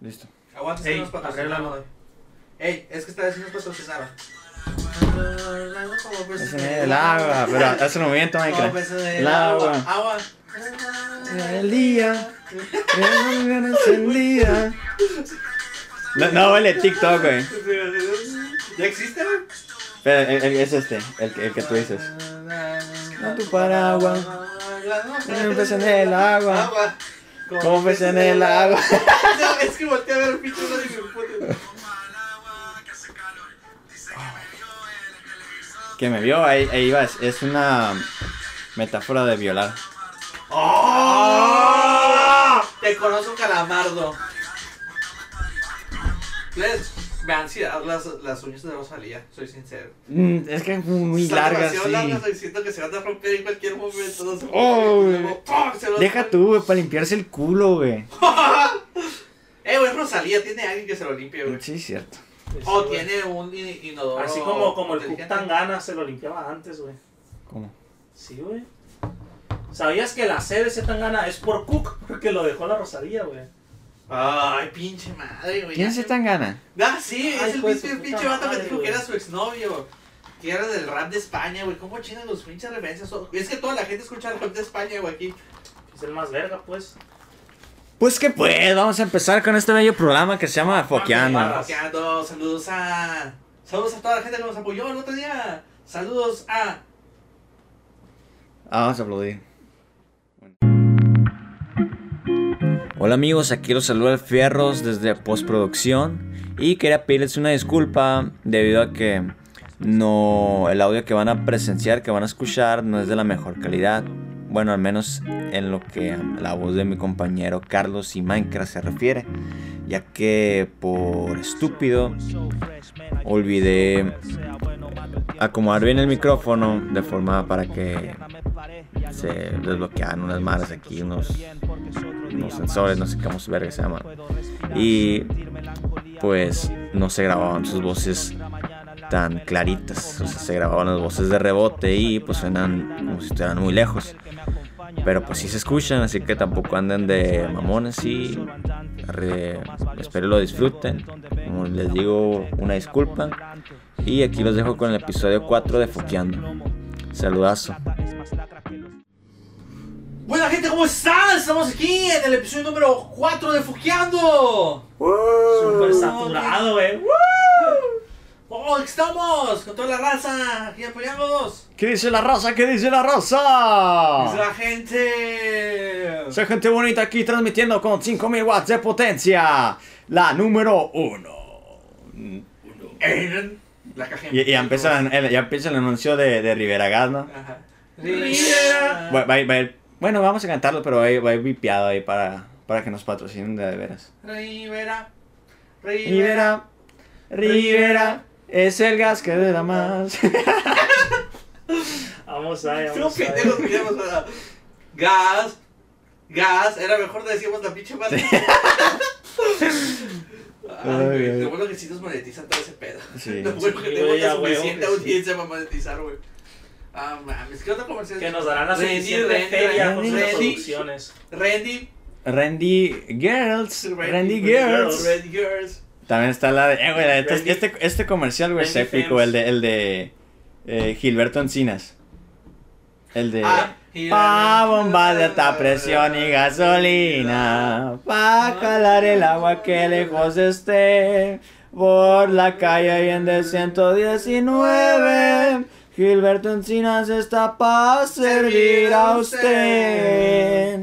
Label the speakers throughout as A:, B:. A: Listo.
B: Aguanta que
A: Ey,
B: nos patrocinaron.
A: arréglalo.
B: Ey, es que esta vez sí nos patrocinaron.
A: Ese no es el agua, pero hace un momento,
B: No,
A: Minecraft.
B: pues, eh,
A: El
B: el agua.
A: agua.
B: Agua.
A: El día, el día encendida. No, no huele TikTok, güey.
B: ¿Ya existe, güey?
A: Pero el- el- es este, el, que- el que tú dices. No, tu paraguas. Como pez en el agua.
B: Agua.
A: Como pez en el agua.
B: No, es que volteé a ver el pinche lado y me puto.
A: Que me vio, ahí, ahí vas. Es una metáfora de violar.
B: ¡Ah! Te conozco calamardo. Les, me han ansiedad las, las uñas de Rosalía, soy sincero.
A: Mm, es que es muy
B: Están
A: larga,
B: demasiado
A: sí.
B: largas y siento que se van a romper en cualquier momento. no sé.
A: Oh, güey.
B: Luego, ¡pum! se los-
A: Deja tú, güey, para limpiarse el culo, güey.
B: Eh, güey, Rosalía tiene alguien que se lo limpie, güey.
A: Sí, cierto.
B: O tiene un in- inodoro.
C: Oh, Así como, como el Cup
B: inteligente.
C: Tangana se lo limpiaba antes, güey.
A: ¿Cómo?
C: Sí, güey. ¿Sabías que la C de ese Tangana es por Cook? Porque lo dejó la Rosalía, güey.
B: Ay, pinche madre, güey.
A: ¿Quién se tan gana?
B: Ah, sí,
C: Ay,
B: es el
C: pues,
B: pinche,
C: su
B: pinche
C: puta
B: vato que
C: madre,
B: dijo que
C: güey.
B: era su exnovio. Que era del rap de España, güey. ¿Cómo chingan los pinches referencias? Es que toda la gente escucha el rap de España, güey, aquí.
C: Es el más verga, pues.
A: Pues que pues, vamos a empezar con este bello programa que se llama Foqueando.
C: Barras.
B: Foqueando, saludos a. Saludos a toda la gente que nos apoyó el otro día. Saludos a.
A: Ah, vamos a aplaudir. Hola amigos, aquí los saluda el Fierros desde postproducción y quería pedirles una disculpa debido a que no el audio que van a presenciar, que van a escuchar no es de la mejor calidad. Bueno, al menos en lo que a la voz de mi compañero Carlos y Minecraft se refiere, ya que por estúpido olvidé acomodar bien el micrófono de forma para que se desbloquearan unas madres aquí, unos, unos sensores, no sé cómo se verga se llaman. Y pues no se grababan sus voces tan claritas, o sea, se grababan las voces de rebote y pues suenan como si estuvieran muy lejos. Pero pues sí se escuchan, así que tampoco anden de mamones y re- espero lo disfruten. Como les digo, una disculpa. Y aquí los dejo con el episodio 4 de Foqueando. Saludazo.
B: Buena gente, ¿cómo están? Estamos aquí en el episodio número 4 de Foqueando.
C: Súper saturado, güey.
B: ¡Oh, aquí estamos! Con toda la raza. Aquí apoyamos.
A: ¿Qué dice la raza? ¿Qué dice la raza?
B: Dice la gente.
A: Soy gente bonita aquí transmitiendo con 5000 watts de potencia. La número 1.
B: Eren, La caja.
A: Y, y ya, empieza el, el- ya empieza el anuncio de, de Rivera Gas, ¿no?
B: Ajá.
C: Rivera.
A: Va- va- va- bueno, vamos a cantarlo, pero va a ir, va a ir vipeado ahí para, para que nos patrocinen de de veras.
B: Rivera.
A: Rivera, Rivera, es el gas que da más.
C: Vamos ahí,
B: Somos
C: vamos ahí.
B: pendejos que llamamos a- Gas. Gas. Era mejor decíamos la pinche madre. Ay,
A: Ay,
B: güey,
A: ay.
B: lo bueno que sí nos monetizan todo ese pedo.
A: Sí.
B: Lo bueno que
C: Sí,
B: tenemos
C: güey,
B: la
C: a huevo
B: suficiente
C: que sí.
B: audiencia para monetizar, güey. Ah, mames, ¿qué otra comercial?
C: Que nos darán la
B: Randy,
C: suficiente
B: Randy,
C: feria con
A: Randy,
C: sus
B: Randy.
C: producciones.
B: Randy,
A: Randy Girls, Randy Girls.
B: Randy Girls.
A: También está la de. Eh, güey, la neta,
C: Randy-
A: este, este comercial, güey, es
C: Randy
A: épico.
C: Fems.
A: El de, el de eh, Gilberto Encinas. El de.
B: Ah, y-
A: Pa' bombardear esta presión y gasolina. Pa' calar el agua que lejos esté. Por la calle y en de 119. Gilberto Encinas está pa' servir a usted.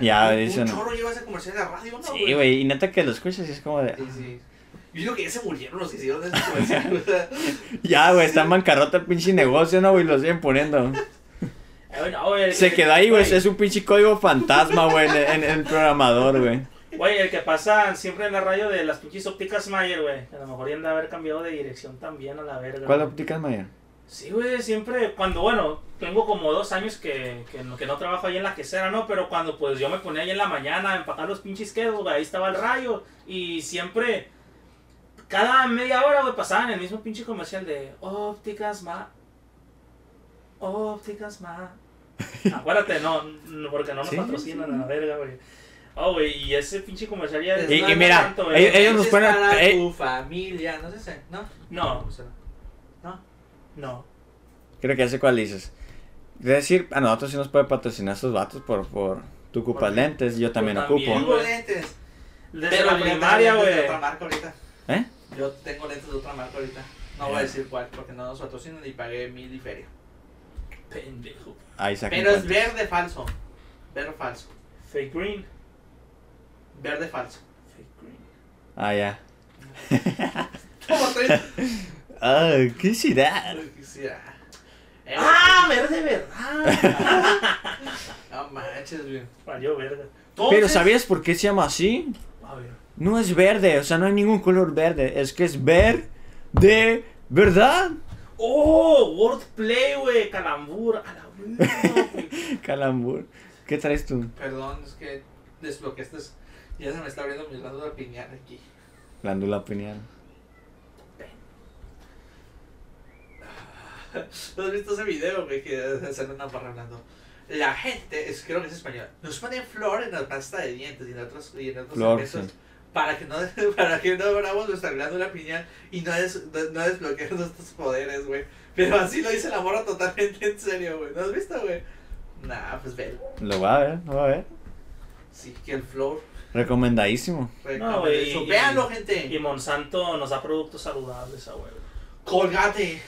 A: Ya, dice
B: Un
A: no.
B: chorro lleva ese comercial en la radio, ¿no?
A: Sí, güey, y neta que lo escuchas y es como de.
B: Sí, sí. Yo digo que ya se murieron los pues, que hicieron ese comercial. o sea.
A: Ya, güey, está en bancarrota el pinche negocio, ¿no, güey? Lo siguen poniendo.
C: Eh, bueno, güey,
A: Se
C: el-
A: quedó ahí, güey. Es un pinche código fantasma, güey, en, en- en el programador, güey.
C: Güey, el que pasa siempre en la radio de las pinches ópticas Mayer, güey. A lo mejor ya han de haber cambiado de dirección también a la verga.
A: ¿Cuál
C: güey.
A: óptica es mayor?
C: Sí, güey, siempre, cuando, bueno, tengo como dos años que, que, no, que no trabajo ahí en la quesera, ¿no? Pero cuando, pues, yo me ponía ahí en la mañana a empacar los pinches quesos, güey, ahí estaba el rayo. Y siempre, cada media hora, güey, pasaban el mismo pinche comercial de ópticas ma... Ópticas ma... Acuérdate, no, no, porque no nos
A: Sí,
C: patrocinan a la verga, güey. Oh, güey, y ese pinche comercial ya...
B: Desde
D: Y,
B: No,
D: y
B: no,
D: mira,
C: tanto, eh. güey.
D: ellos, ellos nos
B: Es
D: ponen.
B: para
D: eh,
B: tu familia, no sé si, ¿no?
C: No,
B: No.
C: no.
A: Creo que ya sé cuál dices. Es decir, a nosotros sí nos puede patrocinar estos vatos por, por tú ocupas
C: Por-
A: lentes, yo también
C: también,
A: ocupo.
B: Tengo
C: güey.
B: lentes.
C: Desde
B: Pero yo
C: la
B: tengo
C: primaria,
B: lentes
C: güey.
B: De otra marca ahorita.
A: ¿Eh?
B: Yo tengo lentes de otra marca ahorita. No voy a decir cuál, porque no nos patrocinan y pagué mil y feria.
C: Pendejo.
A: Ahí sacan
B: Pero es
A: cuentas.
B: verde falso. Verde falso.
C: Fake green.
B: Verde falso.
C: Fake green.
A: Ah, ya.
B: ¿Cómo estoy?
A: Ah, ¿qué será?
B: Quisiera. Eh,
C: ¡Ah, verde, verdad!
B: No manches, güey.
C: Valió verga.
A: Pero
B: Entonces,
A: ¿sabías por qué se llama así?
C: A ver.
A: No es verde, o sea, no hay ningún color verde. Es que es ver de verdad.
C: ¡Oh! Wordplay, güey. Calambur. A la verga, güey.
A: Calambur. ¿Qué traes tú?
B: Perdón, es que desbloqueaste. Ya se me está abriendo mi lado de piñar aquí.
A: Glándula pineal.
B: ¿No has visto ese video, güey? Que sale una barra hablando. La gente, es, creo que es español, nos ponen flor en la pasta de dientes y en otros, y en otros
A: Flor,
B: alimentos
A: sí.
B: para que no para que no abramos nuestra glándula piñal y no, des, no, no desbloquear nuestros poderes, güey. Pero así lo dice la morra totalmente en serio, güey. ¿No has visto, güey? Nah, pues velo.
A: Lo va a ver, lo va a ver.
B: Sí, que el flor.
A: Recomendadísimo.
B: No,
C: güey, y-
B: Véanlo,
C: Y
B: gente.
C: Monsanto nos da productos saludables, a huevo.
B: Colgate.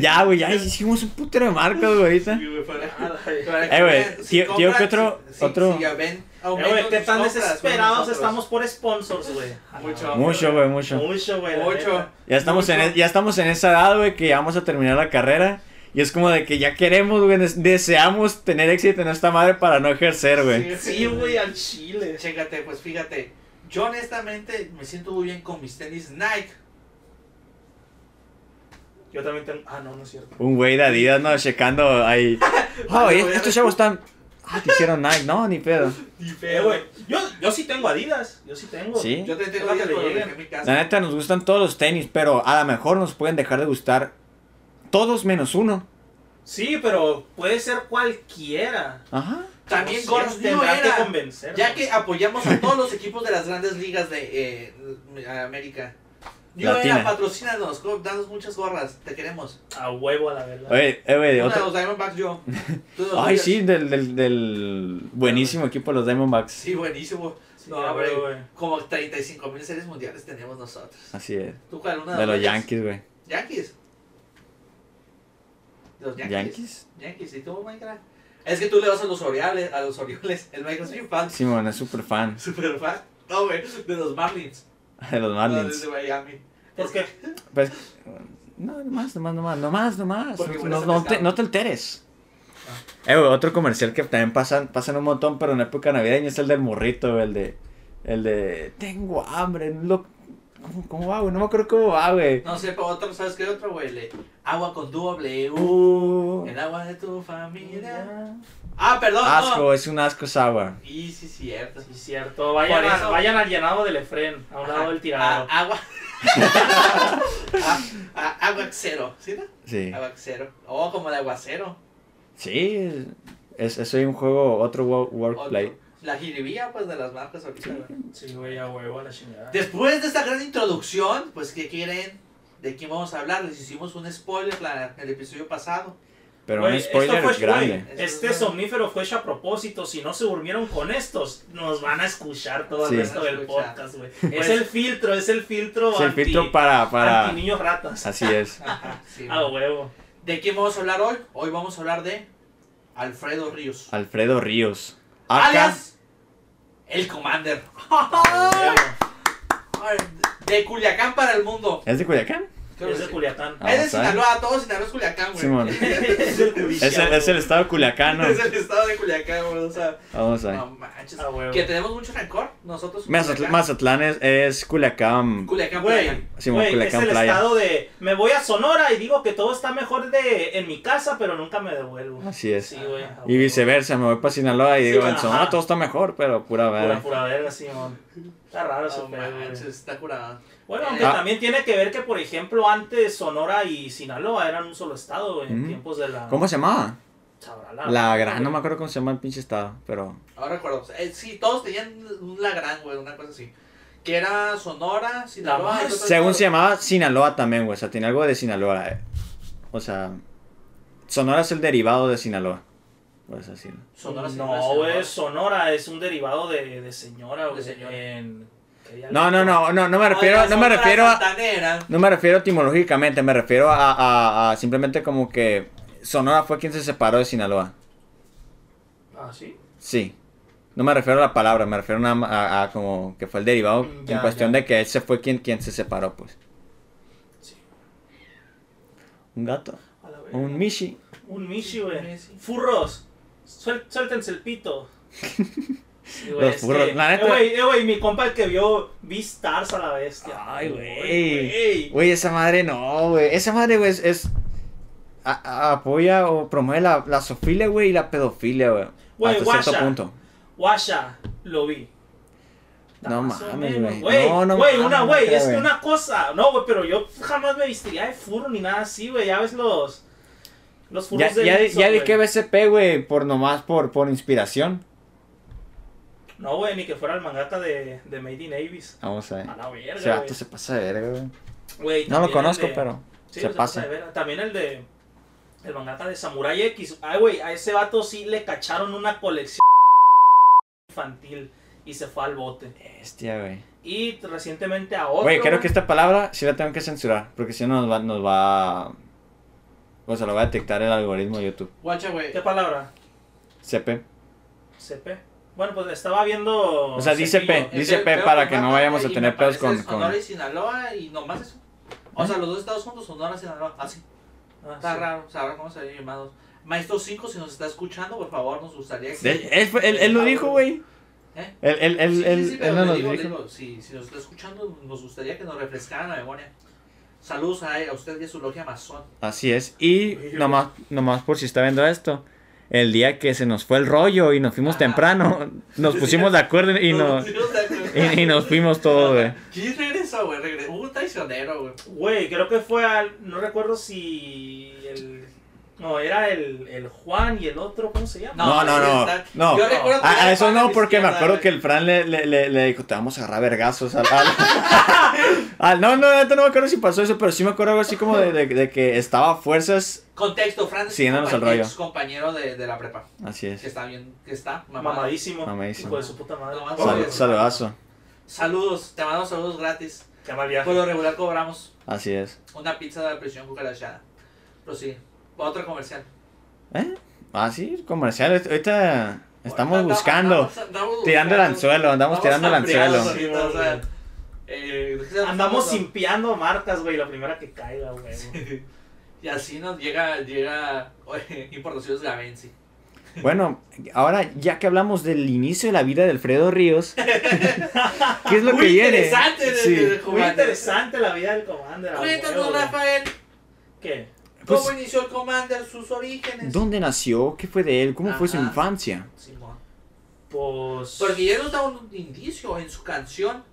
A: Ya, güey, ya hicimos un putero de marcas, güey, ahorita.
B: Sí, güey, para-
C: Ah, güey.
B: para
A: Eh,
B: que
A: güey,
B: vean,
A: tío- tío,
B: compran,
A: ¿qué otro-
B: si- si-
A: otro?
B: si ya ven,
C: Eh,
B: aumentan
C: güey, qué
B: sus
C: tan
B: compras,
C: desesperados
B: nosotros.
C: estamos por sponsors, güey.
B: Mucho.
A: Mucho, güey, mucho.
C: Mucho, güey. la
B: Mucho.
C: neta.
A: Ya estamos, en, e- ya estamos en esa edad, güey, que ya vamos a terminar la carrera. Y es como de que ya queremos, güey, des- deseamos tener éxito en esta madre para no ejercer, güey.
C: Sí, güey, al chile.
B: Chécate, pues fíjate. Yo honestamente me siento muy bien con mis tenis Nike.
C: Yo también tengo. Ah, no, no es cierto.
A: Un güey de Adidas, ¿no? Checando ahí. Oh,
B: Vale,
A: y-
B: güey,
A: estos chavos están... Ah, te hicieron Nike, no, ni pedo.
C: Eh, güey. Yo, yo sí tengo Adidas. Yo sí tengo.
A: Sí.
B: Yo te tengo
C: Ojalá
B: días,
C: le
B: pero lo
C: lleguen.
B: dejé en mi
A: La
B: casa.
A: neta, nos gustan todos los tenis, pero a lo mejor nos pueden dejar de gustar todos menos uno.
C: Sí, pero puede ser cualquiera.
A: Ajá.
B: También
C: Como
B: Gordos
C: siempre,
B: New
C: tendrás que
B: Era.
C: convencer.
B: Ya que apoyamos a todos los equipos de las grandes ligas de eh, América. New
A: Latina.
B: Era, patrocínanos, co- danos muchas gorras, te queremos.
C: A huevo, a la verdad.
A: Oye, eh, güey,
B: Una de
A: otro...
B: los Diamondbacks yo. Tú de los
A: Ay,
B: Dodgers.
A: sí, del, del, del buenísimo equipo de los Diamondbacks.
B: Sí, buenísimo.
C: Sí,
B: no,
C: a
B: hombre.
C: huevo, güey.
B: Como 35 mil series mundiales tenemos nosotros.
A: Así es.
B: ¿Tú cuál? Una
A: De los
B: ellas?
A: Yankees, güey.
B: Yankees. De los Yankees.
A: ¿Yankees?
B: Yankees, ¿y tú, Minecraft? Es que tú le vas a los Orioles, a los Orioles. El Minecraft es bien fan,
A: Simón es súper fan
B: super fan. No, güey, de los Marlins.
A: de los
B: No,
A: Marlins.
B: de Miami.
C: ¿Por qué?
A: Pues, no, nomás, nomás, nomás, nomás, nomás.
B: Porque
A: No,
B: hueles
A: no
B: a
A: te,
B: pescado.
A: no te alteres.
B: Ah.
A: Eh, güey, otro comercial que también pasan, pasan un montón, pero en época navideña es el del morrito, güey, el de. El de. Tengo hambre. Lo, ¿cómo, cómo va, güey? No me acuerdo cómo va, güey.
B: No sé, pa' otro, ¿sabes qué otro, güey? Le- Agua con W.
A: Uh,
B: El agua de tu familia. Ah, perdón, no.
A: asco, es un asco sour.
B: Y sí, cierto.
C: Sí, cierto. Vayan,
B: Por
C: a-
B: eso-
C: vayan al llenado del Efren, a un lado del tirado.
B: Ah, agua. Ah, ah, agua cero, ¿sí no?
A: Sí.
B: Aguacero. Oh, como de aguacero.
A: Sí, es, es hoy un juego, otro wo-
B: Otro.
A: workplay.
B: La jiribilla, pues, de las marcas ahorita. ¿verdad?
C: Sí, güey, a huevo, a la chingada.
B: Después de esta gran introducción, pues, ¿qué quieren? ¿De quién vamos a hablar? Les hicimos un spoiler la- el episodio pasado.
A: Pero
C: Güey,
A: un
C: esto
A: spoiler
C: fue-
A: grande.
C: güey, este somnífero fue hecho a propósito. Si no se durmieron con estos, nos van a escuchar todo
A: Sí.
C: el resto del
B: Escuchar.
C: podcast, güey. Es el filtro, es el filtro.
A: Es el
C: anti-
A: filtro para. para... Ah,
C: anti niños ratas.
A: Así es.
B: Ajá, sí.
C: A huevo.
B: ¿De quién vamos a hablar hoy? Hoy vamos a hablar de Alfredo Ríos.
A: Alfredo Ríos. Acá.
B: Alias, el Commander.
C: A
B: Ah,
C: huevo.
B: De Culiacán para el mundo.
A: ¿Es de Culiacán?
B: Creo que
C: Es de
B: sí.
C: Culiatán.
A: Ah,
B: Es de
A: está.
B: Sinaloa, todo Sinaloa es Culiacán, güey.
A: Simón.
C: es el judicial.
A: Es el, es el estado culiacano.
B: Es el estado de Culiacán, güey. O sea,
A: Vamos
B: no
A: a
B: manches.
C: A huevo.
B: Que tenemos mucho rencor, nosotros.
A: Mazatl- Mazatlán es, es Culiacán.
B: Culiacán,
C: Güey,
B: Playa.
A: Simón,
C: güey, es
A: Culiacán
C: el
A: Playa.
C: estado de me voy a Sonora y digo que todo está mejor de en mi casa, pero nunca me devuelvo.
A: Así es.
C: Sí, güey. a
A: Y
C: huevo.
A: viceversa, me voy para Sinaloa y digo,
C: ajá.
A: en Sonora todo está mejor, pero pura
C: Pura,
A: verga.
C: pura verga, Simón. Está raro ese
B: No
C: pedo, güey.
B: manches, está curado.
C: Bueno, aunque
A: Ah.
C: también tiene que ver que, por ejemplo, antes Sonora y Sinaloa eran un solo estado güey, en
A: Mm.
C: tiempos de la...
A: ¿Cómo se llamaba?
C: Sabrá
A: La gran, no me acuerdo cómo se llama el pinche estado, pero.
B: Ahora recuerdo. Eh, sí, todos tenían un Lagrán, güey, una cosa así. Que era Sonora, Sinaloa. y otro-
A: Según se llamaba Sinaloa también, güey. O sea, tiene algo de Sinaloa. eh. O sea, Sonora es el derivado de Sinaloa. Pues Puedes decirlo.
B: Sonora, Sinaloa,
C: No,
B: Sinaloa.
C: güey, Sonora es un derivado de, de señora, güey.
B: señora.
C: en- ¿qué día?
A: No, no, no, no, no me
B: Oiga,
A: refiero, no me
B: Sonora
A: refiero a.
B: Santanera.
A: No me refiero etimológicamente, me refiero a, a- a simplemente como que Sonora fue quien se separó de Sinaloa.
C: Ah, sí.
A: Sí. No me refiero a la palabra, me refiero nada ma- a, a como que fue el derivado
C: Mm, ya,
A: en cuestión
C: ya.
A: de que él se fue quien, quien se separó, pues.
C: Sí.
A: Un gato,
C: A la verga.
A: un mishi.
C: Un Mishi, güey.
B: Mishi.
C: Furros. Suel- suéltense el pito. Sí, güey,
A: Los
C: es
A: furros,
C: que-
A: la neta-
C: Eh, güey, eh, güey, mi compa el que vio Beastars a la bestia.
A: güey. Güey, esa madre no, güey. Esa madre, güey, es... es- a- a- apoya o promueve la, la zoofilia, güey, y la pedofilia, güey.
C: Güey,
A: Hasta
C: guacha.
A: cierto punto.
C: Guasha, lo vi.
A: No
C: Más o
A: mames,
C: menos,
A: güey. No, no
C: Güey,
A: mames,
C: una,
A: no
C: güey,
A: creo,
C: es que
A: güey.
C: una cosa. No, güey, pero yo jamás me vestiría de furro ni nada así, güey. Ya ves los. Los
A: Ya,
C: furros de.
A: ya,
C: Dixon,
A: ya
C: güey.
A: dije BCP, güey, por nomás, por, por inspiración.
C: No, güey, ni que fuera el mangaka de, de Made in Abyss.
A: Vamos a ver.
C: A la
A: Eh.
C: verga,
A: Ese vato
C: güey.
A: se pasa de verga, güey.
C: Güey,
A: No lo
C: también el
A: conozco,
C: de-
A: pero
C: Sí,
A: se
C: pues,
A: pasa.
C: de verga. También el de. El mangaka de Samurai X. Ay, güey, a ese vato sí le cacharon una colección infantil y se fue al bote.
A: Bestia, güey.
C: Y recientemente a otro.
A: Güey, creo que esta palabra sí la tengo que censurar, porque si no nos va, nos va... O sea, lo va a detectar el algoritmo de YouTube.
B: Guacha, güey.
C: ¿Qué palabra?
A: CP.
C: CP. Bueno, pues estaba viendo.
A: O sea, dice
C: Cepillo.
A: P. Dice Pep para que no vayamos a tener pedos
B: pedos
A: con- con-
B: Sonora y Sinaloa y nomás eso. O sea, los dos estados juntos, Sonora y Sinaloa. Así.
C: Ah,
B: Está
C: sí.
B: raro, sabrá cómo serían llamados. Maestro 5, si nos está escuchando, por favor, nos gustaría que.
A: Él, él fue- él- él lo dijo, güey.
B: ¿Eh?
A: Él, él, él,
B: Sí, sí,
A: él-
B: sí,
A: él
B: pero
A: no
B: le
A: nos
B: digo, le
A: dijo.
B: digo, si, si nos está escuchando, nos gustaría que nos refrescaran la memoria. Saludos a, a usted y a su logia masón.
A: Así es. Y nomás, nomás por si está viendo esto, el día que se nos fue el rollo y nos fuimos
B: Ah.
A: temprano, nos pusimos de acuerdo y nos, y, y nos fuimos todos, güey.
B: ¿Quién regresó, güey? Regre- Hubo un traicionero, güey.
C: Güey, creo que fue al. No recuerdo si. El... No, era el, el Juan y el otro, ¿cómo se llama?
A: No, no,
B: sí,
A: no,
B: está-
A: no.
B: Yo recuerdo que
A: A,
B: era
A: a
B: el
A: Ah, eso
B: pan de
A: no,
B: mi
A: porque me
B: izquierda,
A: acuerdo
B: güey.
A: que el Fran le, le, le, le dijo, te vamos a agarrar vergazos. Al, al- al- no, no, neta, no me acuerdo si pasó eso, pero sí me acuerdo algo así como de, de- de que estaba a fuerzas.
B: Contexto, Fran es
A: Siguiéndonos al
B: compañ-
A: rollo.
B: ex compañero de, de la prepa.
A: Así
B: Que
A: es.
B: está bien, que está mamado.
C: Mamadísimo.
A: Mamadísimo.
C: Hijo de su puta madre.
B: Nomás
A: Sal-
B: Oye.
A: saludazo.
B: Saludos, te mando saludos gratis.
C: Qué mal
B: Por
C: viaje.
B: lo regular cobramos
A: Así es.
B: una pizza de la prisión cucarachada. Pero sí, otro comercial.
A: ¿Eh? Así, comercial. Ahorita estamos
B: Ahorita
A: buscando.
B: andamos- andamos
A: Tirando el
B: buscando.
A: anzuelo, andamos tirando el
B: hambriados
A: anzuelo.
B: ahorita, o sea, eh,
C: Andamos simpiando marcas, güey, la primera que caiga, güey.
B: Y así nos llega, llega oye, importaciones Gavenzi.
A: Bueno, ahora ya que hablamos del inicio de la vida de Alfredo Ríos, ¿qué es lo
B: Muy
A: que viene?
B: interesante de-
A: Sí.
B: de- de-
C: Muy interesante la vida del Commander. a huevo,
B: Cuéntanos,
C: güey.
B: Rafael,
C: ¿Qué?
A: Pues-
B: ¿cómo inició el Commander, sus orígenes?
A: ¿Dónde nació? ¿Qué fue de él? ¿Cómo fue su
B: Ajá.
A: infancia?
B: Simón.
C: Pues.
B: Porque ya nos da un indicio en su canción.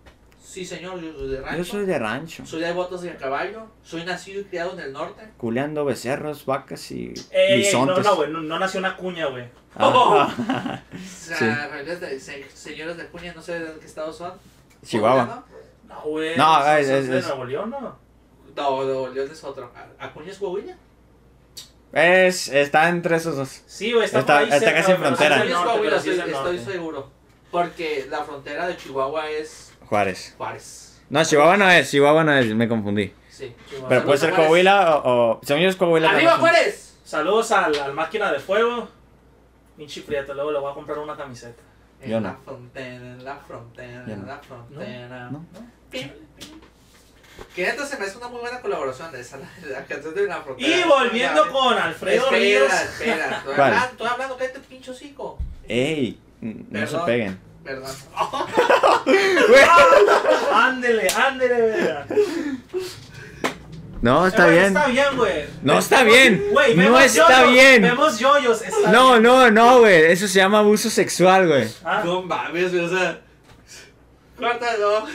B: Sí, señor, yo soy de rancho.
A: Yo soy de rancho.
B: Soy de botas de caballo. Soy nacido y criado en el norte.
A: culeando becerros, vacas y
B: Eh,
C: Ey, ey, eh, no,
A: bisontes.
C: no, güey, no, no nació una cuña, güey.
B: Oh.
A: Ah,
B: Señores de- se- Señores de Cuña, no sé de qué estado son.
A: Chihuahua.
C: No, güey.
A: No, es-
C: ¿son
A: es-
C: de
A: es-
C: Nuevo León, ¿no?
B: No, no, León es otro. ¿A- ¿Acuña es Coahuila?
A: Es, está entre esos dos.
C: Sí, güey, está,
A: Está-
C: por ahí
A: está
C: cerca,
A: casi en
C: güey, pero
A: frontera.
C: sí
B: Acuña es
C: es del norte,
B: Coahuila,
C: pero sí es
B: estoy,
C: del
B: estoy
C: norte.
B: seguro. Porque la frontera de Chihuahua es
A: Juárez.
B: Juárez.
A: No, Chihuahua no es, Chihuahua no es, me confundí.
B: Sí.
A: Pero puede ser
B: Juárez.
A: Coahuila o, o según yo es Coahuila. pero
B: ¡Arriba
A: no sé.
B: Juárez!
C: Saludos al, al máquina de fuego. Pinche prieto, luego le voy a comprar una camiseta.
A: Yo
B: en la
A: no.
B: frontera, en la frontera,
A: Yo
B: en
A: no.
B: la frontera.
A: No,
B: Pim, pim. Que neta se me hace una muy buena colaboración de esa, la, la canción de la frontera.
C: Y volviendo
B: Ya,
C: con Alfredo Ríos.
B: Espera, espera. Estoy
A: ¿Cuál?
B: hablando, estoy hablando, cállate, pincho hocico.
A: Ey, n- no se
B: Perdón.
A: peguen.
B: Perdón.
C: Ándele, ándele, güey.
A: No, está
C: Eh, güey,
A: bien.
C: Está bien, güey.
A: No está
C: Vemos-
A: bien.
C: Güey,
A: No
C: vemos
A: está
C: yoyos,
A: bien.
C: Vemos yoyos. está
A: No,
C: bien.
A: no, no, güey. Eso se llama abuso sexual, güey.
C: Ah,
B: No mames, güey, o sea. Corta, no.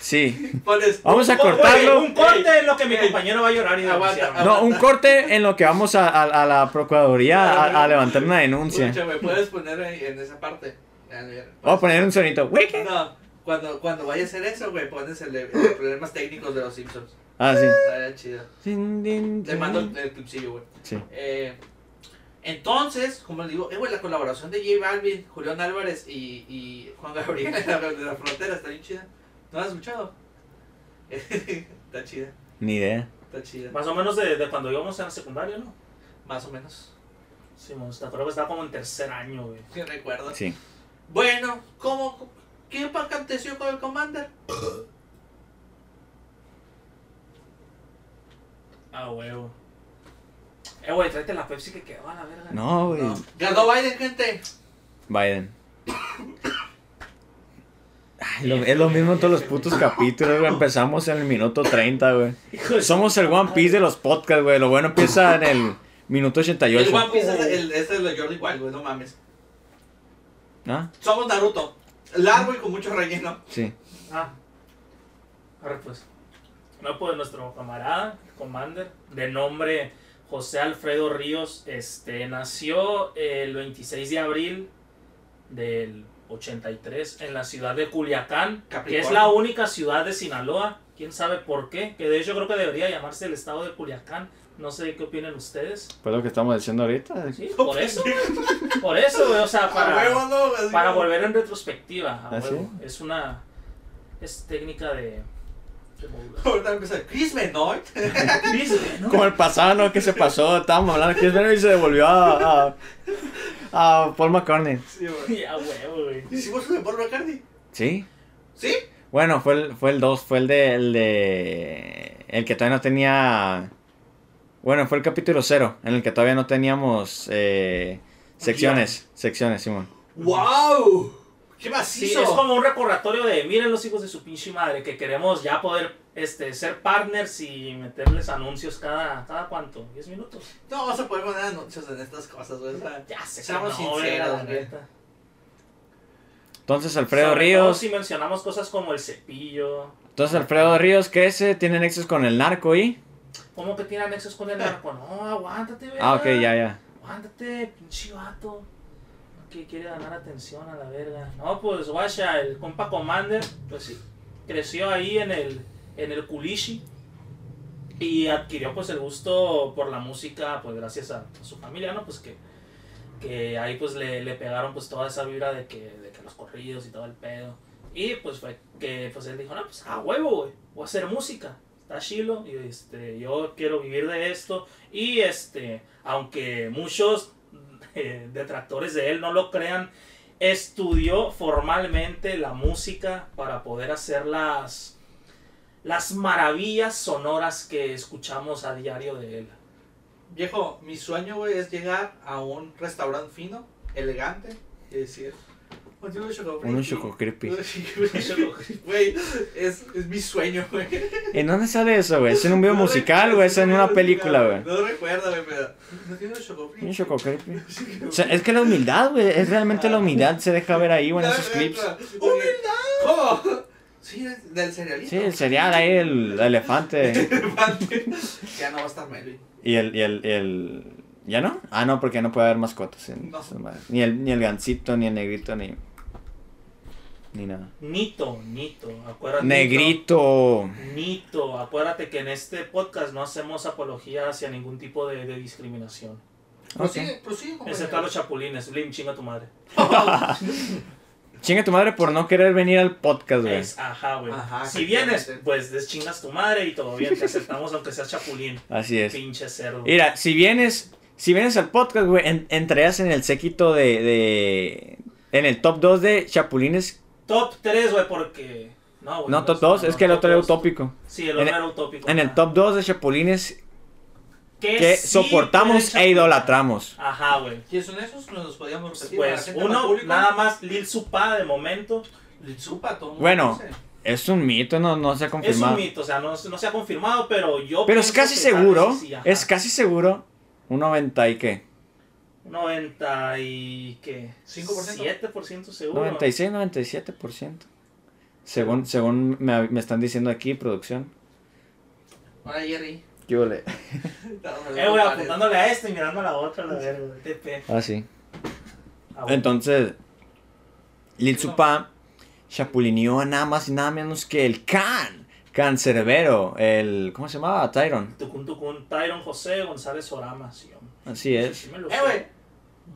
A: Sí.
B: Pones.
A: Vamos a
C: Un corte,
A: cortarlo.
C: Un corte en lo que mi
B: Ey, ey.
C: compañero va a llorar y
B: Eh, Aguanta,
C: denunciar.
B: aguanta.
C: No,
A: No, un corte en lo que vamos a, a- a la Procuraduría a, a levantar una denuncia. Oh,
B: Pucha, güey, puedes poner ahí en esa parte. A ver.
A: Vamos a poner un sonito.
B: No, cuando, cuando vaya a hacer eso, güey, pones el de, el de problemas técnicos de los Simpsons.
A: Ah, sí.
B: Estaría chido. Te mando el, el clipsillo, güey.
A: Sí.
B: Eh, entonces, como les digo, eh, güey, la colaboración de J Balvin, Julián Álvarez y, y Juan Gabriel de la, de la frontera está bien chida. ¿No la has escuchado? está chida,
A: Ni idea.
B: está chida.
C: Más o menos de, de cuando íbamos en la secundaria, ¿no?
B: Más o menos.
C: Sí, monstruo, creo que estaba como en tercer año, güey.
B: Sí, recuerdo.
A: Sí.
B: Bueno, ¿cómo? ¿Qué pa- aconteció con el Commander?
C: Ah, huevo. Eh, güey, tráete la Pepsi que quedó a la verga.
A: No, güey.
B: No. Ganó Biden, gente.
A: Biden. Ay, lo- es lo mismo en todos los putos capítulos, güey. Empezamos en el minuto 30, güey.
C: Hijo de-
A: Somos el One Piece de los podcasts, güey. Lo bueno empieza en el minuto
B: El
A: 88.
B: One Piece es el, es el de Jordi Wild, güey, no mames.
A: ¿Ah?
B: Somos Naruto. Largo y con mucho relleno.
A: Sí.
C: Ah. Ahora pues. No, pues nuestro camarada, Commander, de nombre José Alfredo Ríos, este, nació el 26 de abril del 83 en la ciudad de Culiacán, que es
B: Capricornio.
C: la única ciudad de Sinaloa. Quién sabe por qué, que de hecho creo que debería llamarse el estado de Culiacán. No sé qué opinan ustedes.
A: Pues lo que estamos diciendo ahorita.
C: Sí, por eso. güey. Por eso, güey, o sea, para.
B: A huevo, ¿no? Así
C: Para
B: como-
C: volver en retrospectiva, a
A: ¿Ah, sí?
C: huevo. Es una. Es técnica de. de modulación.
B: Ahorita empieza Chris Benoit.
C: Dice, ¿no?
A: Como el pasado, ¿no? ¿Qué se pasó? Estábamos hablando aquí y se devolvió a, a, a Paul McCartney.
B: Sí, güey.
C: Y a huevo, güey.
B: Hicimos un de Paul McCartney.
A: ¿Sí?
B: ¿Sí?
A: Bueno, fue el, fue el 2, fue el de, el de... El que todavía no tenía... Bueno, fue el capítulo 0, en el que todavía no teníamos eh, secciones. Secciones, Simón.
B: ¡Wow! ¡Qué
C: Sí,
B: macizo!
C: es como un recordatorio de miren los hijos de su pinche madre que queremos ya poder este, ser partners y meterles anuncios cada, cada cuánto, 10 minutos.
B: No vamos a poder poner anuncios en estas cosas, güey. o sea,
C: Ya sé, que
B: Seamos
C: no, güey,
B: sinceros,
C: la
B: güey.
C: neta.
A: Entonces Alfredo
C: Sobre todo
A: Ríos...
C: Si mencionamos cosas como el cepillo,
A: Entonces Alfredo Ríos crece, tiene nexos con el narco y...
C: como que tiene anexos con el narco. No, aguántate, güey.
A: Ah, ok, ya, ya.
C: Ándate, pinche vato. Que quiere ganar atención a la verga. No, pues guacha, el compa Commander, pues sí, creció ahí en el, en el culichi. Y adquirió pues el gusto por la música, pues gracias a, a su familia, ¿no? Pues que, que ahí pues le, le pegaron pues toda esa vibra de que, de que los corridos y todo el pedo. Y pues fue que pues él dijo, no, pues a huevo, güey, voy a hacer música. Está chilo y este, yo quiero vivir de esto. Y este, aunque muchos eh, detractores de él no lo crean, estudió formalmente la música para poder hacer las, las maravillas sonoras que escuchamos a diario de él.
B: Viejo, mi sueño, güey, es llegar a un restaurante fino, elegante, y decir... "Oye, Un chococrispy".
A: Un chococrispy.
B: chococrispy. Güey, es, es mi sueño, güey.
A: ¿En dónde sale eso, güey? ¿Es en un video
B: No
A: musical
B: recuerdo,
A: o es en
B: no
A: una
B: recuerdo,
A: película, güey?
B: No recuerdo, güey, pero... No tiene un chococrispy.
A: Un choco creepy.
B: Sí,
A: O
B: güey.
A: sea, es que la humildad, güey, es realmente la humildad, se deja ver ahí, güey, en
B: La
A: esos clips.
B: neta. ¡Humildad! ¿Cómo? Sí, es del cerealito.
A: Sí, el cereal ahí, el elefante.
B: ya no va a estar Melvin.
A: Y el, y el, y el... ¿Ya no? Ah, no, porque no puede haber mascotas. en
B: No.
A: esas madres. Ni el, ni el gancito, ni el negrito, ni... Ni nada.
C: Nito, Nito, acuérdate.
A: Negrito.
C: Nito, acuérdate que en este podcast no hacemos apología hacia ningún tipo de, de discriminación.
B: Prosigue, prosigue, compañero.
C: Excepto a los chapulines, Blim, chinga tu madre.
A: Chinga tu madre por no querer venir al podcast, Pues, güey.
C: Es, ajá, güey.
B: Ajá,
C: Si vienes,
B: efectivamente.
C: pues deschingas tu madre y todo bien, te aceptamos aunque seas chapulín.
A: Así es.
C: Pinche cerdo.
A: Mira, si vienes... Si vienes al podcast, güey, en- entrarías en el séquito de, de... En el top 2 de chapulines.
C: Top 3, güey, porque. No, güey.
A: No, top 2, es que el
C: top
A: otro era
C: dos.
A: utópico.
C: Sí, el otro
A: En el-
C: era utópico.
A: En el
C: ajá.
A: top 2 de chapulines que
C: sí
A: soportamos
C: pueden
A: e
C: chapulín.
A: idolatramos.
C: Ajá, güey.
B: ¿Quiénes son esos? Nos los podíamos repetir. para la
C: Pues
B: gente más
C: uno,
B: pública.
C: nada más Lil Supa de momento.
B: Litsupa, todo el mundo
A: Bueno.
B: dice.
A: Es un mito, no, no se ha
C: Es
A: confirmado.
C: un mito, o sea, no, no se ha confirmado, pero yo.
A: Pero es
C: pienso
A: casi
C: que
A: seguro,
C: sí, ajá.
A: es casi seguro, un 90 y qué,
C: 90 y. ¿Qué?
B: 5%.
C: 7% seguro.
A: 96, 97%. Según, según me, me están diciendo aquí, producción.
B: Hola, Jerry.
A: ¿Qué ole?
C: Eh, güey, apuntándole a este y mirando a la otra, la verga, güey. TP.
A: Ah, sí.
C: Ah, güey.
A: Entonces, Lil Supa chapulineó a nada más y nada menos que el Can. Cancerbero, el. ¿Cómo se llamaba? Tyron.
C: Tucun Tucun, Tyron José González Orama, sí, hombre.
A: Así es.
C: Sí me lo
B: Eh,
C: sé.
B: güey.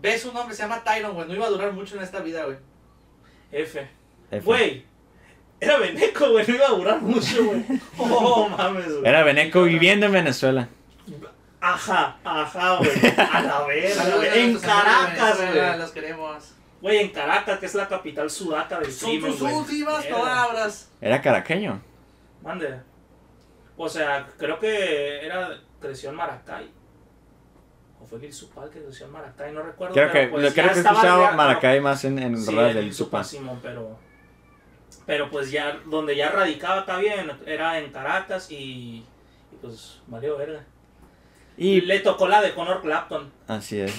B: Ves un hombre, se llama Tyron, güey. No iba a durar mucho en esta vida, güey.
C: F.
A: F.
C: Güey, era Beneco, güey, no iba a durar mucho, güey. Oh, mames, güey.
A: Era Beneco viviendo en Venezuela.
C: Ajá, ajá, güey. A la verga,
B: Saludos a
C: güey. Eh,
B: nuestros
C: En
B: amigos de
C: Caracas,
B: Venezuela,
C: güey.
B: Los queremos.
C: Güey, en Caracas, que es la capital sudaca del
B: Son
C: crimen,
B: tus
C: güey.
B: últimas
C: Verga.
B: palabras.
A: Era caraqueño.
C: Mande. O sea, creo que era creció en Maracay. O fue Lil Supal que creció en Maracay, no recuerdo.
A: Creo
C: pero
A: que,
C: pues
A: lo- creo
C: ya
A: que he
C: estaba
A: escuchado
C: ya-
A: Maracay más en, en
C: Sí,
A: rolas
C: el
A: del Supa.
C: Supacimo, pero. Pero pues ya, donde ya radicaba acá bien, era en Caracas y. y pues valió verga. Y
A: Y
C: le tocó la de Connor Clapton.
A: así es.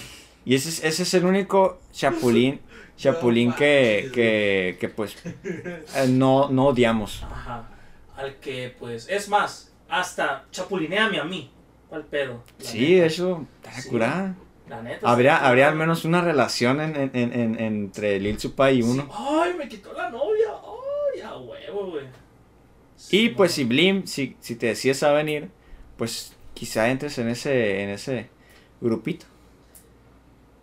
A: Y ese es, ese es el único chapulín, chapulín
B: No
A: que,
B: manches,
A: que, que pues eh, no, no odiamos.
C: Ajá. Al que pues. Es más, hasta chapulineame a mí. ¿Cuál pedo? La
A: Sí,
C: neta.
A: eso está
C: Sí. pues,
A: curada.
C: La neta.
A: Habría,
C: está-
A: habría al menos una relación en, en- en- en- entre Lil Supa y uno.
C: Sí. Ay, me quitó la novia. Ay, a huevo, güey.
A: Y
C: Sí,
A: pues
C: no.
A: si Blim, si, si te decides a venir, pues quizá entres en ese, en ese grupito.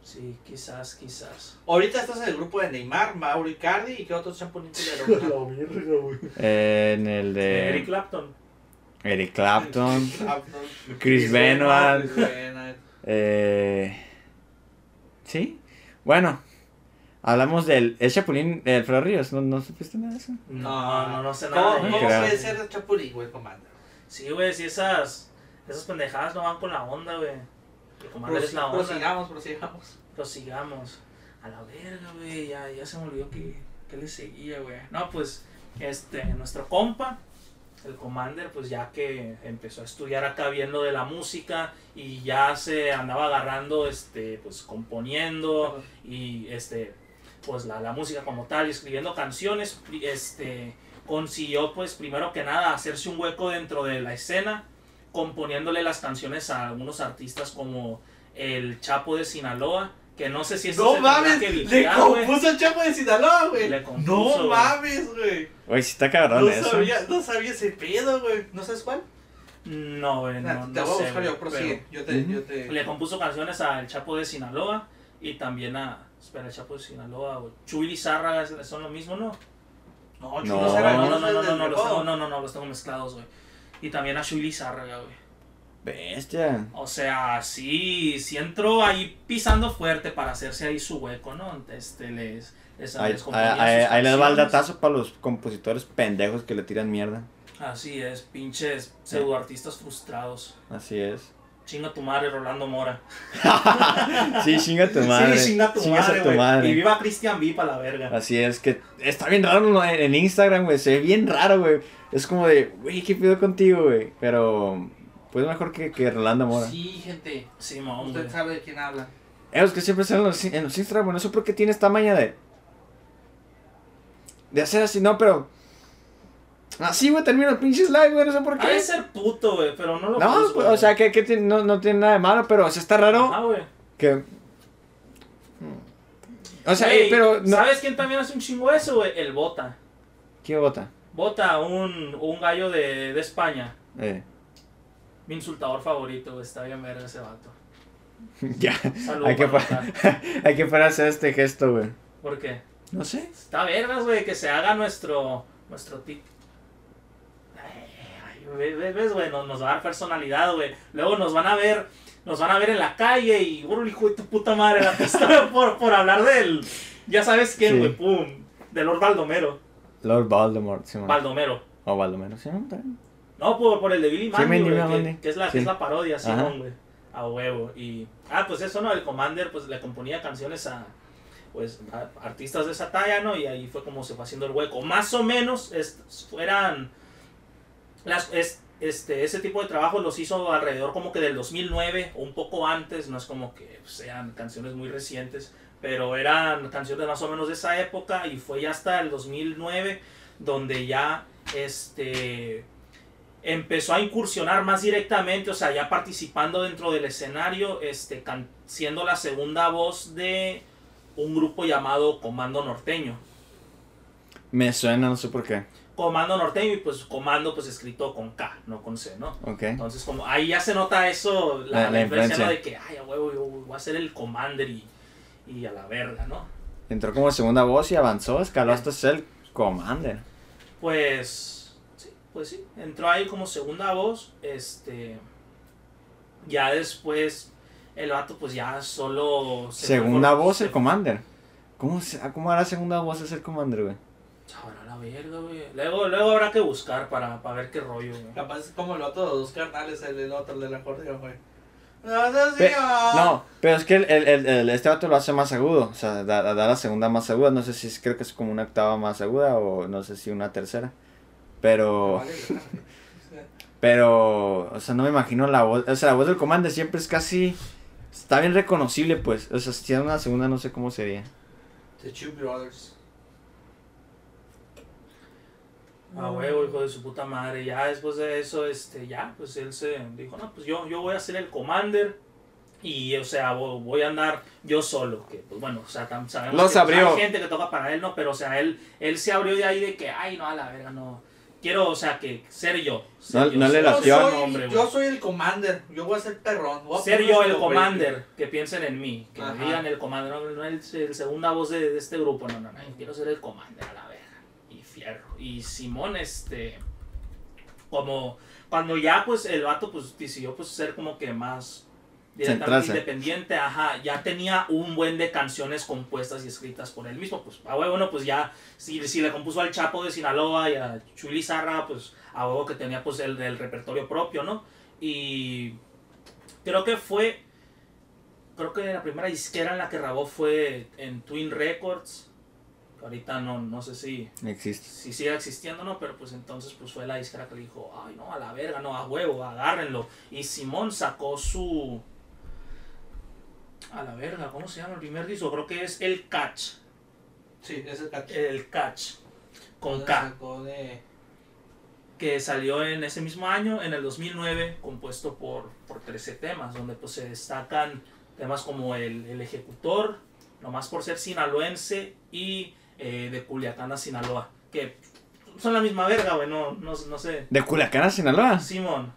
C: Sí, quizás, quizás.
B: Ahorita estás en el grupo de Neymar, Mauro Icardi y qué otro champulín culero.
C: verga, güey.
A: Eh, en el
C: Eric
A: de
C: Clapton.
A: Eric Clapton,
B: Clapton.
A: Chris Benoit.
B: Chris Benoit.
A: Eh, sí, bueno, hablamos del. ¿Es Chapulín el Fred Ríos? ¿No, ¿No supiste nada de eso?
C: No, no, no sé nada.
B: Ah. ¿Cómo,
C: de
B: cómo
C: ella.
A: Claro.
B: puede ser Chapulín, güey, comando?
C: Sí, güey, si esas, esas pendejadas no van con la onda, güey. Lo que manda es la onda.
B: Prosigamos, prosigamos.
C: Prosigamos. A la verga, güey. Ya, ya se me olvidó que, que le seguía, güey. No, pues, este, nuestro compa, el Commander, pues ya que empezó a estudiar acá bien lo de la música y ya se andaba agarrando, este, pues componiendo y este pues la, la música como tal y escribiendo canciones pri- este consiguió pues primero que nada hacerse un hueco dentro de la escena componiéndole las canciones a algunos artistas como el Chapo de Sinaloa que no sé si esto
B: No
C: se tendrá
B: mames,
C: que
B: le
C: vigilar, güey.
B: compuso el Chapo de Sinaloa, güey.
C: Le
B: No
C: compuso, güey.
B: mames, güey.
A: Oye, si está cabrón
B: No
A: eso.
B: sabía, no sabía ese pedo, güey. ¿No sabes cuál?
C: no güey,
B: Nah,
C: no,
B: te
C: no
B: voy
C: sé,
B: a buscar
C: güey,
B: yo, prosigue. Yo te,
A: Ujú.
B: yo te.
C: pero le compuso canciones al Chapo de Sinaloa y también a espera el Chapo de Sinaloa o Chuy Lizárraga es- son lo mismo no
B: No,
A: No,
B: chulo,
C: No,
B: será,
C: no,
B: no,
C: no, no, no, no, los
B: no,
C: tengo, no, no, no, los tengo mezclados, güey. Y también a Shui Lizárraga, güey.
A: Bestia.
C: O sea, sí, sí entró ahí pisando fuerte para hacerse ahí su hueco, ¿no? Este, les, les,
A: Ahí,
C: les componía
A: ahí- ahí-
C: sus
A: ahí les va el
C: canciones.
A: datazo para los compositores pendejos que le tiran mierda.
C: Así es, pinches pseudoartistas frustrados.
A: Así es.
C: Chinga tu madre, Rolando Mora.
A: Sí, chinga tu madre.
C: sí, chinga tu
A: Chingas a
C: madre,
A: tu
C: güey.
A: madre.
C: Y viva Christian B para la verga.
A: Así es, que está bien raro ¿no? en en Instagram, güey. Se ve bien raro, güey. Es como de, güey, ¿qué pido contigo, güey? Pero, pues mejor que, que Rolando Mora.
B: Sí, gente.
C: Sí, mamón,
B: Usted
C: güey.
B: sabe de quién habla.
A: Eh, Es los que siempre salen en los, en los Instagram, bueno, eso porque tiene esta maña de. De hacer así, no, pero. Así, güey, termino el pinche live, güey, no sé por
C: Ha de
A: qué.
C: ser puto, güey, pero no lo
A: No,
C: juzgo,
A: pues, o sea, que,
C: güey.
A: que tiene- no, no tiene nada de malo, pero, o sea, está raro
C: Ah, güey.
A: que. O sea,
C: Güey,
A: eh, pero. No,
C: ¿Sabes quién también hace un chingo eso, güey? El Bota.
A: ¿Qué bota?
C: Bota, un, un gallo de, de España.
A: Eh,
C: Mi insultador favorito, güey, está bien verga ese vato.
A: ya.
C: Saludos.
A: Hay que, pa- hay que parar a hacer este gesto, güey.
C: ¿Por qué?
A: No sé.
C: Está vergas, güey, que se haga nuestro, nuestro tip. Ay, ay, ve- ve- ¿Ves, güey? Nos, nos va a dar personalidad, güey. Luego nos van a ver, nos van a ver en la calle y, "Órale, hijo de tu puta madre, la pistola por, por hablar del, ya sabes quién,
A: Sí.
C: güey, pum, de Lord Baldomero.
A: Lord Voldemort, sí, man.
C: Baldomero.
A: O Baldomero, sí, man, también.
C: No, por, por el de Billy Mandy,
A: Mandy,
C: güey,
A: Mandy,
C: que-
A: Mandy.
C: Que, es la, que
A: Sí.
C: es la parodia, sí,
A: Ajá.
C: no, güey. A huevo. Y, ah, pues eso, ¿no? El Commander, pues le componía canciones a, pues, a artistas de esa talla, ¿no? Y ahí fue como se fue haciendo el hueco. Más o menos es- eran, las, es- este, ese tipo de trabajo los hizo alrededor como que del 2009 o un poco antes, no es como que sean canciones muy recientes, pero eran canciones más o menos de esa época y fue ya hasta el 2009 donde ya este empezó a incursionar más directamente, o sea, ya participando dentro del escenario, este, can- siendo la segunda voz de un grupo llamado Comando Norteño.
A: Me suena, no sé por qué.
C: Comando Norteño y pues Comando pues escrito con K, no con C, ¿no?
A: Ok.
C: Entonces como ahí ya se nota eso,
A: La-
C: la, la
A: la
C: influencia, ¿no?
A: influencia.
C: de que, ay, a huevo, yo voy a ser el Commander y, y a la verga, ¿no?
A: Entró como segunda voz y avanzó, escaló hasta ser el commander.
C: Pues sí, pues sí, entró ahí como segunda voz, este ya después el vato pues ya solo se
A: Segunda
C: fue por-
A: voz,
C: se-
A: el commander. ¿Cómo, se- ah, cómo hará segunda voz es el commander, güey?
C: Sabrá la verga, güey. Luego luego habrá que buscar para, para ver qué rollo, güey.
B: Capaz es como el otro de los carnales, el, el otro de la corte que fue. No, no,
A: Pe-
B: señor.
A: No, pero es que el, el- el- el- este vato lo hace más agudo. O sea, da, da- da la segunda más aguda. No sé si es- creo que es como una octava más aguda o no sé si una tercera. Pero,
B: Vale,
A: pero, o sea, no me imagino la voz. O sea, la voz del commander siempre es casi. Está bien reconocible, pues. O sea, si tiene una segunda, no sé cómo sería.
B: The Two Brothers.
C: A huevo, hijo de su puta madre. Ya después de eso, este, ya, pues él se dijo, no, pues yo, yo voy a ser el commander. Y, o sea, vo- voy a andar yo solo. Que, pues bueno, o sea, tam- sabemos
A: Los
C: que pues,
A: abrió.
C: hay gente que toca para él, ¿no? Pero, o sea, él, él se abrió de ahí de que, ay, no, a la verga, no. Quiero, o sea, que ser yo. ser
A: No-
C: yo,
A: no le
C: ser-
B: Yo
A: latió.
C: ser
A: Relación.
C: un hombre,
B: soy,
C: güey.
B: yo soy el commander. Yo voy a ser perrón. voy a
C: Ser
B: poner
C: yo
B: un
C: el
B: super-
C: commander, que piensen en mí, que me
B: Ajá.
C: digan el commander, no, no el, el segunda voz de, de este grupo, no, no, no, yo quiero ser el commander a la verga, y fierro. Y Simón, este, como, cuando ya pues el vato pues decidió pues ser como que más directamente
A: Centrarse.
C: independiente, ajá, ya tenía un buen de canciones compuestas y escritas por él mismo, pues a huevo, bueno, pues ya, si, si le compuso al Chapo de Sinaloa y a Chuli Zarra, pues a huevo que tenía pues el, el repertorio propio, ¿no? Y creo que fue, creo que la primera disquera en la que grabó fue en Twin Records, que ahorita no, no sé si
A: Existe.
C: si sigue existiendo, ¿no? Pero pues entonces pues fue la disquera que le dijo, ay, no, a la verga, no, a huevo, agárrenlo. Y Simón sacó su... A la verga, ¿cómo se llama el primer disco? Creo que es El Catch.
B: Sí, es el cacho.
C: El Catch. Eh, Con
B: Entonces
C: K.
B: sacó de-
C: Que salió en ese mismo año, en el 2009, compuesto por, por 13 temas, donde pues se destacan temas como El, el Ejecutor, Nomás por ser sinaloense, y eh, De Culiacán a Sinaloa. Que son la misma verga, güey, no, no, no sé.
A: ¿De Culiacán a Sinaloa?
C: Simón.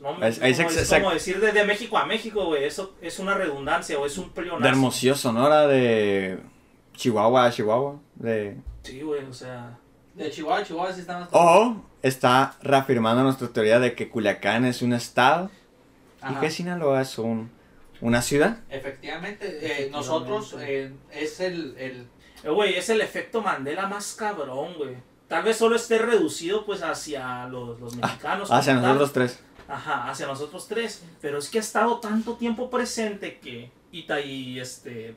C: No,
A: Ah. Ahí- ahí se-
C: como, es
A: se-
C: como decir de, de México a México, güey. Eso es una redundancia o es un
A: De
C: pleonasmo.
A: Hermosillo, Sonora, de Chihuahua a Chihuahua. De...
C: Sí, güey, o sea.
B: De Chihuahua, a Chihuahua sí está más.
A: O está reafirmando nuestra teoría de que Culiacán es un estado
B: Ajá.
A: y que Sinaloa es un, una ciudad.
B: Efectivamente, eh, nosotros eh, es el, el
C: eh, Güey, es el efecto Mandela más cabrón, güey. Tal vez solo esté reducido, pues, hacia los, los mexicanos. como
A: Ah, Hacia
C: tal.
A: nosotros tres.
C: Ajá, hacia nosotros tres. Pero es que ha estado tanto tiempo presente que. Y, ta- y, este.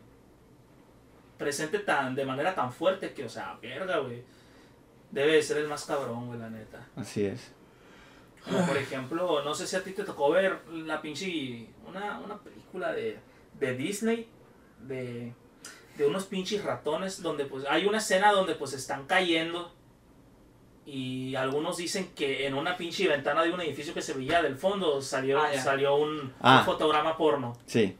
C: Presente tan, de manera tan fuerte que, o sea, verga, güey. Debe de ser el más cabrón, güey, la neta.
A: Así es.
C: Como por ejemplo, no sé si a ti te tocó ver la pinche. Una, una película de, de Disney de, de unos pinches ratones donde pues hay una escena donde pues están cayendo y algunos dicen que en una pinche ventana de un edificio que se veía del fondo salió,
B: Ah, ya.
C: salió un,
A: Ah.
C: un fotograma porno.
A: Sí.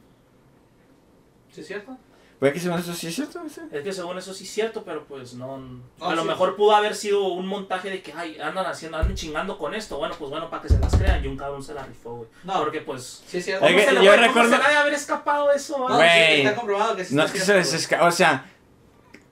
B: ¿Sí es cierto?
A: Pues que según eso sí es cierto. sí.
C: Es que según eso sí es cierto, pero pues no.
B: Ah,
C: a lo
B: sí.
C: mejor pudo haber sido un montaje de que, ay, andan haciendo, andan chingando con esto. Bueno, pues bueno, para que se las crean. Y un cabrón se la rifó, güey.
B: No.
C: Porque pues.
B: Sí es cierto.
C: ¿Cómo
A: Es que
C: se le
A: yo
C: puede- cómo
A: recuerdo-
C: se le ha de haber escapado eso?
B: No,
C: güey?
B: sí,
A: Güey.
B: está comprobado que sí
A: No es
B: está
A: que se
B: cierto,
A: les
B: güey.
A: esca- O sea,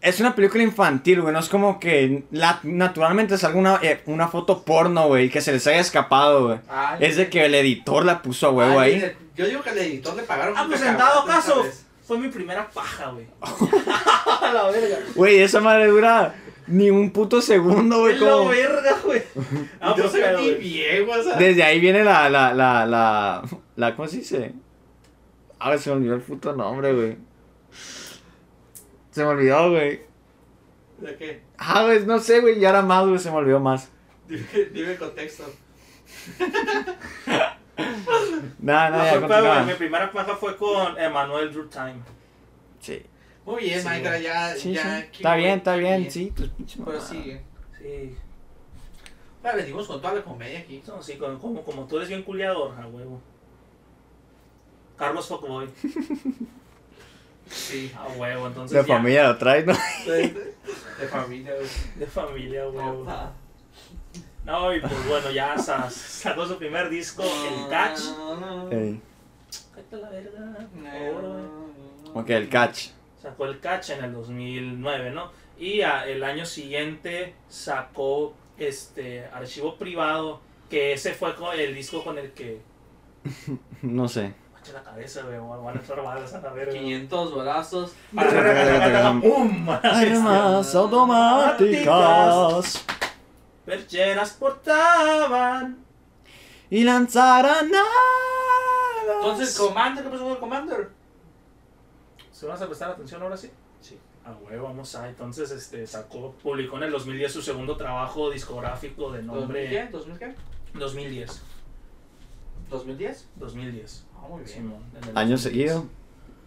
A: es una película infantil, güey. No es como que la- naturalmente es alguna eh, una foto porno, güey, que se les haya escapado, güey.
B: Ay,
A: Es de que el editor la puso a huevo
B: ay,
A: ahí.
B: mire, Yo digo que al editor le pagaron.
C: Ah, pues en dado caso, fue mi primera paja, güey. A la verga.
A: Güey, esa madre dura ni un puto segundo, güey.
C: Es la
A: como-
C: verga, güey. Ah,
B: yo
C: pues
B: soy
C: pero,
B: ni
C: güey.
B: viejo, o sea.
A: Desde ahí viene la, la, la, la, la, ¿cómo se dice? Ahora se me olvidó el puto nombre, güey. Se me olvidó, güey.
B: ¿De qué?
A: Ah, güey, no sé, güey, ya era más, güey, se me olvidó más.
B: Dime, dime el contexto.
A: Nada,
C: No,
A: nada, ya
C: fue, pero, güey,
A: continúa.
C: mi primera paja fue con Emanuel Drew Time.
A: Sí.
B: Muy bien,
A: Sí,
B: Minecraft, ya.
E: Sí,
B: ya
E: sí.
B: aquí
E: Está
B: voy,
E: bien, está
B: aquí
E: bien, sí, tus pinches
B: Pero
E: mamadas.
B: sigue.
C: Sí.
B: Ahora venimos con toda la comedia aquí.
C: No, sí, como, como, como tú eres bien culiador, a huevo. Carlos Fuckboy,
B: Sí.
C: a huevo, entonces.
A: La
C: ya.
A: familia lo trae, ¿no?
B: De, de familia, güey.
C: De familia, a huevo.
B: Opa.
C: No, y pues bueno, ya sa- sacó su primer disco, El Catch.
A: Ey.
C: Ah, Cállate la verga, por
B: Eh.
C: favor, güey.
A: Ok, el catch.
C: Sacó el Catch en el 2009, ¿no? Y a- el año siguiente sacó este Archivo Privado, que ese fue co- el disco con el que.
A: No sé.
C: Macho la cabeza, güey, van a entrar balas a la verga. Ah,
B: 500 balazos.
C: ¡Pum! A la bestia.
A: Armas automáticas
C: Percheras portaban.
A: y lanzarán
B: Entonces, Commander, ¿qué pasó con Commander?
C: ¿Se vas a prestar atención ahora sí?
B: Sí.
C: A huevo, vamos a. Entonces, este, sacó, publicó en el 2010 su segundo trabajo discográfico de
B: ¿2000
C: nombre.
B: qué? ¿2000 qué?
C: 2010.
B: ¿2010?
C: 2010.
B: Ah, muy bien.
C: Simón, en el
A: Año
C: 2010.
A: seguido.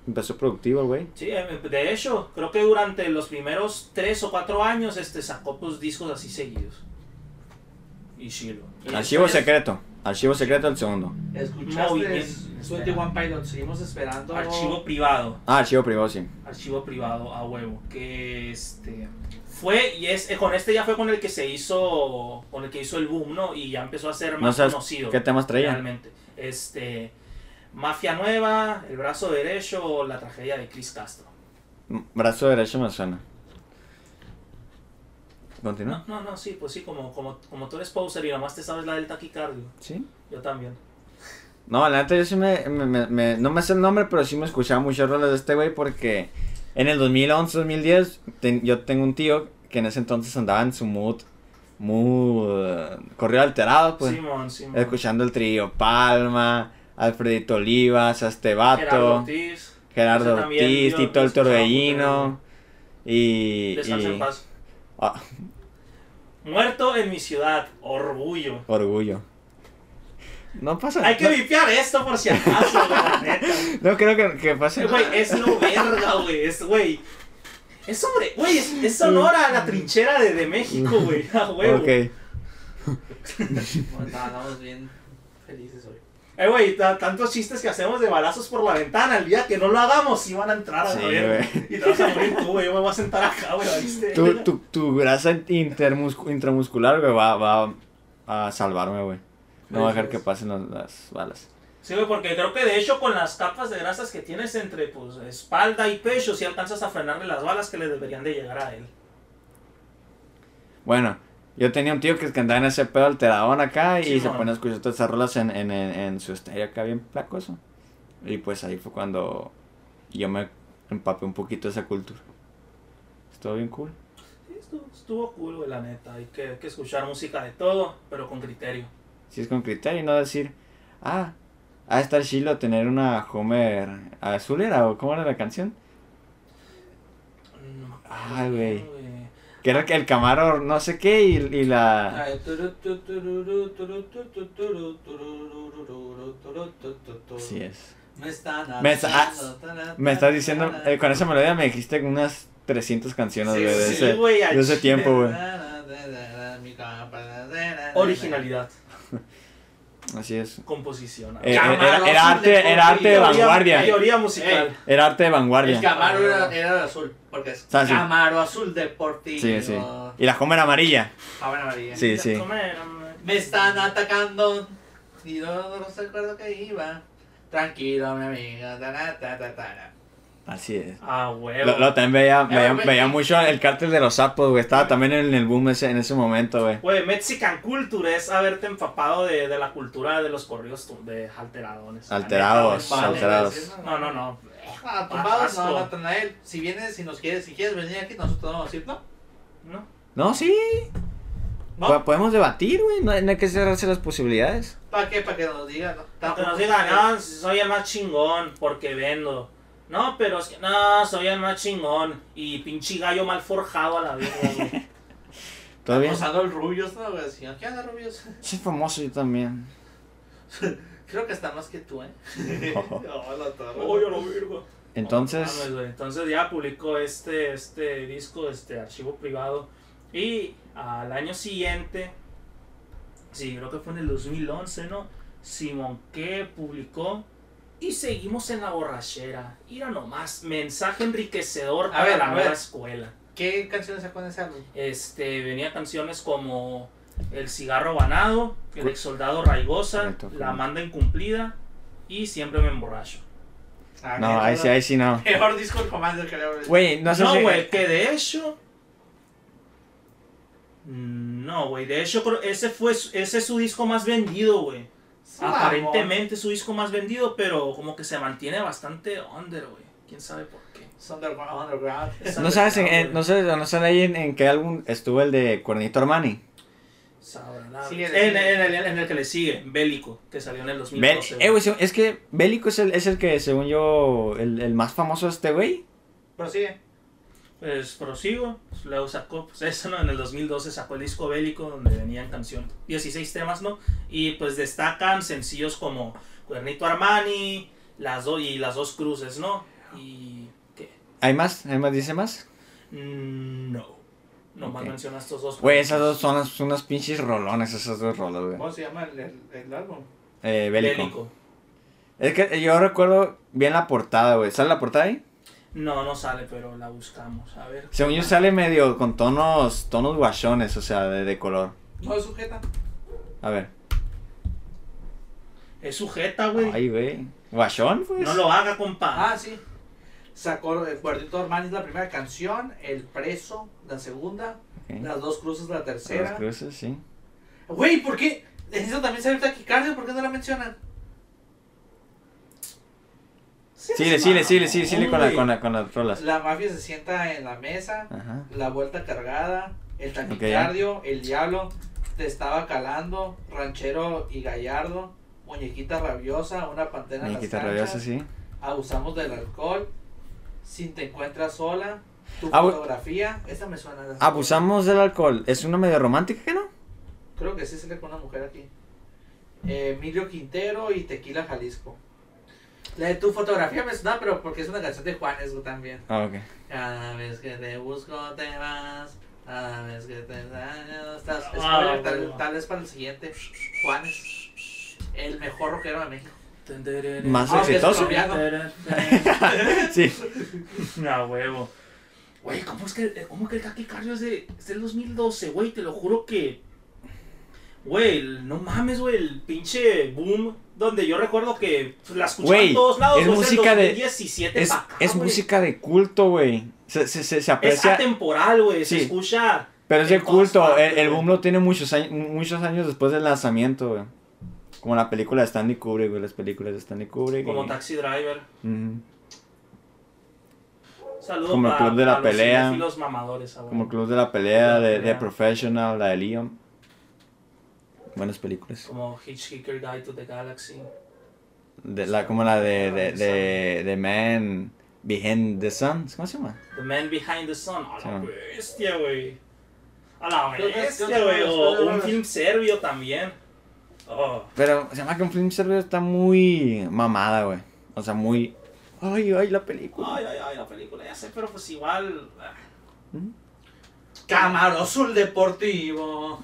A: Empezó productivo, el güey.
C: Sí, em, de hecho, creo que durante los primeros 3 o 4 años este, sacó pues, discos así seguidos. Y Shiloh.
B: Y
A: Archivo
B: después,
A: secreto. Archivo secreto, el segundo.
C: Muy
B: Escuchaste
C: bien.
B: 21 Pilot, seguimos esperando.
C: Archivo privado.
A: Ah, archivo privado, sí.
C: Archivo privado a huevo. Que este. Fue, y es, eh, con este ya fue con el que se hizo. Con el que hizo el boom, ¿no? Y ya empezó a ser
A: No
C: más
A: sabes
C: conocido.
A: qué temas traía.
C: realmente. Este. Mafia Nueva, El Brazo Derecho o La Tragedia de Chris Castro.
A: Brazo derecho me suena.
C: No,
A: ¿Continúa?
C: no, no, sí, pues sí, como, como, como tú eres poser y nomás te sabes la del taquicardio.
A: Sí.
C: Yo también.
A: No, la neta yo sí me, me- me- me- No me sé el nombre, pero sí me escuchaba muchas rolas de este güey porque en el 2011, 2010, ten- yo tengo un tío que en ese entonces andaba en su mood, mood eh, corrido alterado, pues.
C: Simón, Simón.
A: escuchando el trío Palma, Alfredito Olivas, a este vato,
C: Gerardo
A: Gerardo,
C: Ortiz. ese también,
A: Ortiz,
C: yo-
A: Tito
C: yo
A: el
C: escuchaba
A: Torbellino y...
C: Descansa
A: y-
C: en paz.
A: ah,
C: Muerto en mi ciudad. Orgullo.
A: orgullo. No pasa
C: Hay que
A: no,
C: vipear esto por si acaso, güey, la neta.
A: no creo que, que
C: Eh,
A: pase.
C: Güey, es lo verga, güey. Es, güey. Es sobre. Güey, es, es sonora la trinchera de, de México, güey. A huevo.
A: Ok.
B: Bueno, estábamos bien felices hoy.
C: Eh, güey, ta- tantos chistes que hacemos de balazos por la ventana. El día que no lo hagamos, sí van a entrar a
A: Sí,
C: la verga. Y te vas a morir tú, güey. Yo me voy a sentar acá, güey. ¿viste?
A: Tu, tu, tu grasa intermuscu- intramuscular, güey, va, va a salvarme, güey. No va a dejar que pasen las, las balas.
C: Sí, güey, porque creo que de hecho con las capas de grasas que tienes entre pues, espalda y pecho, si alcanzas a frenarle las balas que le deberían de llegar a él.
A: Bueno, yo tenía un tío que que andaba en ese pedo alteradón acá y se
C: Simón.
A: ponía a escuchar todas esas rolas en, en, en, en su estéreo acá bien placoso. Y pues ahí fue cuando yo me empapé un poquito de esa cultura. Estuvo bien cool.
C: Sí, estuvo, estuvo cool, güey, la neta. Hay que, hay que escuchar música de todo, pero con criterio.
A: Si es con criterio y no decir, ah, a estar chilo tener una Homer azul era o cómo era la canción.
C: No me acuerdo,
A: Ay, Ah, güey.
C: güey.
A: Que era que el Camaro no sé qué y, y la...
B: Ay, turu, tu, tururu, turu, tu, tu, turu, tururu, tururu, turu, tu, tu,
C: oh.
B: tu.
A: Así es.
B: Me están
A: Me está- ah,
B: haciendo tarara,
A: Me estás diciendo,
B: tarara,
A: eh, con esa melodía me dijiste unas 300 canciones
C: Sí,
A: güey, de,
C: sí,
A: ese,
C: güey, al
A: de ese
C: chile.
A: tiempo, güey.
B: tarara, tarara, mi compa,
C: Originalidad,
A: Así es.
C: composición.
A: Eh,
C: Camaro,
A: eh, era, era arte, era arte de
C: teoría-
A: vanguardia.
C: Teoría musical.
B: Ey.
A: Era arte de
B: El
A: vanguardia.
B: Camaro era, era azul, porque es
A: Ah, sí.
B: Camaro azul deportivo.
A: Sí, sí. Y la Homer amarilla.
B: Ah, bueno, María.
A: Sí, sí.
C: Comer, hombre.
B: Me están atacando y no, no recuerdo que iba. Tranquilo, mi amigo. tarara, tarara, tarara.
A: Así es.
C: Ah, huevo.
A: Lo, lo también veía, veía,
B: güey.
A: veía mucho el cártel de los sapos, güey. Estaba también en el boom ese, en ese momento, güey.
C: Güey, Mexican Culture es haberte empapado de, de la cultura de los corridos tu- de alteradones.
A: Alterados,
C: La neta, güey,
A: alterados.
C: vale. No, no, no.
B: Ah, tumbados,
C: Asco.
B: no, Natanael. Si vienes, si nos quieres, si quieres venir aquí, nosotros vamos a decir no.
C: No.
A: No, sí.
B: ¿No?
A: po- Podemos debatir, güey. No, hay- no hay que cerrarse las posibilidades.
B: ¿Para qué? Para que nos digan, no.
C: Que
B: Tampoco-
C: nos digan, no, soy el más chingón porque vendo. No, pero es que, no, soy el más chingón. Y pinche gallo mal forjado a la vez. güey.
A: ¿Todo bien?
B: Usando el Rubius, ¿no? Güey, Decían, ¿Qué onda, Rubius?
A: Soy famoso yo también.
B: Creo que está más que tú, ¿eh?
A: No.
B: Hola, todo.
C: Oh, yo lo virgo. No
A: Entonces,
C: mames, güey. Entonces ya publicó este, este disco, este archivo privado. Y al año siguiente, sí, creo que fue en el 2011, ¿no? Simón que publicó y seguimos en la borrachera. Mira nomás, mensaje enriquecedor
B: A
C: para
B: ver,
C: la
B: a
C: nueva
B: ver.
C: escuela.
B: ¿Qué canciones sacó en ese álbum?
C: Este, venía canciones como El cigarro banado, El
A: Cu-
C: ex soldado raigosa,
A: Correcto,
C: La
A: correcto.
C: manda incumplida y Siempre me emborracho.
B: Ah,
A: no,
B: mierda.
A: ahí sí, ahí sí no.
B: Peor disco del Commander que le abro.
A: Güey, no sé
C: No,
A: si-
C: güey, que de hecho. mm, No, güey, de hecho creo- ese fue su- ese es su disco más vendido, güey.
B: Sí, mamón.
C: Aparentemente es su disco más vendido, pero como que se mantiene bastante under, güey. Quién sabe por qué.
B: Es Underground, underground.
A: No sabes, en, en- no sabes, no sabes ahí en, en qué álbum estuvo el de Cuernito Armani.
C: Sabrá la-
B: Sigue,
C: en,
B: sigue.
C: en el, en el que le sigue, Bélico, que salió en el
A: Bel-
C: 2012.
A: eh,
C: güey.
A: güey, se- es que Bélico es el, es el que, según yo, el, el más famoso de este güey.
B: Pero sigue.
C: Pues prosigo, luego sacó, pues eso, ¿no? En el 2012 sacó el disco bélico donde venían canciones, 16 temas, ¿no? Y pues destacan sencillos como Cuernito Armani las do- y Las Dos Cruces, ¿no? Y... ¿qué?
A: ¿Hay más? ¿Hay más? ¿Dice más?
C: Mm, No. Nomás
A: Ok.
C: menciona estos dos.
A: Güey, esas dos son las- unas pinches rolones, esas dos rolas, güey.
B: ¿Cómo se llama el, el, el álbum?
A: Eh, bélico.
C: Bélico.
A: Es que yo recuerdo bien la portada, güey. ¿Sale la portada ahí?
C: No, no sale, pero la buscamos. A ver.
A: Según yo sale medio con tonos, tonos guachones, o sea, de, de color.
B: No lo sujeta.
A: A ver.
C: Es sujeta, güey.
A: Ay, güey. ¿Guachón, pues?
C: No lo haga, compa.
B: Ah, sí. Sacó el Cuartito Armani es la primera canción, El Preso la segunda,
A: Ok.
B: Las Dos Cruces la
A: ¿Eh? Las
B: tercera.
A: cruces, sí.
B: Güey, ¿por qué? Eso también salió taquicardia, ¿por qué no la mencionan?
A: Sí, le, sí, le, sí, le, sí, sí, le con, la,
C: Güey.
A: con, la, con las rolas.
B: La mafia se sienta en la mesa,
A: Ajá.
B: La Vuelta Cargada, El Taquicardio, El Diablo, Te Estaba Calando, Ranchero y Gallardo, Muñequita Rabiosa, Una Pantera en las
A: Niquita
B: canchas,
A: rabiosa, sí.
B: Abusamos del Alcohol, Sin Te Encuentras Sola, Tu
A: Abu-
B: Fotografía, esa me suena. esa-
A: Ah, Abusamos del alcohol. ¿Es una medio romántica que no?
B: Creo que sí sale con una mujer aquí. Eh, Emilio Quintero y Tequila Jalisco. La de tu fotografía me suena, pero porque es una canción de Juanes güey, también.
A: Ah, ok.
B: Cada vez que te busco te vas. Cada vez que te daño estás.
C: Ah,
B: Es para-
C: bueno.
B: tal, tal vez para el siguiente. Juanes. El mejor rockero de México.
A: Más
B: Ah, ok,
A: exitoso.
B: es
A: sí.
C: A huevo. Güey, ¿cómo es que, eh, cómo que el taquicardio es, de, es del 2012, güey? Te lo juro que... Güey, el- no mames, güey, el pinche boom donde yo recuerdo que la escuchaba
A: Güey,
C: en todos lados.
A: es
C: güey,
A: música de-
C: 2017
A: Es,
C: pa' acá,
A: es
C: güey.
A: música de culto, güey. Se, se, se, se
C: Es
A: aprecia.
C: atemporal, güey,
A: Sí.
C: se escucha...
A: Pero es de
C: en todas
A: culto.
C: partes,
A: el, el
C: güey.
A: boom lo tiene muchos años, muchos años después del lanzamiento, güey. Como la película de Stanley Kubrick, güey. Las películas de Stanley Kubrick.
C: Como
A: y-
C: Taxi Driver.
A: Ujú.
C: Saludos
A: Como el Club de la Pelea.
C: Los mamadores, a huevo.
A: Como Club de la Pelea, de, de
C: Pelea.
A: Professional, la de Liam. Buenas películas.
C: Como Hitchhiker Guide to the Galaxy.
A: De, la, como la de, de, de, de Man Behind the Sun. ¿Cómo se llama?
C: The Man Behind the Sun. A la
A: Sí.
C: bestia, güey. A la
B: ¿Qué otras- qué
C: bestia,
B: otras
C: güey.
B: rolas?
C: O un film serbio también. Oh.
A: Pero se llama que un film serbio está muy mamada, güey. O sea, muy. Ay, ay, la película.
C: Ay, ay, ay, la película, ya sé, pero pues igual. ah,
B: Camarozul Deportivo.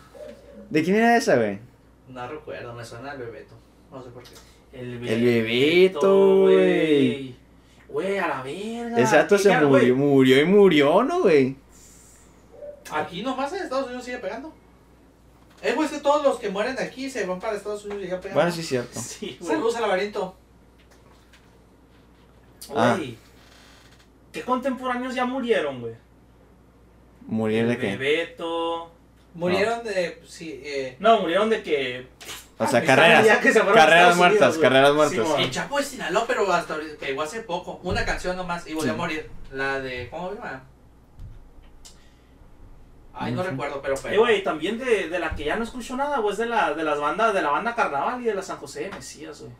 A: ¿De quién era esa, güey?
B: No recuerdo, me suena el Bebeto. No sé por qué.
C: El
A: bebito, güey.
C: Güey, a la verga.
A: Exacto, se
C: Claro,
A: murió,
C: güey,
A: murió y murió, ¿no, güey?
B: Aquí nomás en Estados Unidos sigue pegando. Es pues que todos los que mueren aquí se van para Estados Unidos y ya pegan.
A: Bueno, sí, es cierto.
C: Sí, güey.
B: Saludos al laberinto.
A: Ah.
C: Güey, ¿Qué contemporáneos ya murieron, güey?
A: ¿Murió de qué?
C: Bebeto.
B: Murieron de. Sí, eh.
C: No, murieron de que.
A: O sea,
C: Ya
A: carreras.
C: que se fueron a
A: Carreras
C: Estados
A: muertas,
C: Unidos, güey.
A: carreras
C: Sí,
A: muertas.
C: güey.
B: El Chapo de Sinaloa, pero hasta ahorita pegó hace poco. Una canción nomás y volvió a morir. La de. ¿Cómo se llama? Ay, no
A: Ujú.
B: recuerdo, pero
C: Eh,
B: fue.
C: güey, también de, de la que ya no escucho nada, güey, es de la, de las bandas, de la banda Carnaval y de la San José de Mesías, güey.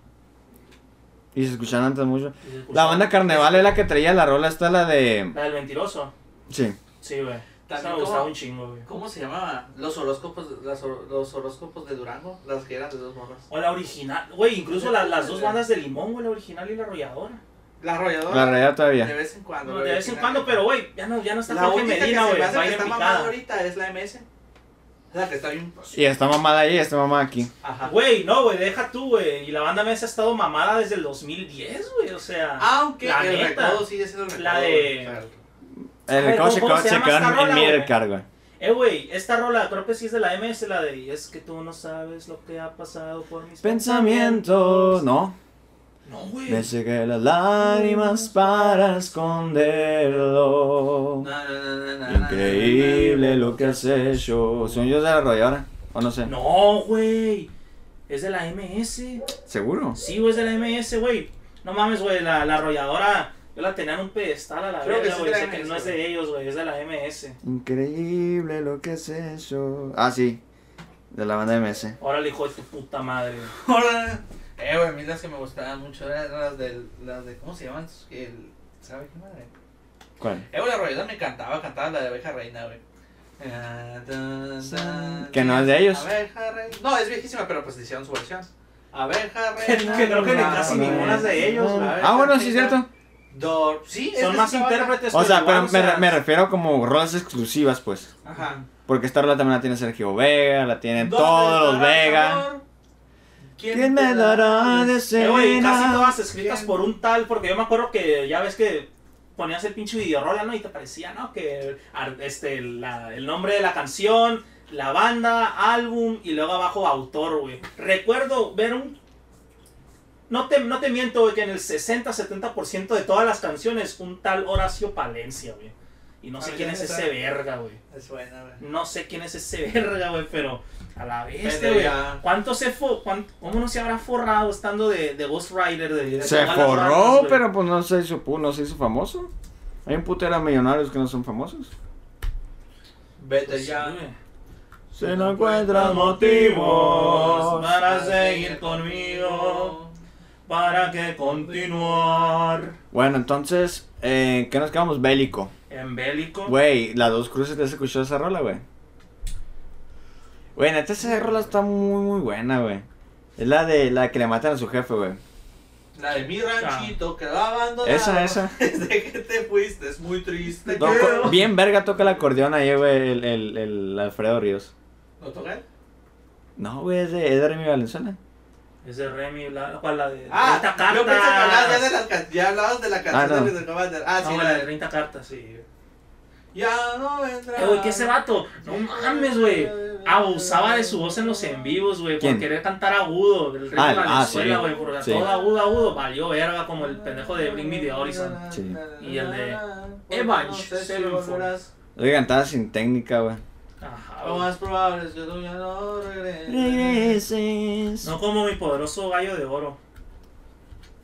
A: Y se escuchaban antes mucho.
C: Y se escucha-
A: La banda Carnaval es la que traía la rola, está la de.
C: La del mentiroso.
A: Sí.
C: Sí, güey. Esa
B: También
C: me gustaba
B: como-
C: un chingo, güey.
B: ¿Cómo se llamaba? Los horóscopos, las hor- los horóscopos de Durango, las que eran de dos morras.
C: O la original, güey, incluso la- las dos bandas de Limón, güey, la original y la arrolladora.
B: La arrolladora.
A: La realidad
B: De
A: todavía.
B: vez en cuando.
C: No,
B: güey,
C: de vez en
B: original.
C: cuando, pero güey, ya no, ya no está
B: La
C: Jorge
B: única que
C: Medina,
B: se
C: güey.
B: me hace
C: Va a
B: que
C: ir
B: está
C: en
B: mamada
C: picada.
B: ahorita es la MS. Es la que está bien.
A: Y esta mamada ahí, esta mamada aquí.
B: Ajá.
C: Güey, no, güey, deja tú, güey. Y la banda Mesa ha estado mamada desde el 2010, güey. O sea.
B: Aunque
C: la
B: el
C: neta.
B: recodo sigue siendo el recodo.
C: La
B: güey,
C: de-
B: o sea,
A: El
C: Ay,
A: recodo
C: ¿cómo-
A: se
C: cómo
A: quedó
C: se
A: se
C: llama
A: quedó
C: esta
A: en- en
C: rola,
A: mi
C: güey?
A: del cargo.
C: Eh, güey, esta rola creo que sí es de la MS, la de. Y es que tú no sabes lo que ha pasado por mis
A: Pensamiento, no.
C: No, güey.
A: Me sequé las lágrimas para esconderlo.
B: No, no, no, no, no, no.
A: Increíble lo que has hecho. ¿Son yo de la arrolladora? ¿O no sé?
C: No, güey. Es de la MS.
A: ¿Seguro?
C: Sí, güey, es de la MS, güey. No mames, güey, la, la arrolladora. Yo la tenía en un pedestal a la
B: Creo que
C: verga,
B: sí es
C: güey.
B: de la
C: Sé que
B: MS,
C: no es de
B: güey.
C: ellos, güey, es de la MS.
A: Increíble lo que has hecho. Ah, sí. De la banda MS.
C: Órale, hijo de tu puta madre. güey.
B: Ahora, Eh, güey, a mí las que me gustaban mucho eran las del, las de, ¿cómo se llaman? esos que El, ¿Sabe qué madre?
A: ¿Cuál?
B: Eh, güey, la rolladora me encantaba, cantaba la de Abeja Reina, güey. Ah, tan, tan,
A: Que no es de ellos.
B: Abeja Reina. No, es viejísima, pero pues le hicieron su versión. Abeja
C: Que
B: Reina.
C: creo que ni
B: la
C: casi
B: reina.
C: ninguna es
B: eh,
C: de ellos, güey.
A: Ah, bueno, sí, es cierto.
B: Dor- Sí, es
C: Son
B: de
C: más
B: esa banda.
C: intérpretes.
A: O sea, pero
C: güey, igual, o
A: me,
C: sea,
A: me refiero como rolas exclusivas, pues.
B: Ajá.
A: Porque esta rola también la tiene Sergio Vega, la
C: Eh,
A: tienen
B: ¿Dónde
A: todos los
B: estará el
A: Vega.
B: amor?
A: ¿Quién me dará de
C: Eh, güey, casi
A: cena?
C: todas escritas por un tal, porque yo me acuerdo que ya ves que ponías el pinche videorola, ¿no? Y te parecía, ¿no? Que ar- este, la- el nombre de la canción, la banda, álbum y luego abajo autor, güey. Recuerdo ver un... No te, no te miento, güey, que en el 60-70% de todas las canciones un tal Horacio Palencia, güey. Y no sé
B: Ah,
C: quién
B: ya
C: es
B: está.
C: ese verga, güey.
B: Es buena, güey.
C: No sé quién es ese verga, güey, pero a la vez,
B: Pero
C: Este, güey.
B: ya.
C: ¿Cuánto se fo cuán- ¿Cómo no se habrá forrado estando de, de Ghost Rider? De, de
A: Se
C: todas las bandas,
A: forró,
C: güey?
A: pero pues no se hizo, pu- no se hizo famoso. Hay un putero de millonarios que no son famosos.
B: Vete
C: Pues,
B: ya.
C: güey.
A: Se
B: no
A: encuentran motivos.
C: para seguir conmigo, ¿Para qué continuar?
A: Bueno, entonces, eh, ¿qué nos quedamos? Bélico.
C: En bélico.
A: Güey, las dos cruces, ¿te has escuchado esa rola, güey? Güey, neta, esa rola está muy, muy buena, güey. Es la de la que le matan a su jefe, güey.
B: La de mi ranchito quedó abandonado.
A: Esa, esa.
B: Desde que te fuiste, es muy triste.
A: No,
B: creo.
A: co- bien verga toca el acordeón ahí, güey, el, el, el Alfredo Ríos.
B: ¿Lo toca él?
A: No, güey, es de, es de Remy Valenzuela.
C: Es de Remy, la, ¿cuál? La de
B: Ah,
C: 30
B: yo pensé que hablabas ya de
C: cartas.
B: las can- ya hablabas de la canción
A: Ah, no.
B: de que te acabas de- Ah, sí,
C: No,
B: la
C: la de
B: de-
C: 30 cartas, sí.
B: Ya no vendrá.
C: Eh, güey, ¿qué ese vato? No mames, güey. Abusaba de su voz en los en vivos, güey, por
A: ¿Quién?
C: querer cantar agudo. El rey
A: Ah,
C: de
A: ah,
C: Valenzuela,
A: sí.
C: güey, por
A: Sí.
C: todo agudo, agudo. Valió verga como el pendejo de Bring Me the Horizon.
A: Sí.
C: Y el de
B: Evan
C: Evange Sevenfold.
A: Oye, cantaba sin técnica, güey.
C: Ajá,
B: Lo
C: güey.
B: más probable es que tú ya no regreses.
A: Regreses.
C: No como mi poderoso gallo de oro.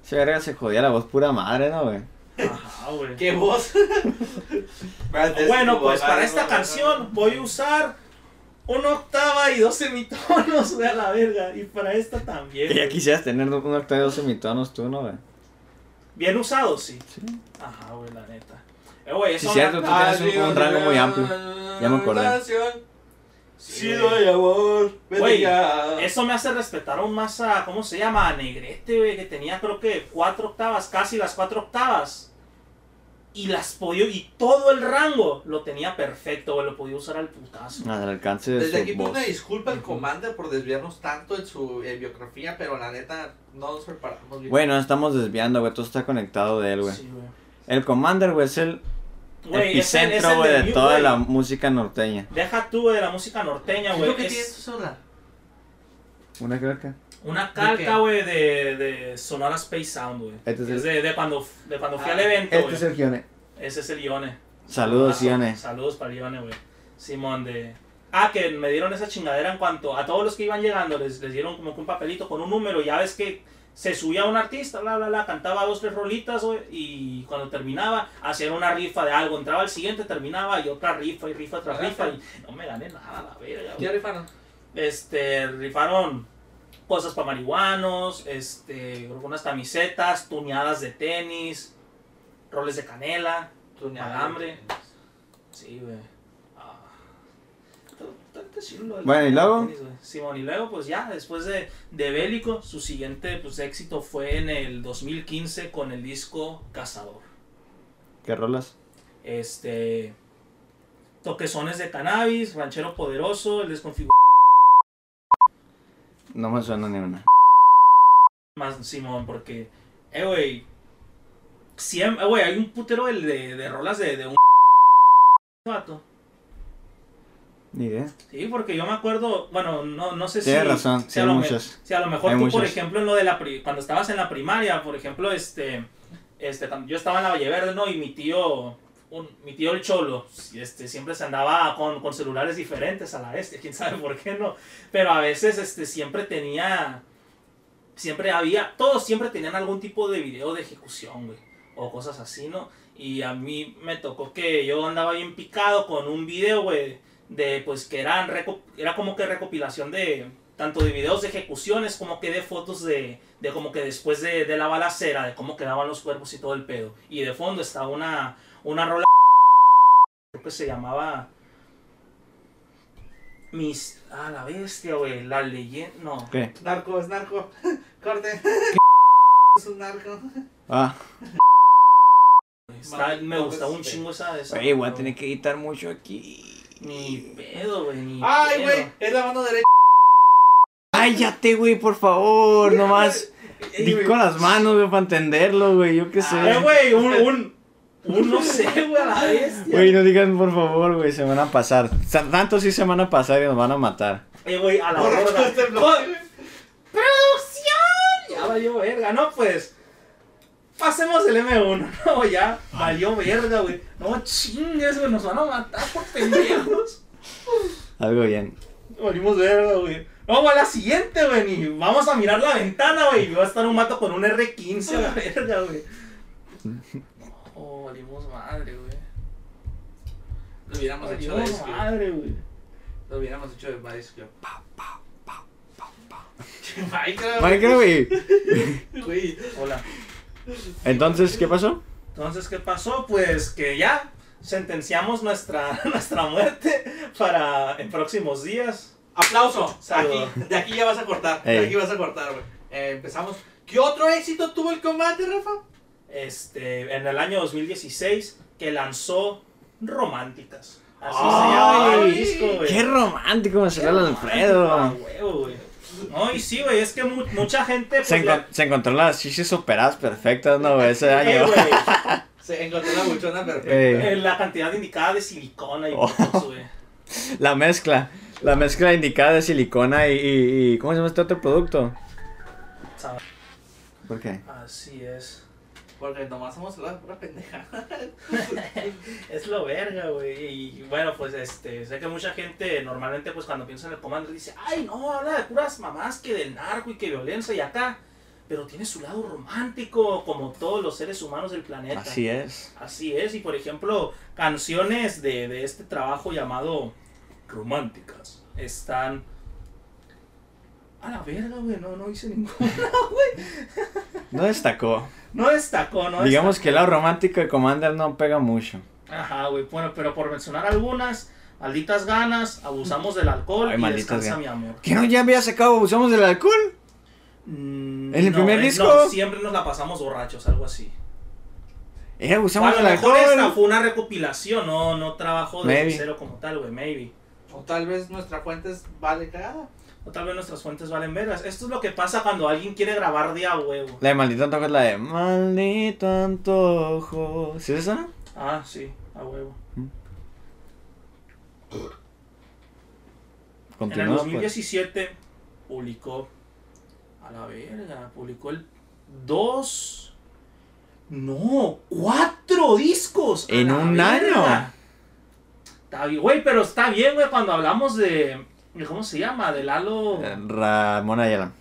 A: Se verga se jodía la voz pura madre, ¿no, güey?
C: Ajá, güey.
B: ¿Qué voz?
C: Bueno, pues para esta canción voy a usar una octava y dos semitonos, güey, a la verga. Y para esta también.
A: Que ya
C: güey.
A: quisieras tener un octavo de 12 semitonos tú, ¿no, güey?
C: Bien usado, sí.
A: Sí.
C: Ajá, güey, la neta. Eh, güey,
A: Sí,
C: eso
A: cierto, tú tienes un- un, rango muy amplio. Ya me acordé.
B: Si doy amor, vete
C: Güey,
B: ya.
C: Eso me hace respetar aún más a, ¿cómo se llama? A Negrete, güey, que tenía creo que cuatro octavas, casi las cuatro octavas. Y las podía, y todo el rango lo tenía perfecto, güey, lo podía usar al putazo.
A: Al alcance de
B: Desde
A: su
B: aquí pido
A: voz.
B: una disculpa al
C: Ujú.
B: Commander por desviarnos tanto en su eh, biografía, pero la neta no nos preparamos bien.
A: Güey, no estamos desviando, güey. Todo está conectado de él, güey.
C: Sí, güey.
A: El Commander, güey, es el
C: Güey, es el- es
A: epicentro,
C: el
A: güey, de
C: Mew,
A: toda
C: güey.
A: la música norteña.
C: Deja tú, güey, de la música norteña,
B: ¿Qué es
C: güey.
B: lo que
C: es-
B: tienes tú sola?
A: Una carca.
C: Una
B: ¿De
C: calca,
B: qué?
C: güey, de, de Sonora Space Sound, güey.
A: Este es
C: es de, de cuando, de cuando fui
B: Ah,
C: al evento, güey.
A: Este el Gione.
C: Ese es el Ione.
A: Saludos,
C: Ah,
A: Ione.
C: Saludos para Ione, güey. Simón de... Ah, que me dieron esa chingadera en cuanto a todos los que iban llegando, les, les dieron como que un papelito con un número. Ya ves que se subía un artista, bla, bla, bla, cantaba dos, tres rolitas, güey, y cuando terminaba, hacían una rifa de algo. Entraba el siguiente, terminaba, y otra rifa, y rifa tras rifa, y no me gané nada, la verga, güey
B: ¿Qué rifaron?
C: este, rifaron cosas para marihuanos, este, algunas camisetas, tuneadas de tenis, roles de canela.
B: Tú ni
C: Alambre.
B: hambre.
C: Sí, güey. Ah. está chido lo del-
A: Bueno, ¿y luego?
C: güey. Simón, y luego, pues ya, después de, de Bélico, su siguiente pues, éxito fue en el 2015 con el disco Cazador.
A: ¿Qué rolas?
C: Este. Toquezones de cannabis, Ranchero Poderoso, El Desconfigurado.
A: No me suena ni una.
C: Más Simón, porque. Eh, güey. Siempre. güey, hay un putero de, de, de rolas de, de un. Vato.
A: Ni idea.
C: Sí, porque yo me acuerdo, bueno, no, no sé si...
A: Tienes razón, sí,
C: a
A: hay
C: lo me-
A: muchas.
C: si a lo mejor
A: Hay
C: tú, por
A: muchas.
C: ejemplo, en lo de la pri- cuando estabas en la primaria, por ejemplo, este, este, cuando yo estaba en la Valle Verde, ¿no? Y mi tío, un- mi tío el Cholo, este, siempre se andaba con, con celulares diferentes a la este, quién sabe por qué no. Pero a veces, este, siempre tenía, siempre había, todos siempre tenían algún tipo de video de ejecución, güey, o cosas así, ¿no? Y a mí me tocó que yo andaba bien picado con un video, güey, de pues que eran reco- era como que recopilación de tanto de videos de ejecuciones como que de fotos de, de como que después de, de la balacera, de cómo quedaban los cuerpos y todo el pedo. Y de fondo está una, una rola creo que se llamaba Mis... Ah, la bestia, güey, la leyenda... No.
A: ¿Qué?
B: Narco, es narco. Corte. es un narco.
A: Ah.
C: Está- me
B: Maldito
C: gustaba un
B: bestia.
C: chingo esa... esa
A: Oye, voy a tener que editar mucho aquí.
C: Ni pedo, güey, ni
B: Ay,
C: pedo.
B: güey, es la mano derecha.
A: Cállate, güey, por favor. Nomás
C: Ey,
A: di
C: güey.
A: con las manos, güey, para entenderlo, güey. Yo qué sé.
C: Eh, güey, un... un un no sé, güey, a la bestia.
A: Güey, no digan por favor, güey, se van a pasar. Sa- Tanto sí se van a pasar y nos van a matar.
C: Eh, güey, a la
B: Borra todo
C: borda.
B: este bloque, güey.
C: ¡Producción! Ya valió verga, ¿no? Pues. Pasemos el M1, ¿no? Ya valió verga, güey. No chingues, güey, nos van a matar por pendejos.
A: Algo bien.
C: Valimos verga, güey. No, güey, a la siguiente, güey. Y vamos a mirar la ventana, güey. Y va a estar un mato con un R15, a la verga, güey. Oh, valimos madre, güey.
B: Lo hubiéramos hecho de
C: Valimos
B: Ice Cube.
C: madre, güey.
B: Lo hubiéramos hecho de Ice Cube. Minecraft.
A: Minecraft, güey.
B: Güey.
C: Hola.
A: Entonces, ¿qué pasó?
C: Entonces, ¿qué pasó? Pues que ya sentenciamos nuestra, nuestra muerte para en próximos días.
B: Aplauso.
C: Saludo.
B: Aquí, de aquí ya vas a cortar.
A: Ey.
B: De aquí vas a cortar, güey. Eh, empezamos. ¿Qué otro éxito tuvo el combate, Rafa?
C: Este, en el año 2016, que lanzó Románticas. Así
A: Ay,
C: se llama el disco, güey.
A: Qué romántico me salió el
C: Ah,
A: Alfredo.
C: huevo, güey. No, y sí, güey, es que mu- mucha gente... pues,
A: Se, encon-
C: la-
A: se encontró las chichis operadas perfectas, ¿no, güey? Ese
C: Eh,
A: año.
C: güey,
B: Se encontró la buchona perfecta.
A: Ey.
C: eh, la cantidad indicada de silicona y
A: Oh.
C: cosas, güey.
A: La mezcla. La mezcla indicada de silicona y, y- y- ¿Cómo se llama este otro producto?
C: Sabe.
A: ¿Por qué?
C: Así es.
B: Porque nomás hemos hablado de pura pendeja.
C: Es lo verga, güey. Y bueno, pues este, sé que mucha gente normalmente pues cuando piensa en el comando dice, ay no, habla de puras mamás que del narco y que violencia y acá. Pero tiene su lado romántico, como todos los seres humanos del planeta.
A: Así es.
C: Así es, y por ejemplo, canciones de, de este trabajo llamado Románticas están. A la verga, güey, no, no hice ninguna.
A: No destacó.
C: No destacó, ¿no?
A: Digamos que el lado romántico de Commander no pega mucho.
C: Ajá, güey, bueno, pero por mencionar algunas, malditas ganas, abusamos del alcohol
A: Ay,
C: y
A: malditas
C: descansa
A: ganas.
C: mi amor.
A: ¿Que no ya había sacado Usamos del Alcohol?
C: Mm,
A: ¿En el
C: no,
A: primer
C: eh,
A: disco?
C: No, siempre nos la pasamos borrachos, algo así.
A: Era
C: O a
A: Abusamos
C: lo
A: Eh, del
C: mejor esta
A: Alcohol.
C: fue una recopilación, no, no trabajo de
A: Maybe.
C: cero como tal, güey, maybe.
B: O tal vez nuestra fuente es vale cagada.
C: O tal vez nuestras fuentes valen vergas. Esto es lo que pasa cuando alguien quiere grabar de a huevo.
A: La de Maldito Antojo es la de Maldito Antojo. ¿Sí es esa?
C: Ah, sí, a huevo. en el
A: Continúa, pues.
C: 2017 publicó a la verga, publicó el dos no, cuatro discos a
A: ¿En
C: la
A: un año?
C: Está bien, güey, pero está bien, güey, cuando hablamos de de ¿cómo se llama? De Lalo
A: Eh, Ramón Ayala.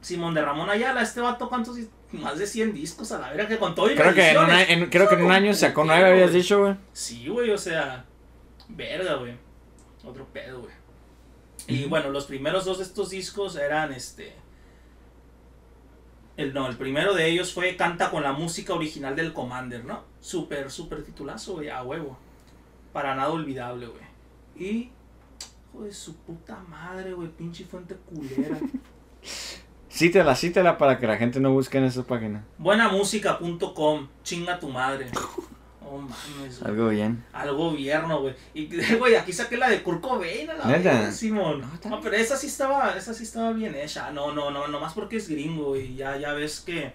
C: Simón de Ramón Ayala, este vato cuántos dis- más de 100 discos a la verga que con todo y
A: Creo que en, un
C: revisiones.
A: a- en- creo que en un año sacó nueve, habías dicho, güey.
C: Sí, güey, o sea, verga, güey. Otro pedo, güey. Y bueno, los primeros dos de estos discos eran este. El, no, el primero de ellos fue Canta con la música original del Commander, ¿no? Súper, súper titulazo, güey, a huevo. Para nada olvidable, güey. Y Hijo de su puta madre, güey, pinche fuente culera.
A: Cítela, cítela para que la gente no busque en esa página.
C: Buenamusica.com, chinga tu madre. Oh, mames, güey.
A: Algo bien.
C: Al gobierno, güey. Y, güey, aquí saqué la de Kurt Cobain, a la
A: ¿Neta?
C: verga, Simón.
A: No, está
C: No, pero esa sí estaba, esa sí estaba bien hecha. No, no, no, nomás porque es gringo y ya, ya ves que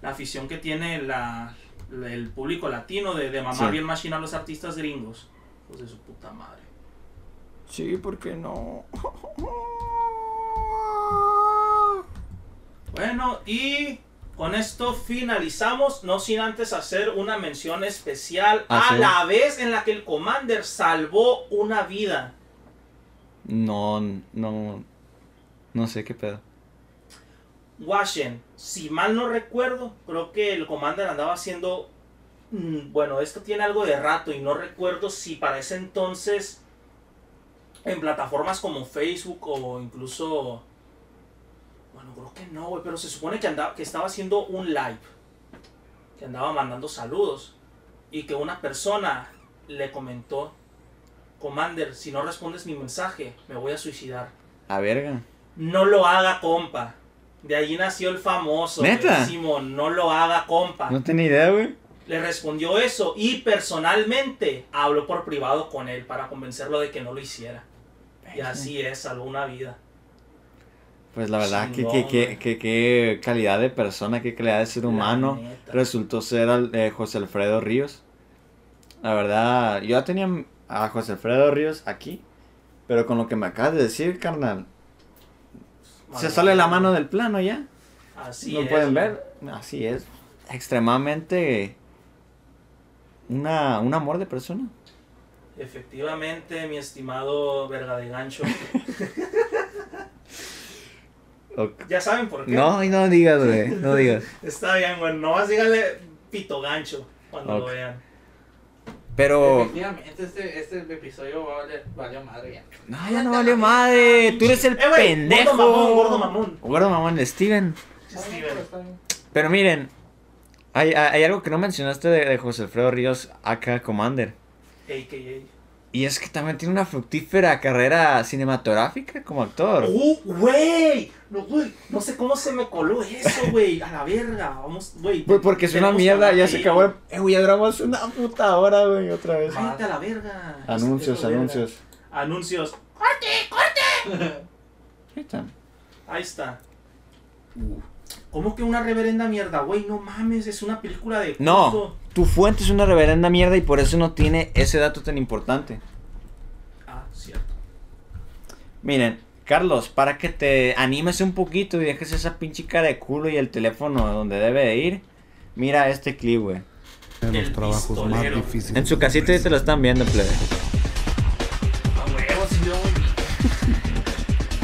C: la afición que tiene la, la- el público latino de, de mamar
A: Sí.
C: bien machina a los artistas gringos. Pues de su puta madre.
A: Sí, ¿por qué no?
C: Bueno, y con esto finalizamos, no sin antes hacer una mención especial
A: Ah,
C: a
A: sí.
C: la vez en la que el Commander salvó una vida.
A: No, no. No sé qué pedo.
C: Washen, si mal no recuerdo, creo que el Commander andaba haciendo. mm, Bueno, esto tiene algo de rato y no recuerdo si para ese entonces en plataformas como Facebook o incluso. Bueno, creo que no, güey, pero se supone que, andaba, que estaba haciendo un live. Que andaba mandando saludos. Y que una persona le comentó: Commander, si no respondes mi mensaje, me voy a suicidar.
A: A verga.
C: No lo haga, compa. De allí nació el famoso.
A: ¿Neta?
C: güey, Simón, no lo haga, compa.
A: No tenía idea, güey.
C: Le respondió eso y personalmente habló por privado con él para convencerlo de que no lo hiciera. Y así es, salvó una vida.
A: Pues la verdad, que,
C: Chingón,
A: que, que,
C: güey.
A: que- qué calidad de persona, qué calidad de ser
C: La
A: humano.
C: neta.
A: Resultó ser al- eh, José Alfredo Ríos. La verdad, yo ya tenía a José Alfredo Ríos aquí. Pero con lo que me acabas de decir, carnal, se
C: Madre.
A: sale la mano del plano ya.
C: Así
A: ¿Lo
C: es,
A: pueden
C: güey.
A: ver? Así es. Extremadamente. Una, un amor de persona.
C: Efectivamente, mi estimado verga de gancho. ya saben por qué.
A: No, y no digas, güey. No digas.
C: Está bien, güey. Nomás dígale pito gancho cuando
A: Ok.
C: lo vean.
A: Pero.
B: Efectivamente, este, este episodio va a valer- valió madre ya.
A: No, ya no valió madre. Tú eres el
C: Eh, güey, gordo
A: pendejo.
C: mamón, gordo mamón.
A: Gordo mamón, Steven.
B: Está bien,
C: Steven.
B: pero está bien.
A: Pero miren, hay, hay- hay algo que no mencionaste de, de José Alfredo Ríos, acá Commander.
C: AKA.
A: Y es que también tiene una fructífera carrera cinematográfica como actor.
C: ¡Uh, güey! No, güey, no sé cómo se me coló eso, güey. A la verga, vamos, güey.
A: Güey, Pues porque es una
C: tenemos
A: mierda,
C: que
A: ya se
C: hablar
A: acabó
C: de
A: el... Eh, güey, ya duramos una puta hora, güey, otra vez.
C: ello. Cállate a la verga.
A: Anuncios,
C: Esto es verga.
A: anuncios.
C: Anuncios.
A: Ahí están.
C: Ahí está.
A: Uh.
C: ¿Cómo que una reverenda mierda, güey? No mames, es una película de
A: No,
C: culto.
A: tu fuente es una reverenda mierda y por eso no tiene ese dato tan importante.
C: Ah, cierto.
A: Miren, Carlos, para que te animes un poquito y dejes esa pinche cara de culo y el teléfono donde debe de ir, mira este clip, güey.
F: de los
C: El
F: trabajos
C: pistolero.
F: más difíciles.
A: En su casita ya te lo están viendo, plebe.
C: A Ah, huevo, sí, veo muy bien.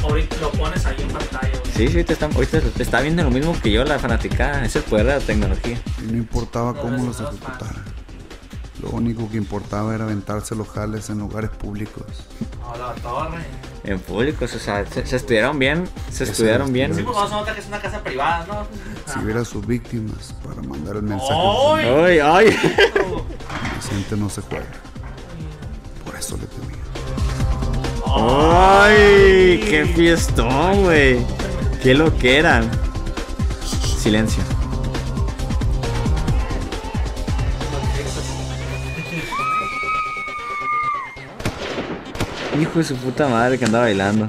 C: Ahorita lo pones ahí en pantalla, güey.
A: Sí, sí, te están, ahorita te está viendo lo mismo que yo, la fanaticada. Es el poder de la tecnología.
F: Y no importaba
C: No,
F: cómo
C: eso
F: los
C: no es
F: ejecutara. Lo único que importaba era aventarse los jales en lugares públicos.
C: A la torre.
A: En público, o sea, se, se estudiaron bien, se
F: Eso
A: estudiaron bien.
C: Sí, pues vamos a notar que es una casa privada, ¿no?
F: Si viera a sus víctimas para mandar el mensaje,
C: ¡Ay!
A: Ay, ay.
F: Vicente no se juega. Por eso le temía.
A: Ay, qué fiestón, güey. Qué lo que eran. Silencio. Hijo de su puta madre que andaba bailando.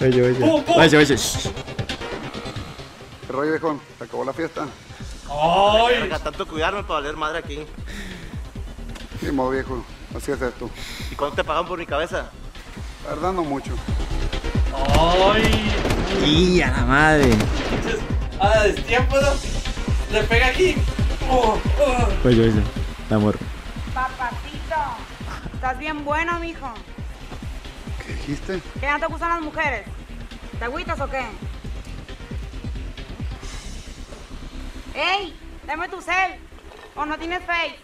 A: Oye, oye. Oye, oye. shh.
F: ¿Qué rollo, viejo? ¿Se acabó la fiesta?
C: ¡Ay!
G: Verga, tanto cuidarme para valer madre aquí.
F: Sí, modo viejo. Así es esto.
G: ¿Y cuánto te pagan por mi cabeza?
F: La verdad, no mucho.
B: ¡Ay!
A: Y a la madre.
B: Entonces, a destiempo, ¿no? Le pega aquí. Oh, oh.
A: Oye, oye. Amor.
H: Papacito, estás bien bueno, mijo.
F: ¿Qué dijiste?
H: ¿Qué no te gustan las mujeres? ¿Te agüitas o qué? ¡Ey! Dame tu cel. ¿O no tienes face?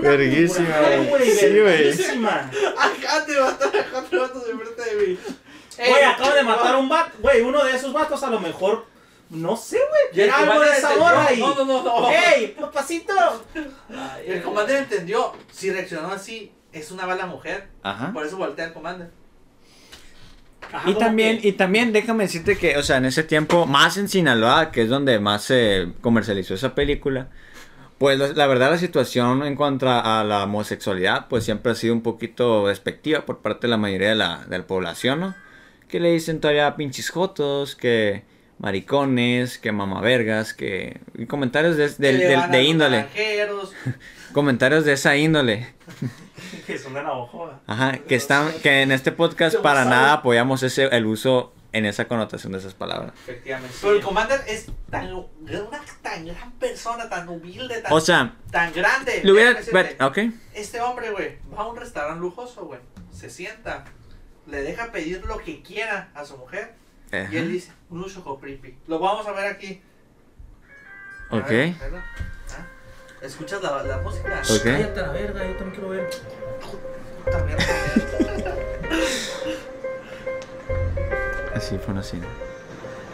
A: Verguísima, güey. Sí, güey.
C: Verguísima.
B: Acá te mataron a cuatro vatos enfrente de mí. Eh,
C: Güey, acabo de matar a un vato. Güey, uno de esos vatos a lo mejor No sé, güey.
B: el
C: Era algo de
B: comandante
C: esa
B: entendió.
C: morra y.
B: No, no, no, no.
C: ¡Ey, papacito!
B: Y el comandante entendió. Si reaccionó así, es una bala mujer.
I: Ajá.
B: Por eso voltea al comandante.
C: Ajá,
B: Ah,
A: Y
C: como
A: también,
C: que-
A: y también déjame decirte que, o sea, en ese tiempo, más en Sinaloa, que es donde más se comercializó esa película, pues la, la verdad la situación en cuanto a, a la homosexualidad, pues siempre ha sido un poquito despectiva por parte de la mayoría de la, de la población, ¿no? Que le dicen todavía pinches jotos, que maricones, que mamavergas, que... y comentarios de, de-
B: Que le
A: de-
B: van a
A: de
B: los
A: índole,
B: naranjeros.
A: comentarios de esa índole.
C: Que son de Navajo.
A: Ajá, que están, que en este podcast
C: Yo
A: para
C: sabe.
A: nada apoyamos ese, el uso en esa connotación de esas palabras.
B: Efectivamente. Pero el comandante es tan, una tan gran persona, tan humilde, tan,
A: O sea,
B: tan grande.
A: le hubiera,
B: Déjame
A: ver,
B: decirte,
A: ok,
B: Este hombre, güey, va a un restaurante lujoso, güey. Se sienta, le deja pedir lo que quiera a su mujer.
A: ajá,
B: Y él dice, un uso copripi. Lo vamos a ver aquí. A
A: ok,
B: ver, ¿verdad? ¿Ah? ¿Escuchas la, la música?
A: Ok.
C: Cállate a la verga, yo también quiero ver.
B: Puta mierda.
A: así fue así.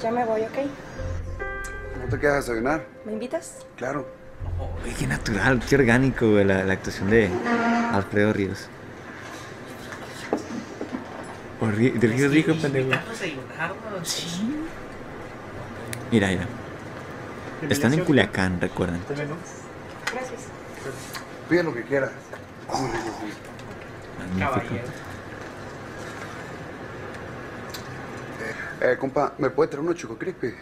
H: Ya me voy, ¿ok?
F: ¿No te quedas a desayunar?
H: ¿Me invitas?
F: Claro.
A: Güey, qué natural, qué orgánico, güey, la, la actuación de Alfredo Ríos. O Rí- de Ríos dijo, pendejo.
B: Invitando a desayunarnos.
A: Mira, mira, están en Culiacán, recuerden.
H: Gracias.
F: Pide lo que quieras.
B: Caballero.
F: Eh, compa, ¿me puede traer uno Choco Crispy?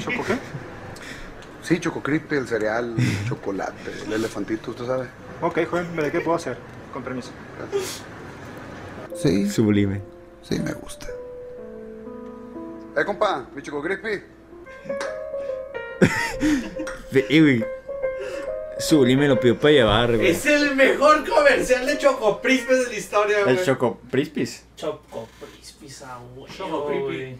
F: ¿Choco qué? Sí, Choco Crispy, el cereal, el chocolate, el elefantito, ¿usted sabe?
J: Ok, joven, ¿de qué puedo hacer? Con permiso.
F: Sí,
A: Sublime.
F: sí, me gusta. Eh, compa, mi Choco Crispy.
A: Ve- y, güey, Sublime lo pidió para llevar, güey.
B: Es el mejor comercial de Chocoprispes de la historia, güey.
I: El Choco Prispis.
C: Choco Prispis, ah, güey.
B: Choco Crispy.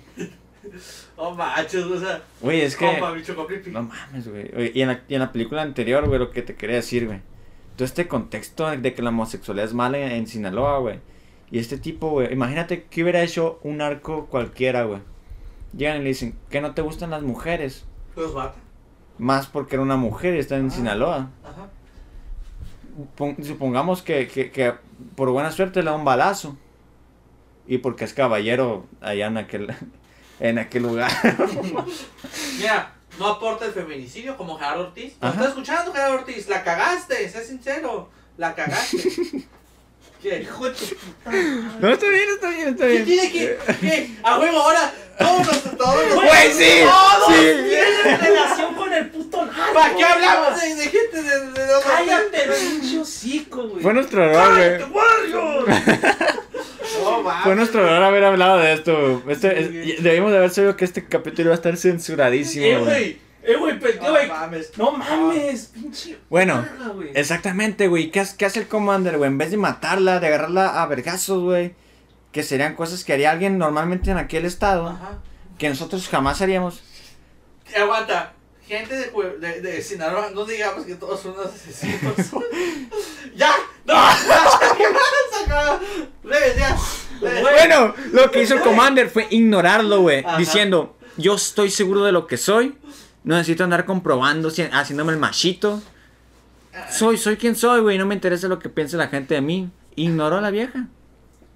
B: Oh, machos, o sea.
I: Güey, es que.
B: Compa, mi Chocopripi.
I: No mames, güey. Oye, Y en, la, y en la película anterior, güey, lo que te quería decir, güey. Todo este contexto de que la homosexualidad es mala en, en Sinaloa, güey. Y este tipo, güey. Imagínate que hubiera hecho un arco cualquiera, güey. Llegan y le dicen, que no te gustan las mujeres.
B: Los mata.
I: Más porque era una mujer y está en
B: Ah.
I: Sinaloa.
B: Ajá.
I: Pon- supongamos que, que, que por buena suerte le da un balazo. Y porque es caballero allá en aquel, en aquel lugar.
B: Mira, no aporta el feminicidio como Gerardo Ortiz. ¿No
I: Ajá.
B: estás escuchando, Gerardo Ortiz? La cagaste, sé sincero. La cagaste. ¿Qué? Hijo de tu-
I: no, está bien, está bien, está
B: ¿Qué tiene que.? ¿Qué? A huevo, ahora. Todos los. Todos los.
I: Güey, Pues sí,
B: ¡Todos!
I: sí.
C: Tiene relación con el puto narco.
B: ¿Para qué hablamos de, de gente de, de, de otra
C: Cállate, pinche hocico, güey.
I: Fue nuestro error, güey.
B: No, mames.
I: Fue nuestro error haber hablado de esto. Este, es- debimos de haber sabido que este capítulo iba a estar
C: Eh,
I: censuradísimo, güey.
C: güey. Eh, güey, pero,
B: No
C: güey.
B: mames.
C: No mames, pinche.
I: Bueno,
C: verga, güey.
I: Exactamente, güey. ¿Qué, hace- qué hace el Commander, güey? En vez de matarla, de agarrarla a vergazos, güey. Que serían cosas que haría alguien normalmente en aquel estado.
B: Ajá.
I: Que nosotros jamás haríamos.
B: Aguanta. Gente de, Jue- de, de Sinaloa, no digamos que todos son unos asesinos. ¡Ya! ¡No! ¿Qué pasa acá? Leves, ya. Leves.
A: Bueno, lo que hizo el Commander fue ignorarlo, güey.
B: Ajá.
A: Diciendo, yo estoy seguro de lo que soy. No necesito andar comprobando, si- haciéndome el machito.
B: Ah.
A: Soy, soy quien soy, güey. No me interesa lo que piense la gente de mí. Ignoró a la vieja.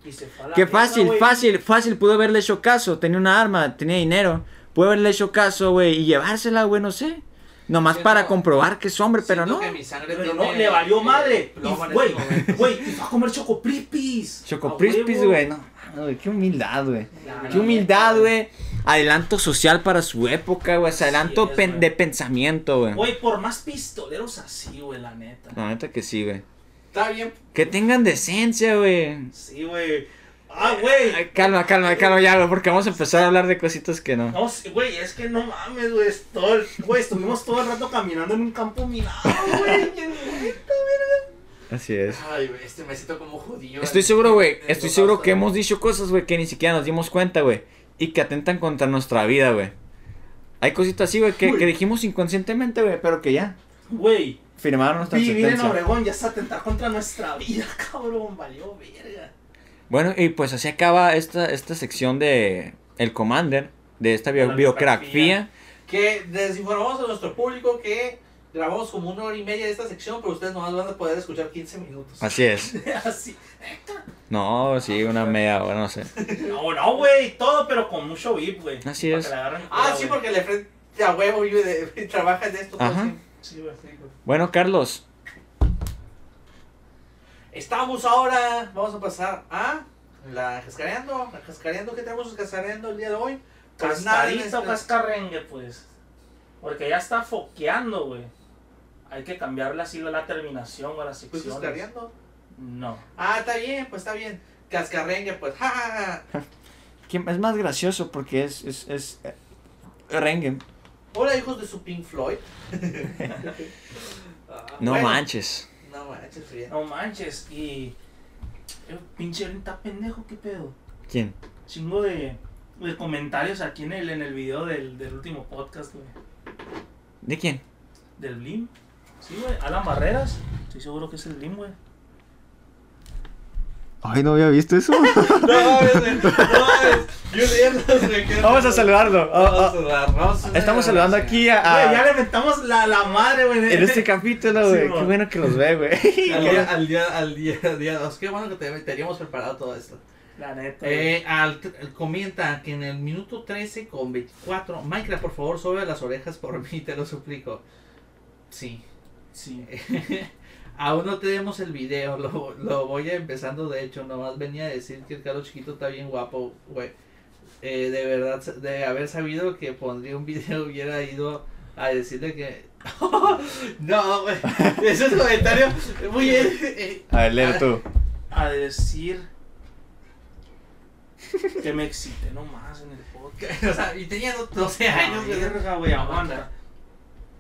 C: Y se fue a la
A: Qué
C: verga,
A: fácil,
C: güey.
A: fácil, fácil. Pudo haberle hecho caso. Tenía una arma, tenía dinero. Pudo haberle hecho caso, güey. Y llevársela, güey, no sé. Nomás
B: Siento-
A: para comprobar que es hombre, pero
B: Siento
A: no.
B: que mi sangre
C: Pero
B: tiene,
C: no, le valió
B: eh,
C: madre.
B: plomo en
C: Y,
B: este
C: Güey,
B: momento.
C: güey, y va a comer chocoprispis. A
A: Choco Prispis,
C: huevo.
A: güey. No, güey, qué humildad, güey.
C: La
A: Qué humildad, güey. Adelanto social para su época, güey. O sea,
C: Así
A: adelanto
C: es,
A: pen-
C: güey.
A: de pensamiento, güey.
C: Güey, por más pistoleros así, güey, la neta.
A: La neta que sí, güey.
B: Está bien.
A: Que tengan decencia, güey.
C: Sí, güey. Ah, güey.
A: Ay, Calma, calma, calma ya, güey, porque vamos a empezar a hablar de cositas que no.
C: No, sí, güey, es que no mames, güey. es todo el- Güey, estuvimos todo el rato caminando en un campo minado, güey.
A: Así es.
B: Ay, güey, este me siento como judío.
A: Estoy seguro, güey. Estoy seguro que hemos dicho cosas, güey, que ni siquiera nos dimos cuenta, güey. Y que atentan contra nuestra vida, güey. Hay cositas así, güey, que, que dijimos inconscientemente, güey, pero que ya
C: Güey,
I: Firmaron nuestra
C: vivir en
I: sentencia.
C: Obregón ya es atentar contra nuestra vida, cabrón. Valió verga.
A: Bueno, y pues así acaba esta, esta sección de El Commander, de esta bio-
C: La
A: biografía.
B: Que les informamos a nuestro público que grabamos como una hora y media de esta sección, pero ustedes nomás van a poder escuchar 15 minutos.
A: Así es.
C: Así.
A: No, sí, una media hora, no sé.
C: No, no, güey, todo, pero con mucho VIP, güey.
A: Así
C: Para
A: es.
C: que la agarren
B: Ah,
C: cura,
B: sí,
C: güey.
B: porque le frente a huevo vive de- trabaja en esto. pues,
A: Ajá.
B: sí.
C: Sí, güey, sí, güey.
A: Bueno, Carlos,
B: Estamos ahora, vamos a pasar a la cascareando. La cascareando, ¿qué tenemos cascareando el día de hoy? Pues nada,
C: Cascarita o
B: este-
C: cascarrengue, pues. Porque ya está foqueando, güey. Hay que cambiarle así la terminación o la
B: Pues
C: sección.
B: cascareando.
C: No.
B: Ah, está bien, pues está bien. Cascarrengue, pues, ja, ja, ja.
A: ¿quién- es más gracioso porque es, es, es eh, rengue.
B: Hola, hijos de su Pink Floyd. Ah,
A: No
B: bueno,
A: manches.
B: No manches, bien.
C: No manches. Y. eh, Pinche Ren está pendejo, qué pedo.
A: ¿Quién?
C: Chingo de, de comentarios aquí en el, en el video del, del último podcast, güey.
A: ¿De quién?
C: Del Blim. Sí, güey. Alan Barreras. Estoy seguro que es el Blim, güey.
K: Ay, no había visto eso.
B: No mames, güey, no mames. Yo leerlos, güey, qué
A: Vamos a
B: raro.
A: saludarlo. Ah,
B: Vamos a saludar, vamos a saludar.
A: Estamos saludando aquí a, a-
C: Ah, Güey, ya le metamos la, la madre, güey. de-
A: Ah. en este capítulo, güey.
C: Sí,
A: Qué
C: mo.
A: bueno que los ve, güey.
B: Al día, al día, al día, al día dos. Qué bueno que te, teníamos preparado todo esto.
C: La neta. güey.
B: Eh, al, al- comenta que en el minuto 13 con 24, Minecraft, por favor, sobe las orejas por mí, te lo suplico. Sí.
C: Sí.
B: Aún no tenemos el video, lo, lo voy a empezando de hecho, nomás venía a decir que el Carlos Chiquito está bien guapo, güey. Eh, de verdad, de haber sabido que pondría un video, hubiera ido a decirle que... no, güey, ese es comentario muy... eh,
A: A ver, léelo tú.
C: a decir que me excité nomás en el podcast.
B: eh, o sea, y tenía 12
C: Ah,
B: años, güey.
C: verga, güey, aguanta.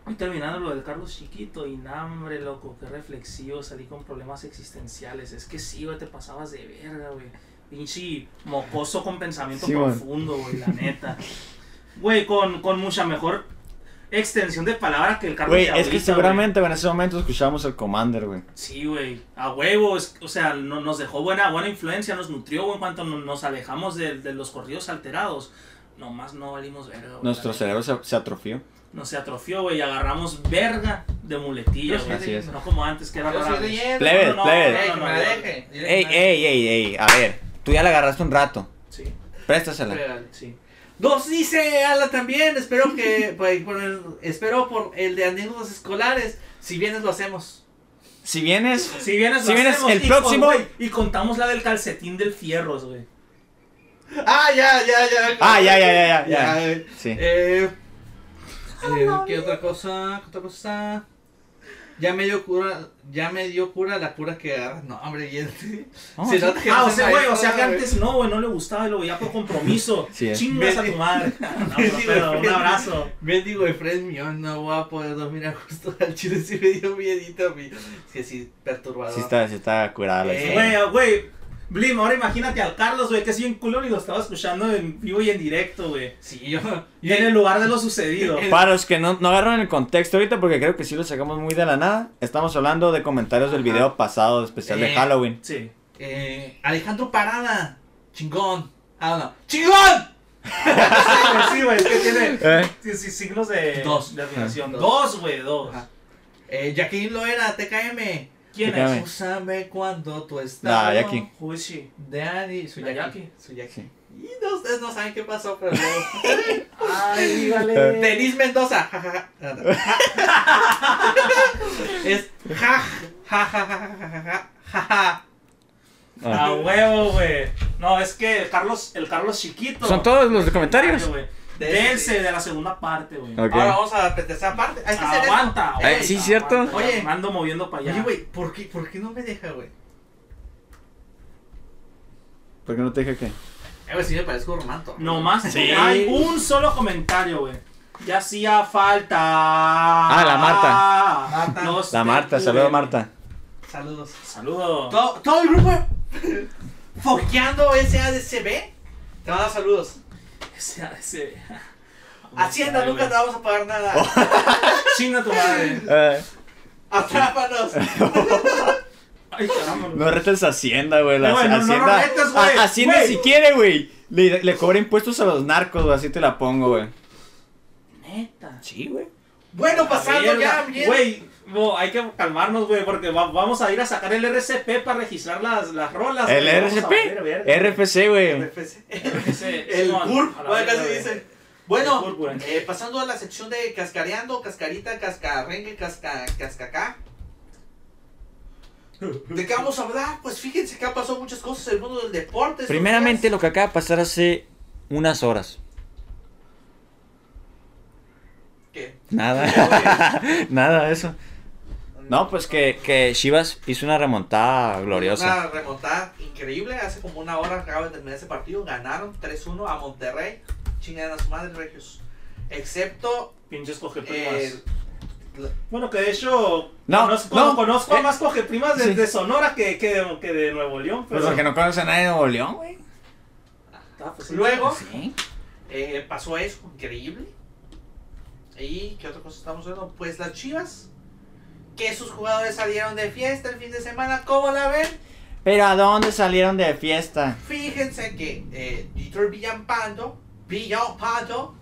C: Y terminando lo del Carlos Chiquito, y nah, hombre, loco, qué reflexivo, salí con problemas existenciales. Es que sí, güey, te pasabas de verga, güey. Pinche mocoso con pensamiento
A: Sí, man.
C: profundo, güey, la neta. Güey, con, con mucha mejor extensión de palabra que el Carlos
A: Güey,
C: de
A: es
C: ahorita,
A: que seguramente en ese momento escuchamos al Commander, güey.
C: Sí, güey, a huevos, o sea, no, nos dejó buena, buena influencia, nos nutrió güey, en cuanto no- nos alejamos de, de los corridos alterados. Nomás no valimos verga, güey.
A: Nuestro cerebro se, se atrofió.
C: No se atrofió, güey, y agarramos verga de
B: Yo
C: muletilla,
B: soy
C: güey.
A: Así es.
C: No como antes que era
B: Yo
C: rara,
B: soy
C: güey.
B: leyenda.
A: Plebes,
B: No, no,
A: plebes.
B: no, que me la
C: No, no,
B: deje. Dile que
A: Ey,
B: me la
A: ey, ey, ey. A ver, tú ya la agarraste un rato.
C: Sí,
A: Préstasela.
B: deje.
C: sí.
B: Nos dice Ala también, espero que pues, por el- espero por el de anécdotas escolares, si vienes lo hacemos.
A: Si vienes,
C: Si vienes, lo
A: Si vienes
C: hacemos,
A: el
C: y con-
A: próximo-
C: güey, y contamos la del calcetín del fierros, güey.
B: Ah, ya, ya, ya.
A: Ah, ya, ya, ya, ya, ya.
B: eh,
A: sí.
B: eh, eh, ¿qué otra cosa? ¿Qué otra cosa? Ya me dio cura, ya me dio cura la cura que agarras. No, hombre, y el- si no te
C: Ah, o
B: quedas
C: sea,
B: en
C: güey, o
B: maestro,
C: sea que antes no, güey, no le gustaba y lo veía por compromiso.
A: Sí, eh.
C: Chingas a tu madre. No, pero, pero, un abrazo.
B: Bendigo de Fred Mion, no voy a poder dormir a gusto. Al chile sí me dio miedito a mí. Es que sí, perturbador.
A: Sí está, sí está curada la
B: Eh,
A: historia.
C: Güey, ah, güey. Blim, ahora imagínate al Carlos, güey, que es bien culón y lo estaba escuchando en vivo y en directo, güey.
B: Sí, yo.
C: Y
B: Eh.
C: en el lugar de lo sucedido.
A: Para los que no, no agarran el contexto ahorita, porque creo que sí lo sacamos muy de la nada, estamos hablando de comentarios del video pasado especial de
B: Eh.
A: Halloween.
C: Sí.
B: Eh, Alejandro Parada. Chingón. Ah, no. ¡Chingón!
C: Sí, güey, sí, güey, es que tiene
A: Eh.
C: sí, sí, signos de,
B: Dos.
C: de admiración.
B: Dos.
C: Dos, güey, dos.
B: Ajá. Eh, Jacqueline Loera, TKM.
C: ¿Quién
A: Dígame.
C: es?
B: Úsame cuando tú estás.
A: Nah, Jackie.
C: Who is she?
B: De Ani. Su
C: La
B: Jackie.
C: Jackie.
B: Su Jackie.
A: Sí.
B: Y no, ustedes no saben qué pasó, pero luego.
C: Ay,
A: Eh.
C: dígale.
B: Denise Mendoza. Ja, ja, ja. Ah, no. es ja, ja, ja, ja, ja, ja, ja, ja, ja.
A: Ah.
C: A huevo, güey. No, es que el Carlos, el Carlos chiquito.
A: ¿Son todos los comentarios?
C: güey.
B: De-
C: Dense de la segunda parte, güey.
A: Ok.
B: Ahora vamos a la tercera parte. Hay que hacer esto.
C: Aguanta,
B: Ey,
A: Eh, sí, cierto.
C: aguanta. Eh,
B: Oye.
C: Me ando moviendo para allá.
B: Oye, güey, ¿por qué, ¿por qué no me deja, güey?
A: ¿Por qué no te dije que?
B: A ver si me parezco romanto.
C: Nomás hay un solo comentario, güey. Ya hacía falta. Ah,
A: la Marta.
B: Marta.
A: La Marta, saludo a Marta.
B: Saludos.
C: Saludo.
B: Todo, todo el grupo foqueando SADCB te van a dar saludos.
C: Ese- ese-
B: Hacienda,
C: Ay,
B: nunca
C: güey.
B: te vamos a pagar
A: Oh.
B: nada.
C: Chinga tu madre.
A: Eh,
B: Atrápanos.
C: Ay, caramba.
A: no retes a Hacienda, güey. La
C: Eh, güey, no- no
A: Hacienda,
C: lo retes, güey.
A: A- Hacienda
C: Güey.
A: si quiere, güey. Le, le cobra impuestos a los narcos, güey. Así te la pongo, güey.
C: Neta.
L: Sí, güey.
B: Bueno, pasando ya,
C: Mierda.
B: bien.
C: Güey, no, hay que calmarnos, güey, porque va- vamos a ir a sacar el RCP para registrar las, las rolas.
A: El
C: güey, vamos a
A: RCP.
C: valer verga.
A: RFC, güey.
B: RFC.
C: Ese-
B: El
C: Simón,
B: CURP,
C: a la
B: bueno,
C: verga,
B: casi
C: güey.
B: dice.
C: El
B: Bueno,
C: CURP, güey.
B: eh, pasando a la sección de cascareando, cascarita, cascarrengue, casca, cascacá. ¿De qué vamos a hablar? Pues fíjense que han pasado muchas cosas en el mundo del deporte. estos
A: Primeramente,
B: días.
A: lo que acaba de pasar hace unas horas.
B: ¿Qué?
A: Nada. Nada de eso. No, pues que, que Chivas hizo una remontada gloriosa.
C: Ah,
B: Una remontada increíble. Hace como una hora acaba de terminar ese partido. Ganaron 3-1 a Monterrey. Chingan a su madre, Regios. Excepto.
C: Pinches cogeprimas.
B: eh,
C: Bueno, que de hecho,
A: No,
C: conozco,
A: no,
C: conozco a
A: eh,
C: más cogeprimas de,
A: sí.
C: de Sonora que, que, de, que de Nuevo León.
A: Pues
C: Pero,
A: porque no conoce a nadie de Nuevo León, güey.
C: Ah, pues sí.
B: luego
A: Sí.
B: eh, pasó eso. Increíble. ¿Y qué otra cosa estamos viendo? Pues las chivas. Que sus jugadores salieron de fiesta el fin de semana. ¿Cómo la ven?
A: Pero ¿a dónde salieron de fiesta?
B: Fíjense que eh, Dieter Villampando, Villampando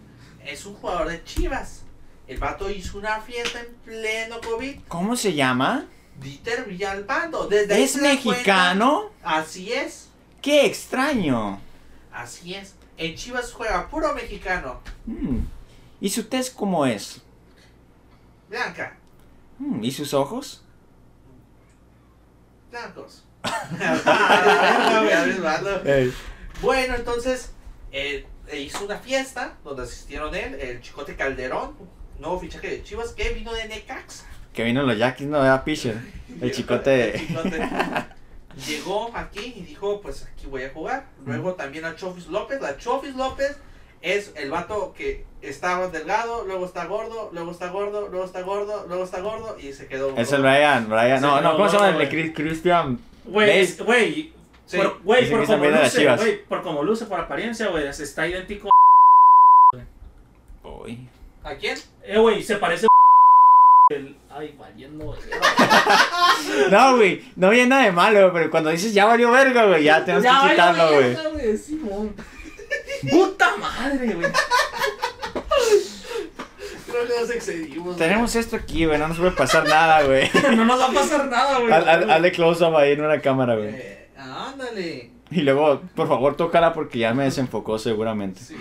B: es un jugador de Chivas. El vato hizo una fiesta en pleno COVID.
A: ¿Cómo se llama?
B: Dieter Villalpando. Desde ahí
A: ¿Es
B: se dan
A: mexicano?
B: cuenta- así es,
A: ¡Qué extraño!
B: así es. En Chivas juega puro mexicano.
A: Mm. ¿Y su test cómo es?
B: Blanca,
A: Mm, ¿Y sus ojos?
B: blancos. Ah, Ya ves, vato. bueno, entonces eh, eh, hizo una fiesta donde asistieron él, el Chicote Calderón, nuevo fichaje de Chivas que vino de Necax.
A: Que vino los Yaquis, no era Pitcher. El
B: El
A: chicote.
B: chicote. Llegó aquí y dijo, pues aquí voy a jugar. Luego también a Chofis López. La Chofis López es el vato que estaba delgado, luego está gordo, luego está gordo, luego está gordo, luego está gordo y se quedó.
A: Es el Brian, Brian. No,
C: Sí,
A: no,
C: no,
A: ¿cómo se
C: no,
A: llama? El de
C: güey.
A: Chris- Christian.
C: Güey,
A: ¿Ves?
C: es- güey,
B: Sí.
C: por, güey,
A: Dicen que
C: por
A: están
C: como
A: viendo a las
C: luce,
A: Chivas.
C: güey, por como luce, por apariencia, güey, se está idéntico.
A: Uy.
B: ¿A quién?
C: Eh, güey, se parece el... Ay, valiendo, verga.
A: No, güey, no viene nada de malo, güey, pero cuando dices ya valió verga, güey, ya tenemos
C: Ya,
A: que
C: vale,
A: quitarlo, güey.
C: verga, güey, Simón. Puta madre, güey.
B: Creo que nos excedimos.
A: Tenemos esto aquí, güey, no nos puede pasar nada, güey.
C: No nos va a pasar nada, güey.
A: Haz- haz- Hazle close-up ahí en una cámara, güey.
B: Eh, ándale.
A: Y luego, por favor, tócala porque ya me desenfocó seguramente.
B: Sí.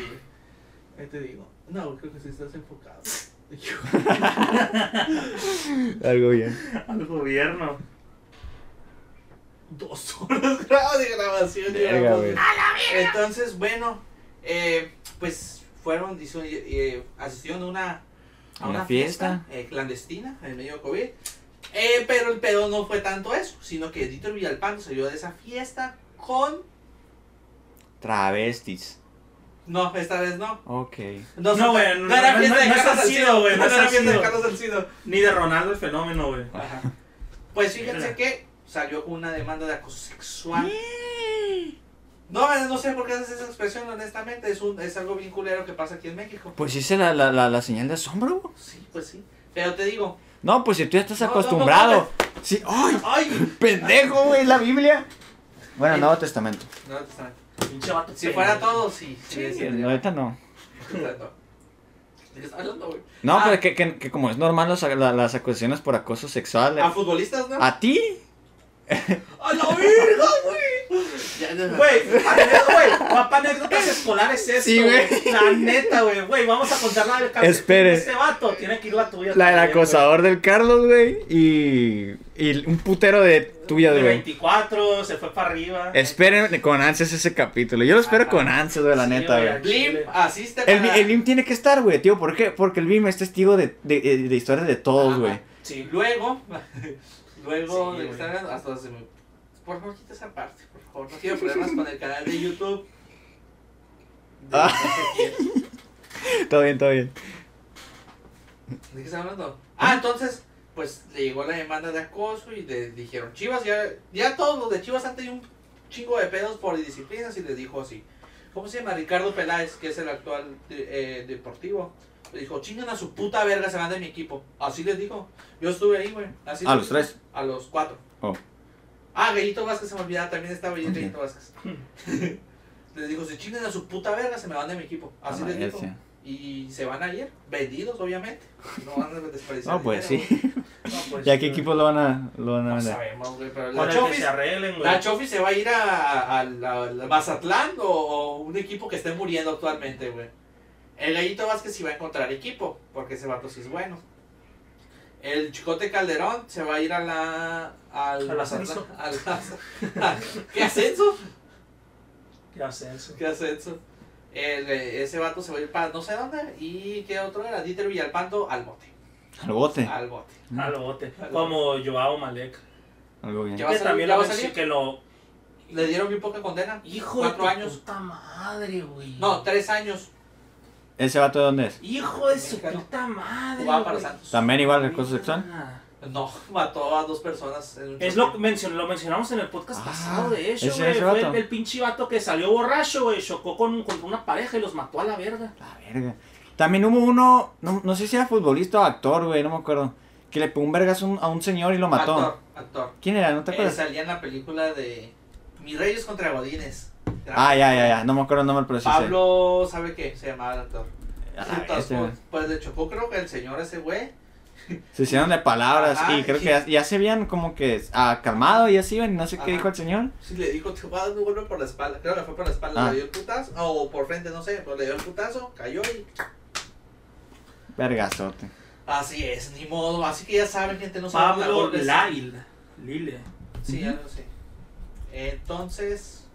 B: Ahí te digo. No, creo que sí estás enfocado.
A: Algo bien.
C: Al gobierno.
B: dos horas grado de grabación.
A: Verga,
B: llevamos.
A: güey.
B: Entonces, bueno, eh, pues fueron, hizo, eh, asistieron a una,
A: A una fiesta.
B: eh, clandestina en medio de COVID. Eh, pero el pedo no fue tanto eso, sino que Dieter Villalpando salió de esa fiesta con...
A: Travestis.
B: No, esta vez no.
A: Ok.
C: No, güey, no,
B: era fiesta
C: no, no,
B: de
C: no es
B: Carlos
C: Salcido,
B: Salcido,
C: güey, no
B: No
C: es
B: era fiesta de
C: Salcido.
B: Carlos Salcido.
C: Ni de Ronaldo el fenómeno, güey.
B: Ajá. Pues fíjense
C: Mira.
B: que salió con una demanda de acoso sexual. No, eh, no sé por qué haces esa expresión, honestamente. Es, un, es algo bien culero que pasa aquí en México.
A: Pues hice la, la, la, la señal de asombro, güey.
B: Sí, pues sí. Pero te digo.
A: No, pues si tú ya estás
B: No, no,
A: acostumbrado.
B: no, no,
A: Sí. ¡Ay!
B: ¡Ay!
A: ¡Pendejo, güey! La Biblia. Bueno,
B: Sí.
A: Nuevo Testamento.
B: No, te están-
C: Pinche vato
B: si
C: pendejo.
B: fuera todo, sí. Sí, sí.
A: No, ahorita no.
B: Exacto. ¿De qué estás hablando, güey?
A: No,
B: Ah.
A: pero que, que, que como es normal los- la- las acusaciones por acoso sexual.
B: A futbolistas, ¿no?
A: ¿A ti?
B: ¡A la verga, güey! Ya, ya, ya.
C: Güey, ane- güey, papá anécdotas escolares es esto,
A: Sí, güey.
C: güey. La neta, güey. Güey, vamos a contar la del calcetín
A: Espere.
C: de Este vato tiene que ir la tuya.
A: La del
C: también,
A: acosador del Carlos, güey. Y, y un putero de tuya,
C: güey. De
A: güey.
C: 24, se fue para arriba.
A: Esperen con ansias ese capítulo. Yo lo espero
B: Ajá.
A: con ansias, güey, la
C: Sí,
A: neta,
C: güey.
A: güey.
B: Blim, asiste
A: El,
B: para-
A: el BIM tiene que estar, güey, tío. ¿Por qué? Porque el BIM es testigo de, de, eh, de- de historias de todos,
B: Ajá.
A: güey.
B: Sí, luego, luego
C: Sí,
B: de que
C: güey.
B: están hablando, hasta se me- Por favor, quita esa parte, por favor. No quiero problemas con el canal de YouTube. De,
A: Ah.
B: no sé quién.
A: Todo bien, todo bien.
B: ¿De qué está hablando?
A: ¿Mm?
B: Ah, entonces, pues le llegó la demanda de acoso y le dijeron, Chivas, ya, ya todos los de Chivas han tenido un chingo de pedos por disciplinas y les dijo así. ¿Cómo se llama? Ricardo Peláez, que es el actual eh, deportivo. Le dijo, chingan a su puta verga, se van de mi equipo. Así les dijo. Yo estuve ahí, güey. Así
A: ¿A
B: les
A: los
B: dijo.
A: tres?
B: A los cuatro.
A: Oh.
B: Ah, Gallito Vázquez se me olvidaba, también estaba ahí
A: Ok.
B: Gallito Vázquez. les dijo, si chingan a su puta verga, se me van de mi equipo. Así
A: Ah,
B: les
A: ya
B: dijo.
A: sé.
B: Y se van a ir, vendidos, obviamente. No van a desperdiciar.
A: No, pues
B: dinero,
A: sí.
C: No, pues,
A: ¿Y a qué
C: eh,
A: equipo lo van a, lo van a
B: No
A: vender?
B: sabemos, güey, pero
C: Con
B: la
C: el que se
B: Chofis,
C: arreglen, güey.
B: la Chofis se va a ir a, a, la- al Mazatlán o, o un equipo que esté muriendo actualmente, güey. El Gallito Vázquez sí va a encontrar equipo, porque ese vato sí es bueno. El Chicote Calderón se va a ir a la... Al,
C: Al ascenso.
B: Mazatlán- al as- ¿Qué ascenso?
C: Qué ascenso.
B: ¿Qué ascenso? El, eh, ese vato se va a ir para no sé dónde. ¿Y qué otro era? Dieter Villalpando al bote.
A: Al bote.
B: Al bote.
C: Al bote. Como Joao Malek.
A: Algo bien.
B: Ya va a
C: Que
B: salir,
C: también
B: ya
C: lo
B: va a salir.
C: que lo.
B: Le dieron bien poca condena.
C: Hijo
B: Cuatro
C: de tu
B: años.
C: puta madre, güey.
B: No, tres años.
A: ¿Ese vato de dónde es?
C: Hijo de su
B: Mexicano.
C: puta madre.
B: Jugaba para
C: güey.
B: Santos.
A: ¿También igual acoso sexual?
B: No, mató a dos personas. en un choque.
C: Es lo que mencion- lo mencionamos en el podcast
A: Ah,
C: pasado, de hecho,
A: ese-
C: güey.
A: ese
C: Fue
A: vato.
C: el, el pinche vato que salió borracho, güey. Chocó con, contra una pareja y los mató a la verga.
A: La verga. También hubo uno, no, no sé si era futbolista o actor, güey, no me acuerdo. Que le pegó un vergas a un- a un señor y lo mató.
B: Actor, actor.
A: ¿Quién era? ¿No te
B: Eh,
A: acuerdas?
B: salía en la película de Mis Reyes contra Godines.
A: Ah, ya, ya, ya. No me acuerdo el nombre, pero sí sé.
B: Pablo, ¿sabe qué? Se llamaba el actor.
A: Ah,
B: Sí,
A: este,
B: entonces,
A: güey.
B: pues le chocó, creo que el señor ese güey.
A: Se hicieron de palabras
B: Ajá,
A: y creo
B: sí.
A: que ya, ya se habían como que ah, calmado y así, y no sé
B: Ajá.
A: qué dijo el señor.
B: Sí, le dijo, te voy a dar un golpe por la espalda. Creo que fue por la espalda,
A: Ah.
B: le dio el putazo. O por frente, no sé, pero le dio el putazo, cayó y.
A: Vergazote.
B: Así es, ni modo. Así que ya saben, gente, no se van a dar
C: Pablo
B: golpes.
C: Lail. Lile.
B: Sí, algo así. Entonces,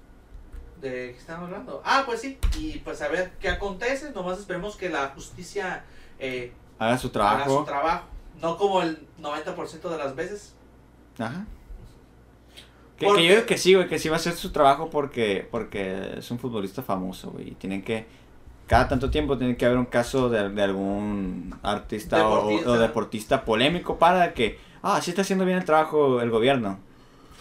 B: ¿de qué estamos hablando? Ah, pues sí. Y pues a ver qué acontece. Nomás esperemos que la justicia eh,
A: Haga su
B: haga su
A: trabajo.
B: trabajo. No como el 90% de las veces.
A: Ajá. Que,
B: Porque-
A: que yo creo que sí, güey, que sí va a hacer su trabajo porque, porque es un futbolista famoso, güey. Y tienen que, cada tanto tiempo tiene que haber un caso de, de algún artista o-
B: Deportista.
A: O, deportista polémico para que, ah, sí está haciendo bien el trabajo el gobierno.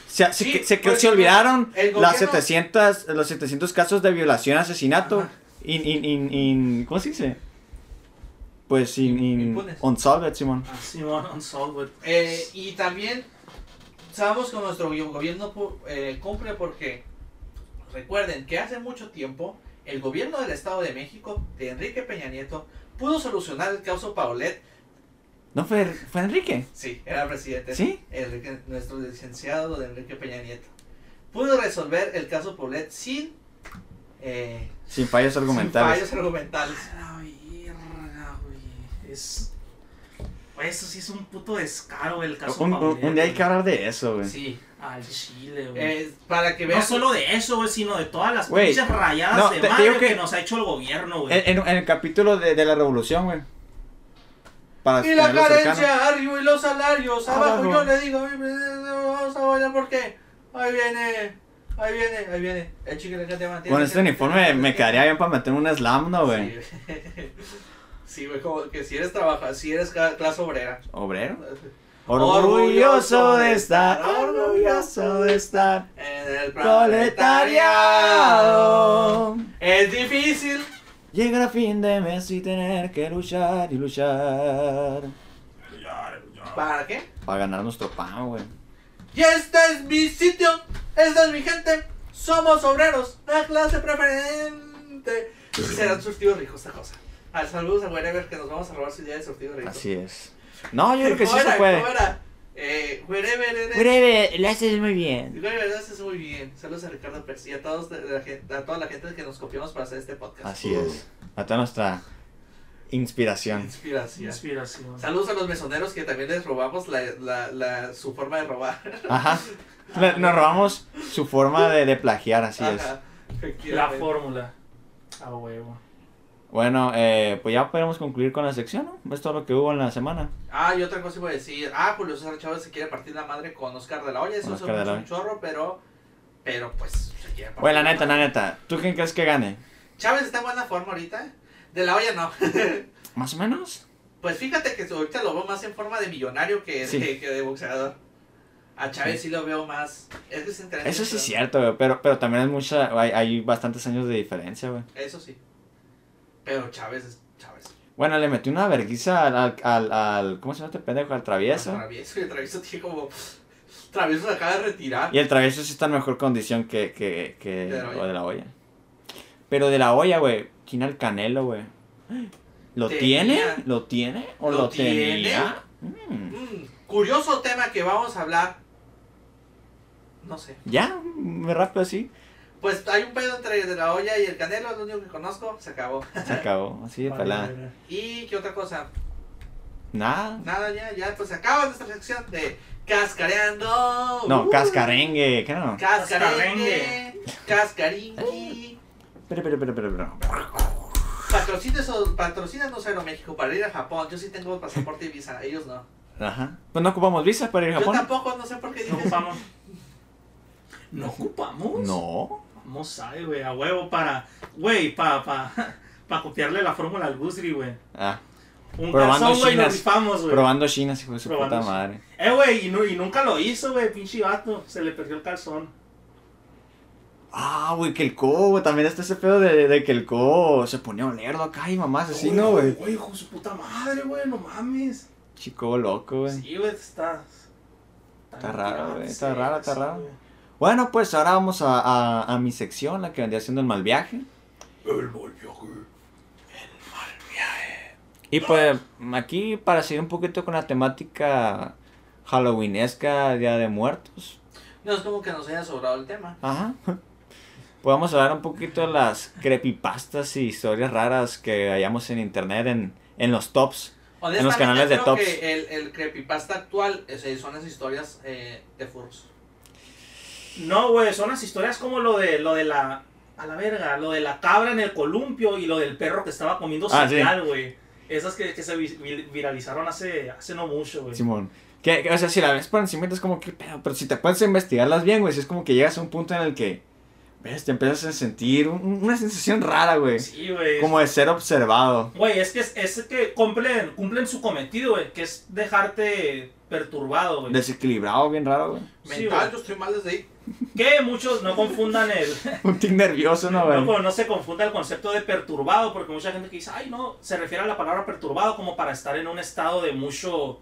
A: Se, se-
B: Sí,
A: que- se, que-
B: pues,
A: se olvidaron
B: el
A: las
B: gobierno-
A: 700, los 700 casos de violación, asesinato,
B: Ajá.
A: in, in, in, in- ¿cómo se dice? Pues in, in-
B: Impunes.
A: unsolved, Simón.
C: Así, bueno, Unsolved.
B: Eh, y también sabemos que nuestro go- gobierno pu- eh, cumple porque recuerden que hace mucho tiempo el gobierno del Estado de México de Enrique Peña Nieto pudo solucionar el caso Paulet
A: No, fue, fue Enrique.
B: Sí, era presidente.
A: ¿Sí?
B: Enrique- nuestro licenciado de Enrique Peña Nieto. Pudo resolver el caso Poblet sin, eh,
A: Sin fallos
B: sin
A: argumentales.
B: fallos argumentales.
C: La verga, güey. Es. Güey, eso sí es un puto descaro, güey, el caso.
A: Un, un-
C: Paulette,
A: un día hay
C: güey.
A: que hablar de eso, güey.
B: Sí.
C: Al chile, güey.
B: eh, para que
C: No
B: vean.
C: solo de eso, güey, sino de todas las
A: Güey,
C: pinches rayadas
A: no,
C: de
A: te- te
C: madre
A: digo
C: que...
A: que- Eh,
C: nos ha hecho el gobierno, güey.
A: En, en- en el capítulo de, de la revolución, güey. Para
B: Y la
A: tenerlo
B: carencia
A: cercano.
B: arriba y los salarios abajo.
A: Abajo.
B: Yo le digo, "Ay, presidente, vamos a bailar porque ahí viene, ahí viene, ahí viene. El chico que te mantiene.
A: Con este uniforme me quedaría bien para meter un slam, ¿no, güey?
B: Sí, Sí, güey, como que si eres trabajador, si eres ca- clase obrera.
A: Obrero. Orgulloso de estar, orgulloso de estar.
B: En el proletariado.
A: Proletariado.
B: Es difícil.
A: Llegar a fin de mes y tener que luchar y luchar.
B: ¿Para qué?
A: Para ganar nuestro pan, güey.
B: Y este es mi sitio. Esta es mi gente. Somos obreros. La clase preferente. Serán surtidos ricos esta cosa. Al saludos a Wherever que nos vamos a robar su idea de surtido rico.
A: Así es. No, yo creo que sí
B: ¿Cómo
A: se
B: era?
A: puede.
B: ¿Cómo era? Eh, wherever eres.
A: Breve, lo haces muy bien.
B: Wherever eres es muy bien. Saludos a Ricardo Pérez y a, todos de la gente, a toda la gente que nos copiamos para hacer este podcast.
A: Así es. A toda nuestra inspiración.
B: Inspiración.
C: Inspiración.
B: Saludos a los mesoneros que también les robamos la, la, la, su forma de robar.
A: Ajá. Le- nos robamos su forma de, de plagiar, así es.
B: Ajá,
C: La
B: efectivamente.
C: fórmula. A huevo.
A: Bueno, eh, pues ya podemos concluir con la sección, ¿no? Es todo lo que hubo en la semana.
B: Ah, y otra cosa iba a decir. Ah, Julio César Chávez se quiere partir la madre con Oscar de la Hoya. Eso
A: Con
B: es
A: Oscar de la
B: un chorro, pero. Pero pues. Se quiere partir
A: Güey, la
B: la
A: neta, la
B: madre.
A: neta. ¿Tú quién crees que gane?
B: Chávez está en buena forma ahorita. De la Hoya no.
A: ¿Más o menos?
B: pues fíjate que ahorita lo veo más en forma de millonario que,
A: Sí.
B: que, que de boxeador. A Chávez sí, lo veo más. Es que se entrena
A: Eso sí es
B: mucho.
A: cierto, güey. Pero, pero también es mucha. Hay, hay bastantes años de diferencia, güey.
B: Eso sí. Pero Chávez es Chávez.
A: Bueno, le metí una verguiza al, al, al, al- ¿Cómo se llama este pendejo? Al travieso.
B: Travieso, y el travieso tiene como. Travieso se acaba de retirar.
A: Y el travieso sí está en mejor condición que, que, que
B: De la olla.
A: o de la olla. Pero de la olla, güey, tiene al canelo, güey. ¿Lo
B: Tenía.
A: tiene? ¿Lo tiene? ¿O
B: ¿Lo
A: lo, tenía? Mm.
B: Mm, curioso tema que vamos a hablar. No sé.
A: Ya, me rápido así.
B: Pues hay un pedo entre De La olla y el Canelo, es lo único que conozco, se acabó.
A: Se acabó. Así de
C: Vale,
A: pelada.
C: vale.
B: ¿Y qué otra cosa?
A: Nada.
B: Nada, ya, ya, pues se acaba nuestra sección de Cascareando.
A: No,
B: Uh,
A: cascarengue, claro.
B: Cascarengue. Cascaringui.
A: Pero, pero, pero, pero, pero.
B: Patrocínanos, patrocínanos Aeroméxico para ir a Japón. Yo sí tengo pasaporte y visa, ellos no.
A: Ajá. Pues no ocupamos visas para ir a
B: Yo
A: Japón.
B: tampoco, no sé por qué
C: No
B: dije.
C: ocupamos. ¿No ocupamos?
A: No.
C: No sabe, güey, a huevo para. Güey, para pa, pa copiarle la fórmula al Gusri, güey.
A: Ah,
C: Un
A: Probando
C: calzón, güey, lo
A: chinas.
C: rifamos, güey.
A: probando chinas, hijo de su
C: Probando
A: puta
C: chi-
A: madre.
C: Eh, güey, y, nu- y nunca lo hizo, güey, pinche vato. Se le perdió el calzón.
A: Ah, güey, que el co, güey. También está ese pedo de, de que el co se ponía olerdo acá y mamás así, ¿no, güey?
C: Güey, hijo de su puta madre, güey, no mames.
A: Chico loco, güey.
C: Sí, güey, está.
A: Está raro, güey, está
C: sí,
A: raro, está
C: sí,
A: raro.
C: güey.
A: Bueno, pues ahora vamos a, a, a mi sección, la que vendría siendo el mal viaje. El mal viaje. El mal viaje. Y pues aquí para seguir un poquito con la temática halloweenesca, Día de Muertos.
B: No es como que nos haya sobrado el tema.
A: Ajá. Podemos hablar un poquito de las creepypastas y historias raras que hallamos en internet en, en los tops. En los canales de
B: creo
A: tops.
B: que el, el creepypasta actual o sea, son las historias eh, de Furs.
C: No, güey, son las historias como lo de lo de la a la verga, lo de la cabra en el columpio y lo del perro que estaba comiendo
A: Ah,
C: cereal, güey. Esas que, que se vi- vi- viralizaron hace hace no mucho, güey.
A: Simón. Que, que, o sea, si la ves por encima es como que pedo, pero si te puedes investigarlas bien, güey, si es como que llegas a un punto en el que, ves, te empiezas a sentir un- una sensación rara, güey.
C: Sí, güey.
A: Como de ser observado.
C: Güey, es que es, es que cumplen cumplen su cometido, güey, que es dejarte perturbado, güey.
A: Desequilibrado, bien raro, güey.
C: Sí,
B: Mental,
C: güey.
B: yo estoy mal desde ahí.
C: Que muchos no confundan el
A: Un tic nervioso, ¿no,
C: No,
A: güey?
C: pero no se confunda el concepto de perturbado, porque mucha gente que dice, ay, no, se refiere a la palabra perturbado como para estar en un estado de mucho,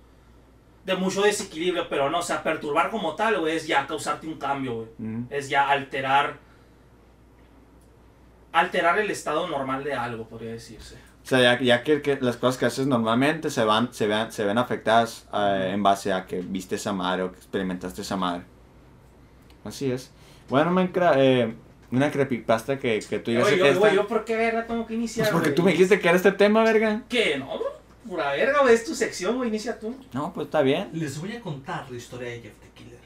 C: de mucho desequilibrio, pero no, o sea, perturbar como tal, güey, es ya causarte un cambio, güey.
A: Mm.
C: Es ya alterar, alterar el estado normal de algo, podría decirse.
A: O sea, ya, ya que, que las cosas que haces normalmente se van, se vean, se ven afectadas eh, en base a que viste esa madre o que experimentaste esa madre. Así es. Bueno, Minecraft, eh, una creepypasta que, que tú digas
C: Güey,
A: que
C: yo,
A: esta-
C: güey, yo, ¿por qué verga tengo que iniciar,
A: Pues porque
C: güey?
A: tú me dijiste que era este tema, verga.
C: ¿Qué? No, bro, pura verga, güey, es tu sección, güey, inicia tú.
A: No, pues está bien.
B: Les voy a contar la historia de Jeff the Killer,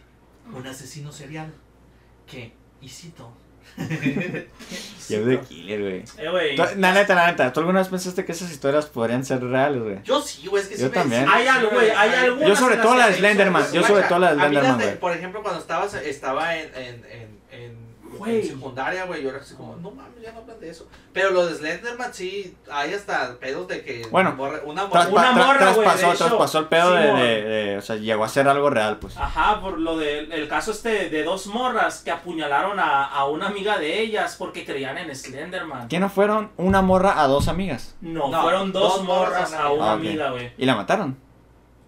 B: un asesino serial que, y cito,
A: Yo de killer, güey.
C: Eh, güey,
A: Tú- La neta, la neta, ¿tú alguna vez pensaste que esas historias podrían ser reales, güey?
B: yo sí, güey, es que
A: Yo
B: sí me
A: también.
B: decía-
C: hay algo, güey, hay algo.
A: Yo sobre todo la de Slenderman, yo sobre todo la de
B: A mí
A: Slenderman,
B: desde-
A: güey.
B: por ejemplo, cuando estaba, estaba en, en, en, en-
C: Güey.
B: en secundaria, güey, yo era así como, no mames, ya no hablan de eso. Pero lo de Slenderman sí, hay hasta pedos de que
A: Bueno,
B: morra- una
A: Traspa-
C: Una
A: tra-
C: morra, güey,
A: traspasó,
C: de hecho.
A: traspasó el pedo de,
C: Simón.
A: de- de- O sea, llegó a ser algo real, pues.
C: Ajá, por lo del el caso este de dos morras que apuñalaron a, a una amiga de ellas porque creían en Slenderman.
A: ¿Qué no fueron una morra a dos amigas?
C: No,
B: No,
C: fueron dos,
B: dos
C: morras
B: morras
C: a
B: a
C: una
A: Ah, ok.
C: amiga, güey.
A: Y la mataron.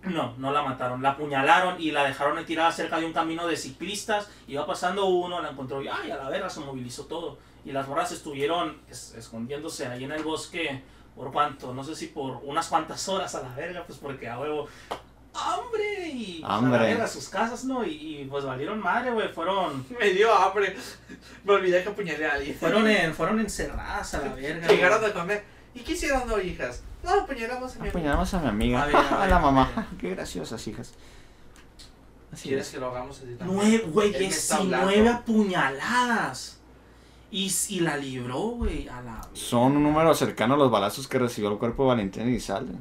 C: No, no la mataron, la apuñalaron y la dejaron ahí tirada cerca de un camino de ciclistas. Iba pasando uno, la encontró y ay, a la verga se movilizó todo. Y las morras estuvieron es- escondiéndose ahí en el bosque por cuánto, no sé si por unas cuantas horas a la verga, pues porque a huevo hambre y pues, a
A: Hambre.
C: la verga a sus casas, ¿no? Y, y pues valieron madre, güey, fueron
B: Me dio hambre. Me olvidé que apuñalé a alguien.
C: Fueron, en- fueron encerradas a la verga.
B: Llegaron
C: güey.
B: a comer. ¿Y qué hicieron, no, hijas? No, apuñalamos
A: Ah,
B: a mi amigo.
A: Apuñalamos pues, a mi amiga.
B: A
A: A,
B: ver, a ver,
A: la
B: a
A: mamá.
B: ver.
A: Qué graciosas, hijas. Así
B: ¿Quieres
A: es.
B: que lo hagamos así también?
C: Nueve, güey,
B: Él me está
C: 19
B: hablando.
C: apuñaladas. Y, s- y la libró, güey, a la verga.
A: Son un número cercano a los balazos que recibió el cuerpo de Valentín Elizalde.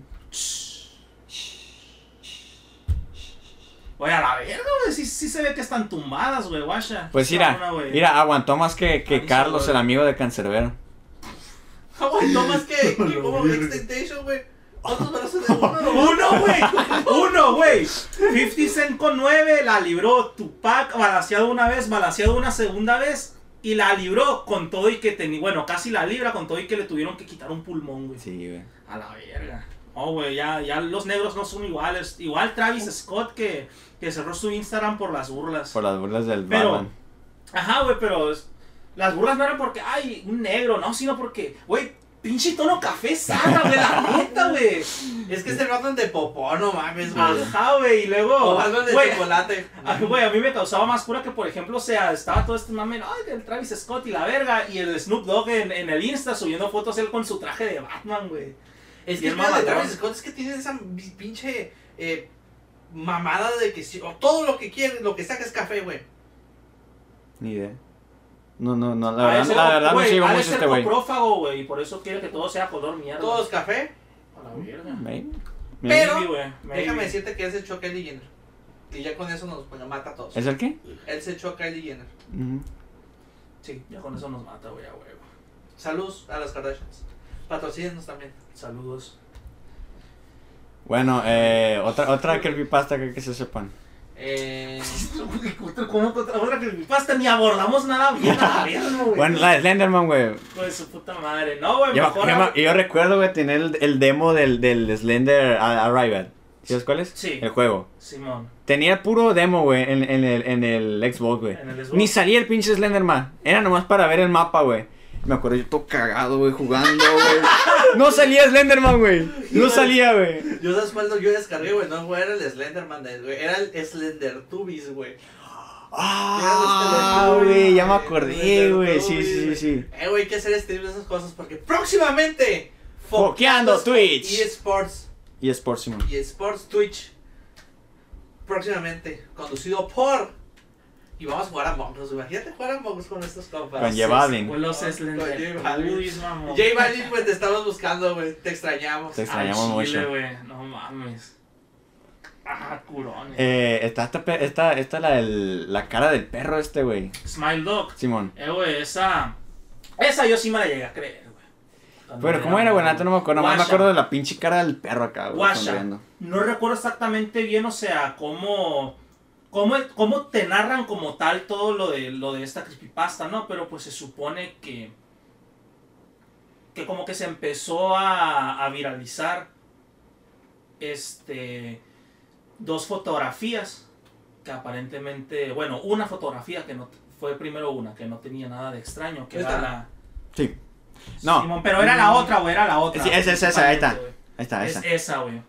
C: Güey, a la verga, güey. Sí, sí se ve que están tumbadas, güey, guacha.
A: Pues
C: Cabrona,
A: mira,
C: güey.
A: mira, aguantó más que, que
C: Avisa,
A: Carlos,
C: güey.
A: el amigo de Cancerbero.
B: Aguantó más que, que como Big Temptation, güey. Otros brazos de uno, no?
C: Uno, güey. Uno, güey. 50 Cent con 9 la libró Tupac, balanceado una vez, balanceado una segunda vez. Y la libró con todo y que tenía, bueno, casi la libra con todo y que le tuvieron que quitar un pulmón, güey.
A: Sí, güey.
C: A la verga. Oh, güey, ya, ya los negros no son iguales. Igual Travis Scott que, que cerró su Instagram por las burlas.
A: Por las burlas del
C: Pero-
A: Batman.
C: Ajá, güey, pero es- las burlas no eran porque, ay, un negro, no, sino porque, güey, Pinche tono café sana, güey, la neta, güey.
B: Es que es el Batman de popó, no mames, güey.
C: Ajá, güey, y
B: O
C: luego.
B: Batman de
C: güey,
B: chocolate.
C: a- Güey, a mí me causaba más cura que, por ejemplo, o sea, estaba todo este mame, ay, el Travis Scott y la verga, y el Snoop Dogg en, en el Insta subiendo fotos él con su traje de Batman, güey.
B: Es
C: Y
B: que el
C: el
B: pedo de
C: mamador.
B: Travis Scott es que tiene esa bi- pinche eh, mamada de que si- o todo lo que quiere, lo que saca es café, güey.
A: Ni idea. No, no, no, la
C: Ha de
A: verdad,
C: ser-
A: la verdad no
C: güey,
A: sigo
C: ha de
A: mucho
C: ser
A: este güey.
C: coprófago, güey, y por eso quiere que todo sea color mierda.
B: Todo es café.
C: A la verga.
A: Maybe.
B: Pero-
C: Maybe, güey, maybe.
B: Déjame decirte que él se echó a Kylie Jenner. Y ya con eso nos bueno, mata a todos.
A: ¿Es el qué?
B: Él se echó a Kylie Jenner.
A: Ujú.
C: Sí, ya con eso nos mata, güey, a huevo.
B: Saludos a las Kardashians. Patrocínenos también.
C: Saludos.
A: Bueno, eh, otra, otra creepypasta que, que se sepan.
B: Eh,
C: ¿Cómo otra, otra creepypasta? Ni abordamos nada bien a la verga, güey.
A: Bueno, la de Slenderman, güey.
C: Hijo de su puta madre. No, güey,
A: Yo, me-
C: mejor.
A: yo
C: hab-
A: me- yo recuerdo, güey, tener el, el demo del, del Slender A- Arrival. ¿Sabes cuál es?
C: Sí.
A: El juego.
C: Simón.
A: Tenía puro demo, güey, en, en el, en el Xbox, güey.
C: En el Xbox.
A: Ni salía el pinche Slenderman. Era nomás para ver el mapa, güey. Me acuerdo yo todo cagado, güey, jugando, güey. No salía Slenderman, güey. No salía, güey.
B: yo sabes cuál no- yo descargué, güey. No güey, era el Slenderman, de- güey. Era el Slender Tubis, güey.
A: Ah, güey, ya me acordé, güey. Sí, sí, sí, sí.
B: Eh, güey, hay que hacer stream de esas cosas porque próximamente.
A: Foqueando Twitch.
B: Y Sports.
A: Y Sports Simon.
B: Y Sports Twitch. Próximamente. Conducido por. Y vamos a jugar a Among Us, güey. Imagínate jugar a Among Us con estos compas.
A: Con J Balvin.
C: Con los
B: Con
C: Slender.
B: J Balvin.
C: Uy, mamón.
B: J Balvin, pues te estamos buscando, güey. Te extrañamos.
A: Te
C: Al
A: extrañamos
C: chile,
A: mucho.
C: güey. No mames. Ah, curones.
A: Eh, está esta, pe- esta, esta la, del- la cara del perro este, güey.
C: Smile Dog.
A: Simón.
C: Eh, güey, esa. Esa yo sí me la llegué a creer, güey. Cuando
A: Pero, ¿cómo era, güey? La neta No me acuerdo. Nomás me
C: Guasha.
A: acuerdo de la pinche cara del perro acá, güey.
C: Guasha.
A: sonriendo.
C: No recuerdo exactamente bien, o sea, cómo, cómo, cómo te narran como tal todo lo de, lo de esta creepypasta, ¿no? Pero pues se supone que, que como que se empezó a, a viralizar este, dos fotografías que aparentemente, bueno, una fotografía que no, fue primero una, que no tenía nada de extraño, que era
B: Esta.
C: la...
A: Sí. No. Mm.
C: Simón, pero era la otra, güey, era la otra.
A: Sí, esa, esa, esa, ahí está.
C: güey.
A: Ahí está,
C: Es
A: Ah, esa.
C: esa, güey.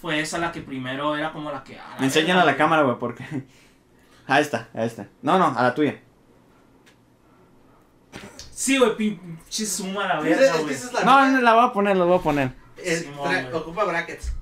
C: Fue esa la que primero era como la que. ah, la
A: Me enseñan
C: verga,
A: a la
C: güey.
A: cámara, güey, porque. Ahí está, ahí está. No, no, a la tuya.
C: Sí, güey, pinche suma
B: Esa-
C: la
B: Ah, es
C: verga,
B: que
C: güey.
B: esa es la
A: No,
B: mía.
A: no, la voy a poner, la voy a poner.
B: Es-
C: Simón,
B: tra-
C: güey.
B: ocupa brackets.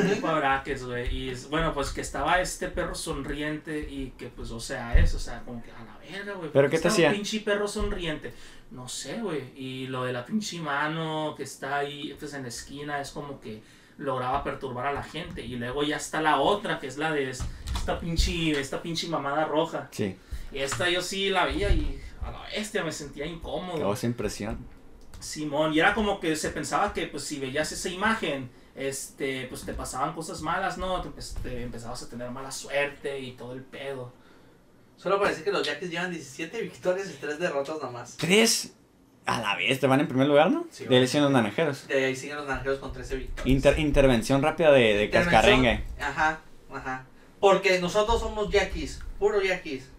C: Ocupa brackets, güey. Y es- bueno, pues que estaba este perro sonriente y que, pues, o sea, es, o sea, como que a la verga, güey.
A: ¿Pero qué
C: ¿por
A: te
C: está
A: hacía?
C: Un pinche perro sonriente. No sé, güey. Y lo de la pinche mano que está ahí, pues, en la esquina, es como que lograba perturbar a la gente. Y luego ya está la otra, que es la de es- esta pinche, esta pinche mamada roja.
A: Sí,
C: Y esta yo sí la veía y a la bestia me sentía incómodo.
A: quedó sin presión.
C: Simón, y era como que se pensaba que pues si veías esa imagen, este, pues te pasaban cosas malas, ¿no? Te, empe- te empezabas a tener mala suerte y todo el pedo.
B: Solo parece que los Jackets llevan 17 victorias y 3 derrotas nomás.
A: Tres a la vez, te van en primer lugar, ¿no?
B: Sí,
A: de
B: güey.
A: elección los naranjeros.
B: De ahí Eh, siguen los naranjeros con 13 victorias.
A: Inter- intervención rápida de, de
B: Intervención.
A: cascarengue.
B: Ajá, ajá. Porque nosotros somos Jackies, puro Jackies.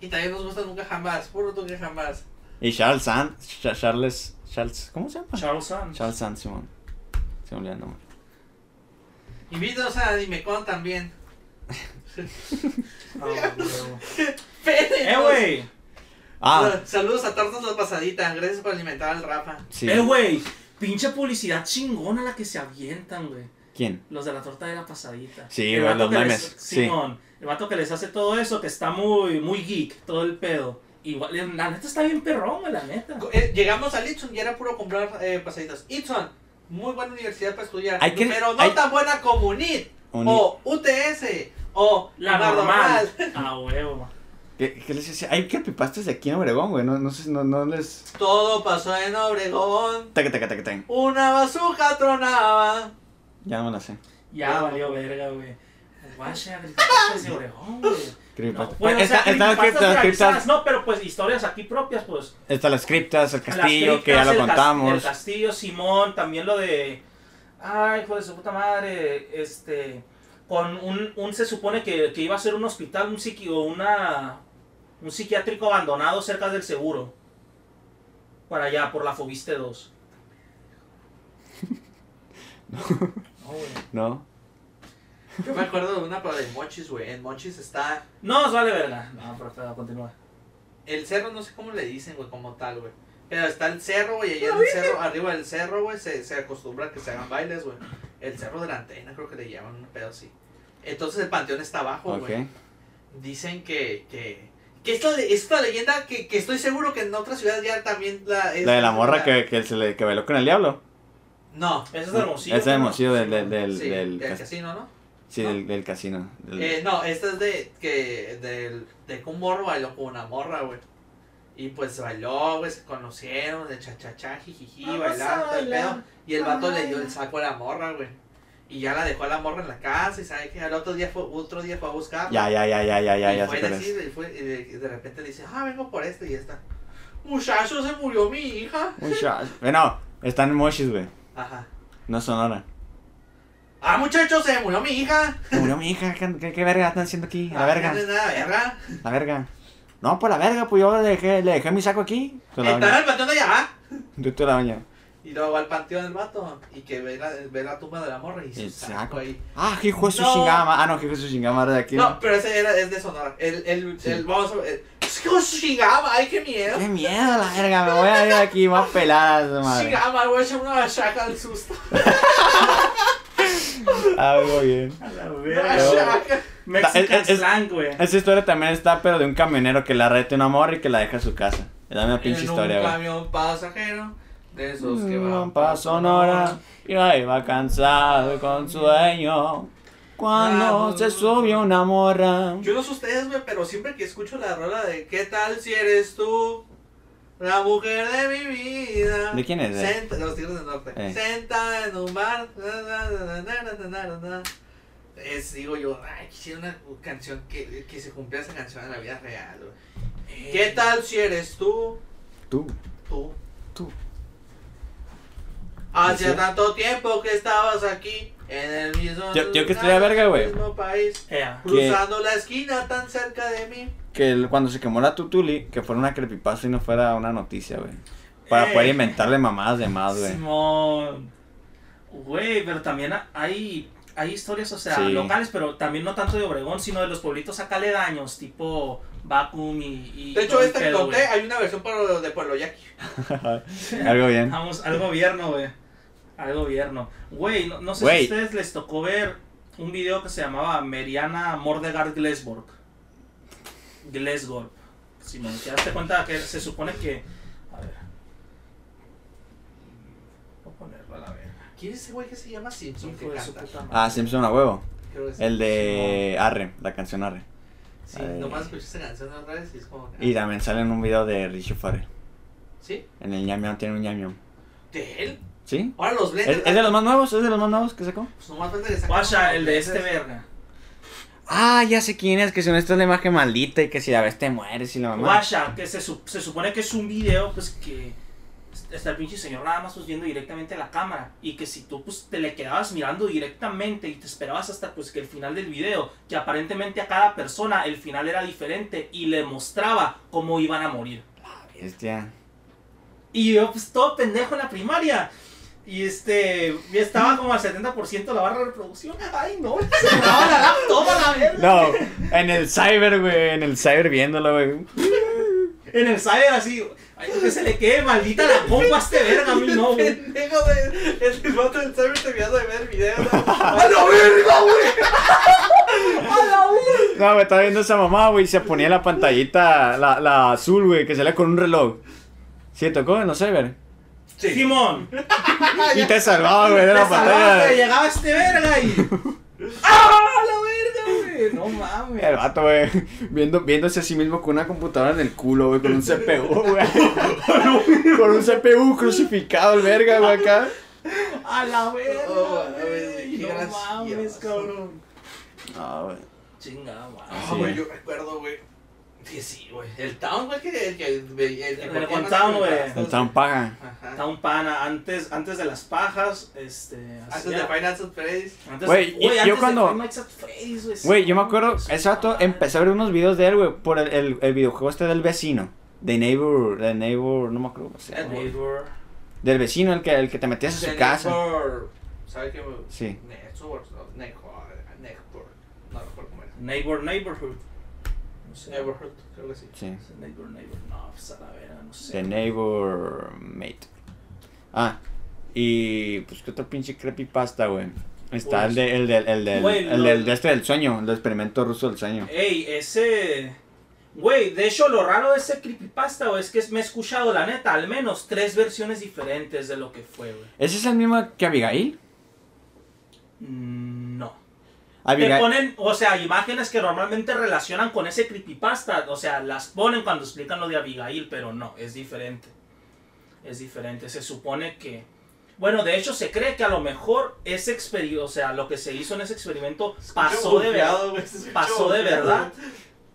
B: Y también nos gusta nunca jamás, puro nunca jamás.
A: Y Charles Sand, Cha- Charles, Charles, ¿cómo se llama?
C: Charles Sands.
A: Charles Sand, Simón. Se me olvidó el nombre.
B: Invítanos a Dimecon también.
C: Ah, huevo. eh,
B: Espérenos.
C: güey.
A: Ah,
C: Eh,
B: Sa- Saludos a Tortas La Pasadita. Gracias por alimentar al Rafa.
A: sí.
C: Eh, güey. Pinche publicidad chingona la que se avientan, güey.
A: ¿Quién?
C: Los de la torta de la pasadita.
A: Sí,
C: El
A: güey,
C: vato
A: los
C: que les-
A: memes, sí.
C: Simón, el vato que les hace todo eso, que está muy, muy geek, todo el pedo. Igual, la neta está bien perrón, güey, la neta.
B: Eh, llegamos al Itson y era puro comprar eh, pasaditas. Itson, muy buena universidad para estudiar.
A: Hay que-
B: pero no
A: hay-
B: tan buena como UNIT.
A: Uni-
C: Oh.
B: O UTS. O
C: La normal. Ah, huevo.
A: ¿Qué, qué les decía? Hay creepypastas de aquí en Obregón, güey. No, no sé, no, no les.
B: Todo pasó en Obregón.
A: Taca, taca, taca, taca.
B: Una bazuca tronaba.
A: Ya no me la sé.
C: Ya valió verga, güey. Guacha, creepypastas de Obregón, güey. No,
A: Creepypasta.
C: pues, o
A: Está-
C: sea,
A: están las
C: creepypastas
A: criptas, las
C: realizadas,
A: criptas.
C: no, pero pues historias aquí propias, pues.
A: Está las criptas, el
C: Las
A: castillo, que ya
C: criptas,
A: lo
C: el cas-
A: contamos.
C: El castillo, Simón, también lo de. Ay, hijo de su puta madre. Este. Con un. un se supone que, que iba a ser un hospital, un psiqui o una. Un psiquiátrico abandonado cerca del seguro. Para allá, por la Fobiste 2. No, güey.
A: ¿No?
B: Yo me acuerdo de una para de Mochis, güey. En Mochis está
C: No, os vale verga. No, pero, pero continúa.
B: el cerro, no sé cómo le dicen, güey, como tal, güey. Pero está el cerro, güey, y allá en el cerro, arriba del cerro, güey, se, se acostumbra a que se hagan bailes, güey. El cerro de la antena, creo que le llaman un pedo así. Entonces el panteón está abajo,
C: Pues,
B: güey.
A: Ok.
B: Dicen que, que, que esta, le- esta leyenda que, que estoy seguro que en otras ciudades ya también la... es-
A: La de la morra que, que se le que bailó con el diablo.
B: No,
C: Eso es de hermosillo.
A: Ese
C: ¿no?
A: hermosillo del, del, del,
B: sí,
A: del,
B: del,
A: cas-
B: casino, ¿no?
A: sí,
B: ¿no?
A: del, del casino. del-
B: Eh, no, esta es de que del, de que un morro bailó con una morra, güey. Y pues bailó, güey, se conocieron, de cha cha cha, jijiji,
C: Vamos a
B: bailando, todo el
C: bailar.
B: pedo. Y el vato le dio el saco a la morra, güey. Y ya la dejó a la morra en la casa y sabe que al otro día fue, otro día fue a buscar.
A: Ya, ya, ya, ya, ya, ya,
B: y
A: ya
B: fue
A: sé
B: a
A: cuál es.
B: decirle, y, fue- y de, y de repente le dice, ah, vengo por esto y ya está. Muchacho, se murió mi hija.
A: Un shot. Bueno, están en Moshis, güey.
B: Ajá.
A: No Sonora.
B: Ah, muchacho, se murió mi hija.
A: Se Murió mi hija. ¿Qué, qué- qué verga están haciendo aquí? A la
B: Ah,
A: verga.
B: No es nada, verga.
A: La verga. No, pues la verga, pues yo le dejé, le dejé mi saco aquí. Tú la
B: Está en
A: baña.
B: el panteón de allá.
A: Tú, tú la baña.
B: Y luego va al panteón del vato y que ve la, ve la tumba de la morra y se
A: El
B: saco
A: saco.
B: ahí.
A: Ah, hijo de su
B: No.
A: chingada ma- Ah, no, hijo de su chingada madre de aquí.
B: No, pero ese era, es de Sonora. El, el, el, vamos a ver. Shigama, ay, qué miedo.
A: Qué miedo, la verga. Me voy a ir de aquí más pelada, madre.
B: Shigama, voy a echar una bachaca al susto.
A: Algo bien.
C: A la verga.
B: Bachaca.
A: Ta-
C: Mexican
A: es- es-
C: slang, güey.
A: Esa historia también está, pero de un camionero que la rete una morra y que la deja a su casa. Es la misma pinche
B: en
A: historia,
B: un
A: güey.
B: camión pasajero de esos que
A: Mm,
B: van
A: pa' Sonora y ahí va cansado y con sueño cuando
B: Ah,
A: se subió una morra.
B: Yo no sé ustedes, güey, pero siempre que escucho la rola de ¿Qué tal si eres tú? La mujer de mi vida.
A: ¿De quién es, eh?
B: Senta- los Tigres del Norte.
A: Eh.
B: Sentada en un bar. na, na, na, na, na, na, na, na, na. Es, digo yo, ay, quisiera una canción que, que se cumpliera esa canción en la vida real, güey. ¿Qué tal si eres tú?
A: Tú,
B: Tú.
A: Tú.
B: Hace
A: ¿Sí?
B: tanto tiempo que estabas aquí, en el mismo
A: Yo- yo que estoy
B: lugar,
A: a verga, güey.
B: En el mismo país.
C: Ea.
B: Cruzando la esquina tan cerca de mí.
A: que el- cuando se quemó la tutuli, que fuera una creepypasta y no fuera una noticia, güey. Para
C: Eh.
A: poder inventarle mamadas de más, güey.
C: Simón. Güey, pero también ha- hay, hay historias, o sea,
A: Sí.
C: locales, pero también no tanto de Obregón, sino de los pueblitos acaledaños, tipo Bacum y. y
B: De hecho,
C: todo el
B: esta que
C: pedo,
B: conté,
C: güey.
B: hay una versión para lo de Pueblo Yaqui.
A: Algo bien.
C: Vamos, al gobierno, güey. Al gobierno. Güey, no, no sé
A: Güey.
C: si a ustedes les tocó ver un video que se llamaba Meriana Mordegard Glesborg. Glesborg. Si me te das cuenta que se supone que. A ver. Voy a ponerlo a la verga.
B: ¿Quién es ese güey que se llama Simpson? Que
C: Hijo de su
B: canta.
C: puta madre.
A: Ah, Simpson a huevo.
B: Creo que sí.
A: El de Arre, la canción Arre.
B: Sí,
A: Ay.
B: nomás escuché esa canción otra vez y es como.
A: Y también sale en un video de Richie Farrell.
B: ¿Sí?
A: En el ñamión tiene un ñamión.
B: ¿De él?
A: ¿Sí?
B: Ahora los
A: ¿Es,
B: lentes.
A: es de los más nuevos? ¿Es de los más nuevos que sacó?
B: Pues nomás falta que saquen
C: Guacha,
B: unos
C: el de
B: lentes.
C: este verga.
A: Ah, ya sé quién es, que si no esta es la imagen maldita y que si la ves te mueres y la mamá.
C: Guacha, que se, su- se supone que es un video, pues que está el pinche señor nada más pues viendo directamente la cámara. Y que si tú pues te le quedabas mirando directamente y te esperabas hasta pues que el final del video, que aparentemente a cada persona el final era diferente y le mostraba cómo iban a morir.
A: Bestia.
C: Y yo pues todo pendejo en la primaria. Y este, yo estaba como al 70% de la barra de reproducción. Ay, no, se cerraba la laptop a la verga.
A: No, en el cyber, güey, en el cyber viéndolo, güey.
C: En el cyber así, ay, que se le quede maldita la compa a este verga, a mí no, güey.
B: Pendejo de. Es que el vato del cyber terminando de ver el video. ¿no? ¡A la verga, güey!
A: No, me estaba viendo esa mamá, güey, y se ponía la pantallita, la, la azul, güey, que sale con un reloj. Sí, tocó en los cyber.
B: Sí.
C: Simón,
A: Y te salvaba, güey, de
C: te
A: la
C: salvaste,
A: pantalla.
C: llegaba este verga y. ¡Ah, la verga, güey! No mames.
A: El vato, güey, viendo, viéndose a sí mismo con una computadora en el culo, güey, con un CPU, güey. con un CPU crucificado, el verga, güey, acá.
C: ¡A la verga!
B: Oh, a ver,
C: güey.
B: qué
C: No
B: gracioso.
C: mames, cabrón.
A: No, güey.
C: Chingada, madre.
B: Ah,
A: Sí.
B: güey, yo recuerdo, güey. Que sí, güey. El town, güey, que. El que. El que. El
C: El
B: cortía más
C: Town, güey.
B: pedazos,
A: El paja.
B: Ajá.
C: Está un pana antes, antes de las pajas, este.
B: Antes
C: hacía-
B: de Finance at Freddy's.
C: antes-
A: Güey, y- yo
C: antes de
A: cuando-
C: Five Nights at Freddy's, güey,
A: Güey,
C: sí,
A: yo me acuerdo,
C: su
A: ese vato
C: madre.
A: empecé a ver unos videos de él, güey, por el, el, el videojuego este del vecino. The Neighbor, The Neighbor, no me acuerdo cómo se llama.
B: Edward.
C: Neighbor.
A: Del vecino, el que, el que te metías a su
B: Neck
A: casa.
B: Borg, ¿Sabe qué?
A: Sí.
B: Network, no, Neck- Neckborg, no recuerdo cómo era.
C: Neighbor, neighborhood. No sé.
B: Neighborhood, creo que sí.
A: Sí.
C: Neighbor, neighbor. No, pues a la vera, no sé.
A: The Neighbor Mate. Ah, y pues qué otro pinche creepypasta, güey. Está el de, el del, el del,
C: Pues, Güey, Eh,
A: el
C: lo-
A: del- de este del sueño, el del experimento ruso del sueño.
C: Ey, ese. Güey, de hecho, lo raro de ese creepypasta, güey, es que me he escuchado, la neta, al menos tres versiones diferentes de lo que fue, güey.
A: ¿Ese es el mismo que Abigail?
C: Mm, No. Te
A: Abigail.
C: ponen, o sea, imágenes que normalmente relacionan con ese creepypasta. O sea, las ponen cuando explican lo de Abigail, pero no, es diferente. Es diferente. Se supone que. Bueno, de hecho, se cree que a lo mejor ese experimento, o sea, lo que se hizo en ese experimento pasó de verdad. Pasó de verdad.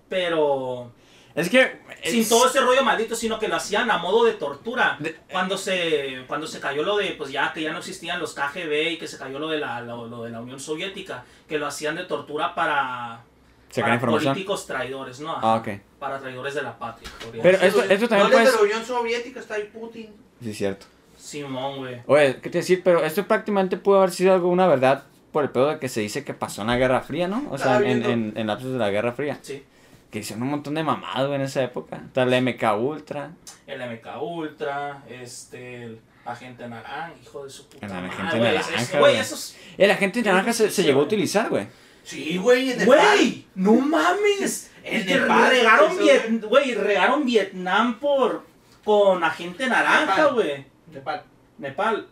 C: Pero.
A: Es que.
C: sin
A: es-
C: todo ese rollo maldito, sino que lo hacían a modo de tortura.
A: De-
C: cuando se cuando se cayó lo de, pues ya que ya no existían los KGB y que se cayó lo de la, lo, lo de la Unión Soviética, que lo hacían de tortura para,
A: Sacar
C: para
A: información.
C: políticos traidores, ¿no?
A: Ah, ok.
C: Para traidores de la patria. podría
A: Pero
C: decir.
A: esto, esto también
B: no
A: puede
B: es de
A: ser.
B: la Unión Soviética, está ahí Putin.
A: Sí, cierto.
C: Simón, güey.
A: Oye, ¿qué te decir? Pero esto prácticamente pudo haber sido alguna verdad por el pedo de que se dice que pasó en la Guerra Fría, ¿no? O sea,
B: Estaba
A: en,
B: viendo.
A: en, en lapsos de la Guerra Fría.
C: Sí.
A: Que hicieron un montón de mamadas güey, en esa época. Está la MK Ultra.
C: El MK Ultra, este, el Agente Naranja, hijo de su puta.
A: El
C: madre,
A: Agente
C: güey,
A: Naranja,
C: es- Güey,
A: güey.
C: esos.
A: El agente naranja se, se
C: Sí,
A: llegó a
C: güey.
A: utilizar, güey.
B: Sí, güey, en el
C: ¡Güey! ¡No mames!
B: En
C: Y que
B: Nepal,
C: regaron,
B: eso,
C: Viet- güey, regaron Vietnam por. con agente naranja,
B: Nepal.
C: güey.
B: Nepal.
C: Nepal.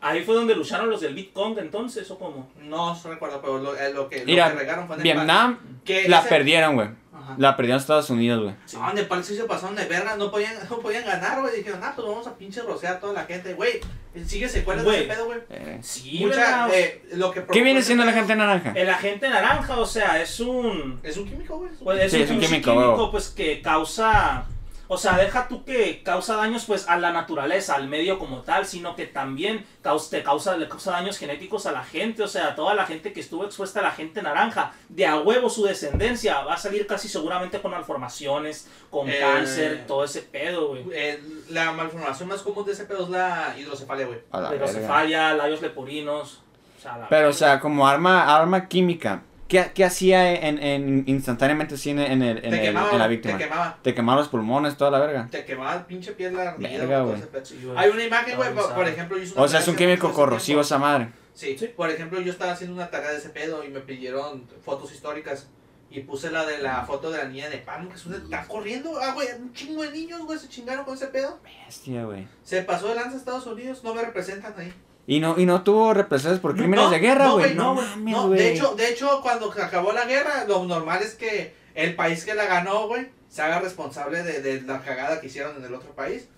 C: Ahí fue donde lucharon los del Bitcoin entonces, ¿o cómo?
B: No, no recuerdo, pero lo, eh, lo que, lo
A: Mira,
B: que regaron fue Nepal.
A: Vietnam
B: Que
A: la
B: ese-
A: perdieron, güey.
B: Ajá.
A: La perdieron Estados Unidos, güey.
C: Sí.
B: Ah, Nepal sí se pasaron de verga, no podían, no podían ganar, güey. Dijeron, ah, pues vamos a pinche rocear a toda la gente, güey. Sigue secuelas de
C: Güey.
B: ese pedo, güey.
A: Eh,
C: Sí,
B: Mucha,
C: ¿verdad?
B: eh, lo que
A: ¿Qué viene
B: propone-
A: siendo el agente naranja?
C: El agente naranja, o sea, es un.
B: Es un químico, güey. es un
C: Pues es
A: Sí,
C: un,
A: es un
C: pinche
A: químico,
C: químico,
A: huevo.
C: pues que causa, o sea, deja tú que causa daños pues a la naturaleza, al medio como tal, sino que también caus- te causa, le causa daños genéticos a la gente, o sea, a toda la gente que estuvo expuesta a la gente naranja, de a huevo su descendencia va a salir casi seguramente con malformaciones, con
B: Eh.
C: cáncer, todo ese pedo, güey.
B: Eh, la malformación más común de ese pedo es la hidrocefalia, güey.
A: A la
C: Pero se
A: verga.
C: falla, labios leporinos, o sea, la-
A: Pero, o sea, como arma, arma química. ¿Qué, qué hacía en, en- instantáneamente así en, en el, en,
B: te
A: el-
B: quemaba,
A: en la
B: güey,
A: víctima?
B: te quemaba.
A: Te quemaron los pulmones, toda la verga.
B: Te quemaba el pinche piel la ardilla,
A: Verga,
B: güey, todo
A: güey.
B: ese pedo.
C: Sí, güey.
B: Hay una imagen, güey, por,
C: Está
B: por
C: avanzado.
B: ejemplo, yo hice una
A: O sea,
B: tarea
A: es un
B: hace mucho
A: químico
B: tiempo.
A: corrosivo esa madre.
B: Sí.
C: Sí.
B: por ejemplo, yo estaba haciendo una tarea de ese pedo y me pidieron fotos históricas. Y puse la de la foto de la niña de Pan, que es una- está corriendo. Ah, güey, un chingo de niños, güey, se chingaron con ese pedo.
A: Bestia, güey.
B: Se pasó de lanza a Estados Unidos, no me representan ahí.
A: Y no, y no tuvo represalias por crímenes de guerra, güey. No,
B: güey,
A: mames,
B: no.
A: güey.
B: De hecho, de hecho, cuando se acabó la guerra, lo normal es que el país que la ganó, güey, se haga responsable de, de la cagada que hicieron en el otro país.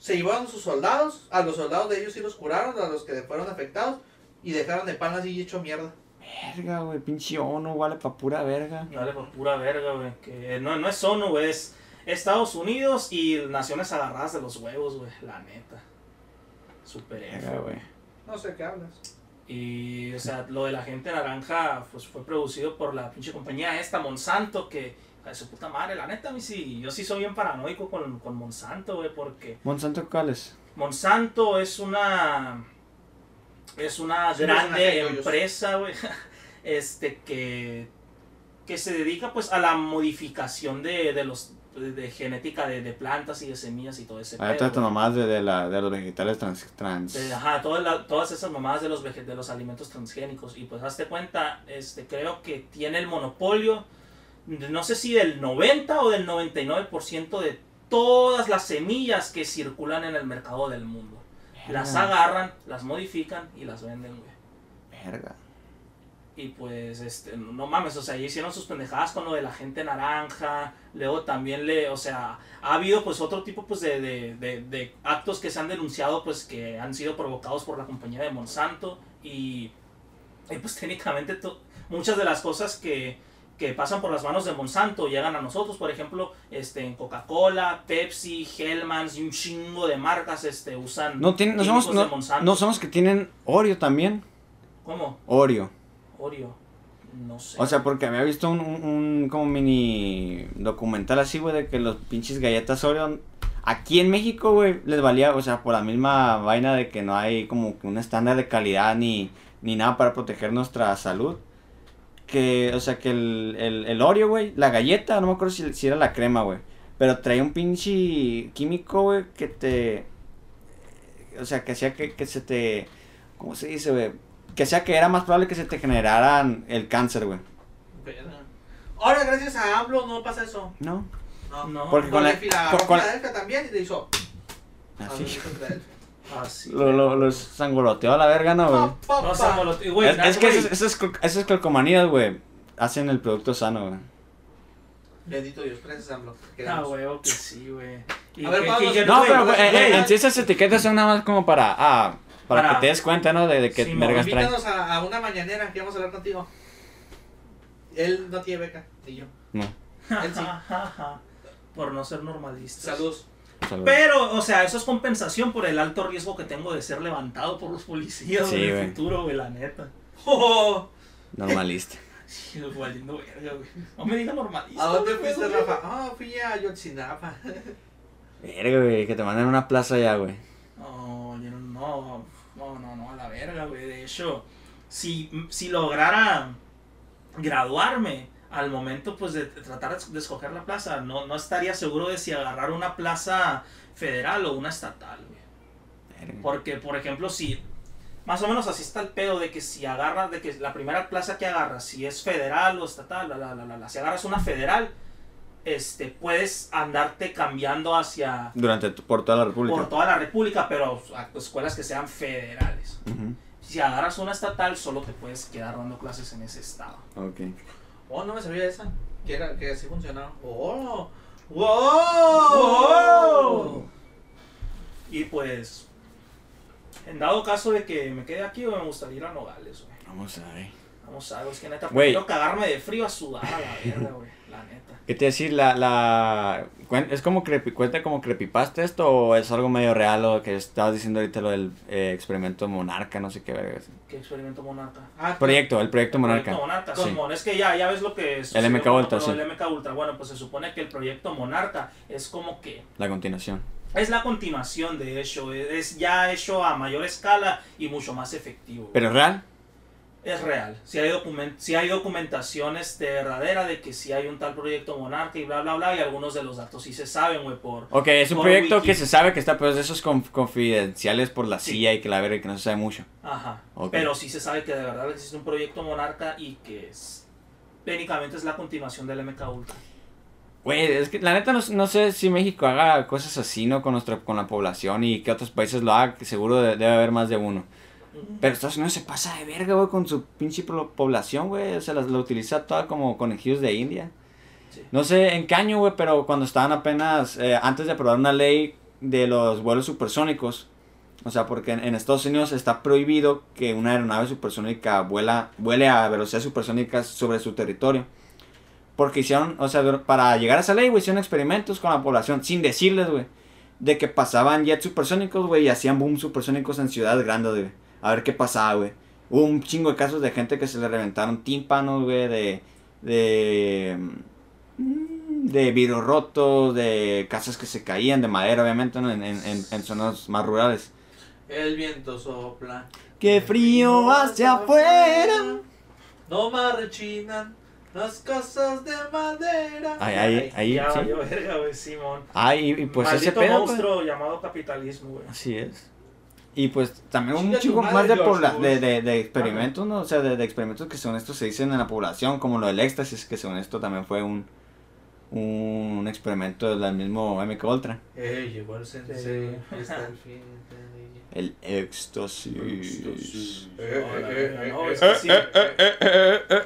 B: Se llevaron sus soldados, a los soldados de ellos sí los curaron, a los que fueron afectados, y dejaron de pan así hecho mierda.
A: Verga, güey. Pinche ONU vale pa' pura verga.
C: Dale por pura verga, güey. Que no, no es ONU, güey. Es Estados Unidos y naciones agarradas de los huevos, güey. La neta. Super
A: Verga,
C: F.
A: güey.
B: No sé qué hablas.
C: Y, o sea, lo de la gente naranja pues, fue producido por la pinche compañía esta, Monsanto, que. A su puta madre, la neta, a mí sí. Yo sí soy bien paranoico con, con Monsanto, güey, porque
A: Monsanto Cales.
C: Monsanto es una. Es una
B: Es un personaje
C: grande
B: de yoyos.
C: empresa, güey. Este que. Que se dedica pues a la modificación de, de los. de, de genética de, de plantas y de semillas y todo ese
A: Hay
C: Este pedo,
A: otras
C: güey.
A: nomás de, de, la, de los vegetales trans. trans.
C: De- ajá, todas la- todas esas mamadas de los, vege- de los alimentos transgénicos. Y pues hazte cuenta, este, creo que tiene el monopolio, de- no sé si del 90 o del 99% de todas las semillas que circulan en el mercado del mundo. Las agarran, las modifican y las venden, güey.
A: Verga.
C: Y pues, este, no mames, o sea, ya hicieron sus pendejadas con lo de la gente naranja, luego también le, o sea, ha habido pues otro tipo pues de, de, de- de actos que se han denunciado pues que han sido provocados por la compañía de Monsanto y, y, pues técnicamente to- muchas de las cosas que, que pasan por las manos de Monsanto llegan a nosotros, por ejemplo, este, en Coca-Cola, Pepsi, Hellman's y un chingo de marcas este, usan
A: No, tienen, no, somos,
C: químicos de
A: no,
C: Monsanto.
A: no somos que tienen Oreo también.
C: ¿Cómo?
A: Oreo.
C: Oreo. No sé.
A: O sea, porque había visto un, un, un como mini documental así, güey, de que los pinches galletas Oreo Aquí en México, güey, les valía, o sea, por la misma vaina de que no hay como que un estándar de calidad ni, ni nada para proteger nuestra salud. Que, o sea, que el, el, el Oreo, güey, la galleta, no me acuerdo si, si era la crema, güey. Pero traía un pinche químico, güey, que te... O sea, que hacía que, que se te... ¿Cómo se dice, güey? Que hacía que era más probable que se te generaran el cáncer, güey.
B: Verga. Ahora, gracias a AMLO, no pasa eso.
A: ¿No?
B: No,
C: No.
A: Porque con la-
B: Fila- Filadelfia
A: con- con-
B: también y le hizo.
A: Así.
B: Ah, Filadelfia.
C: Así.
A: Lo, lo, lo sangoloteó a la verga, ¿no, güey?
B: Pa, pa,
C: Ah, No,
B: pa.
C: Samuel, y, güey,
A: es, es que
C: güey,
A: esas, esas, cro- esas calcomanías, güey, hacen el producto sano, güey.
B: Bendito Dios, gracias AMLO.
C: Ah,
B: Quedamos.
C: güey, ok, sí, güey. Y
B: A ver,
C: que-
B: Pablo,
C: que-
B: No,
A: No,
B: güey,
A: pero
B: güey,
A: güey, eh,
B: güey.
A: eh, en sí esas etiquetas son nada más como para, ah, para,
C: Para-
A: que te des cuenta, ¿no? De, de que
C: Simón.
A: vergas trae.
B: Invítanos a, a una mañanera que vamos a hablar contigo. Él no tiene beca, ni yo.
A: No,
B: Él sí.
C: Por no ser normalista.
B: Saludos.
A: salud.
C: Pero, o sea, eso es compensación por el alto riesgo que tengo de ser levantado por los policías
A: Sí,
C: güey, en el
A: güey.
C: futuro, güey, la neta.
B: Oh,
A: normalista.
C: Sí, valiendo verga, güey. No me diga normalista.
B: ¿A dónde
C: güey,
B: fuiste,
C: güey.
B: Rafa? Ah, fui a Yotzinapa.
A: Verga, güey, que te mandan a una plaza ya, güey.
C: No, yo no, no, no, no, no, a la verga, güey. De hecho, si, si lograra graduarme al momento, pues, de tratar de escoger la plaza, no, no estaría seguro de si agarrar una plaza federal o una estatal, güey.
A: Verga.
C: Porque, por ejemplo, si más o menos así está el pedo de que si agarras, de que la primera plaza que agarras, si es federal o estatal, la, la, la, la, la, si agarras una federal, este, puedes andarte cambiando hacia
A: Durante, tu- por toda la república.
C: por toda la república, pero a escuelas que sean federales.
A: Ujú,
C: Si agarras una estatal, solo te puedes quedar dando clases en ese estado.
A: Ok.
B: Oh, no me sabía esa. Que, era, que así funcionaba. Oh. ¡Wow!
C: ¡Wow! Y pues, en dado caso de que me quede aquí, güey, me gustaría ir a Nogales, güey.
A: Vamos a ver.
C: Vamos a ver, es que neta,
A: Güey.
C: prefiero cagarme de frío a sudar a la verga, güey. La neta.
A: ¿Qué te decir? La, la... cuen- ¿Es como creepy, cuenta como creepypasta esto o es algo medio real o que estabas diciendo ahorita lo del eh, experimento monarca, no sé qué verga?
C: Qué experimento monarca.
B: Ah,
A: Proyecto, el proyecto monarca.
C: Proyecto Monarca,
A: Sí.
C: Simón. Es que ya, ya ves lo que es.
A: MK Ultra, sí.
C: El MK Ultra. Bueno, pues se supone que el proyecto Monarca es como que
A: La continuación.
C: Es la continuación de hecho, es ya hecho a mayor escala y mucho más efectivo.
A: ¿Pero es real?
C: es real, si hay, document si hay documentación este, verdadera de que si hay un tal proyecto monarca y bla, bla, bla, y algunos de los datos sí se saben, güey, por...
A: Ok, es un
C: Por
A: proyecto
C: wiki.
A: que se sabe que está, pero es de esos conf- confidenciales por la
C: Sí.
A: CIA y que la verga y que no se sabe mucho.
C: Ajá.
A: Ok.
C: Pero sí se sabe que de verdad existe un proyecto monarca y que es... Técnicamente es la continuación del MK Ultra.
A: Güey, es que la neta no, no sé si México haga cosas así, ¿no? Con, nuestra, con la población y que otros países lo hagan, que seguro de- debe haber más de uno. Pero Estados Unidos se pasa de verga, güey, con su pinche pro- población, güey. O sea, la, la utiliza toda como conejillos de India.
C: Sí.
A: No sé, en caño, güey, pero cuando estaban apenas, eh, antes de aprobar una ley de los vuelos supersónicos, o sea, porque en, en Estados Unidos está prohibido que una aeronave supersónica vuela, vuele a velocidades supersónicas sobre su territorio. Porque hicieron, o sea, dur- para llegar a esa ley, güey, hicieron experimentos con la población, sin decirles, güey, de que pasaban jets supersónicos, güey, y hacían boom supersónicos en ciudades grandes, güey. A ver qué pasaba, güey. Hubo un chingo de casos de gente que se le reventaron tímpanos, güey, de. de. mm, de vidrios rotos, de casas que se caían, de madera, obviamente, ¿no? en, en- en- en zonas más rurales.
B: El viento sopla.
A: ¡Qué frío hacia afuera!
B: No marchinan las casas de madera.
A: Ay, ay, ahí,
C: ya
A: sí.
C: valió verga, güey, Simón.
A: Ay, y- y pues ese
C: Maldito
A: pedo. güey.
C: monstruo llamado capitalismo, güey.
A: Así es. Y pues también un
B: Chinga tu
A: chico
B: madre,
A: más de,
B: George
A: pobla-
B: Bush.
A: de, de- de experimentos, ¿no? O sea, de, de experimentos que según esto se dicen en la población, como lo del éxtasis, que según esto también fue un, un experimento del mismo MK Ultra.
B: Eh, llegó el sensei. Está el fin.
A: El éxtasis.
B: Eh, eh, eh,
C: No,
B: eh,
C: es que
B: eh,
C: sí.
B: eh, eh, eh.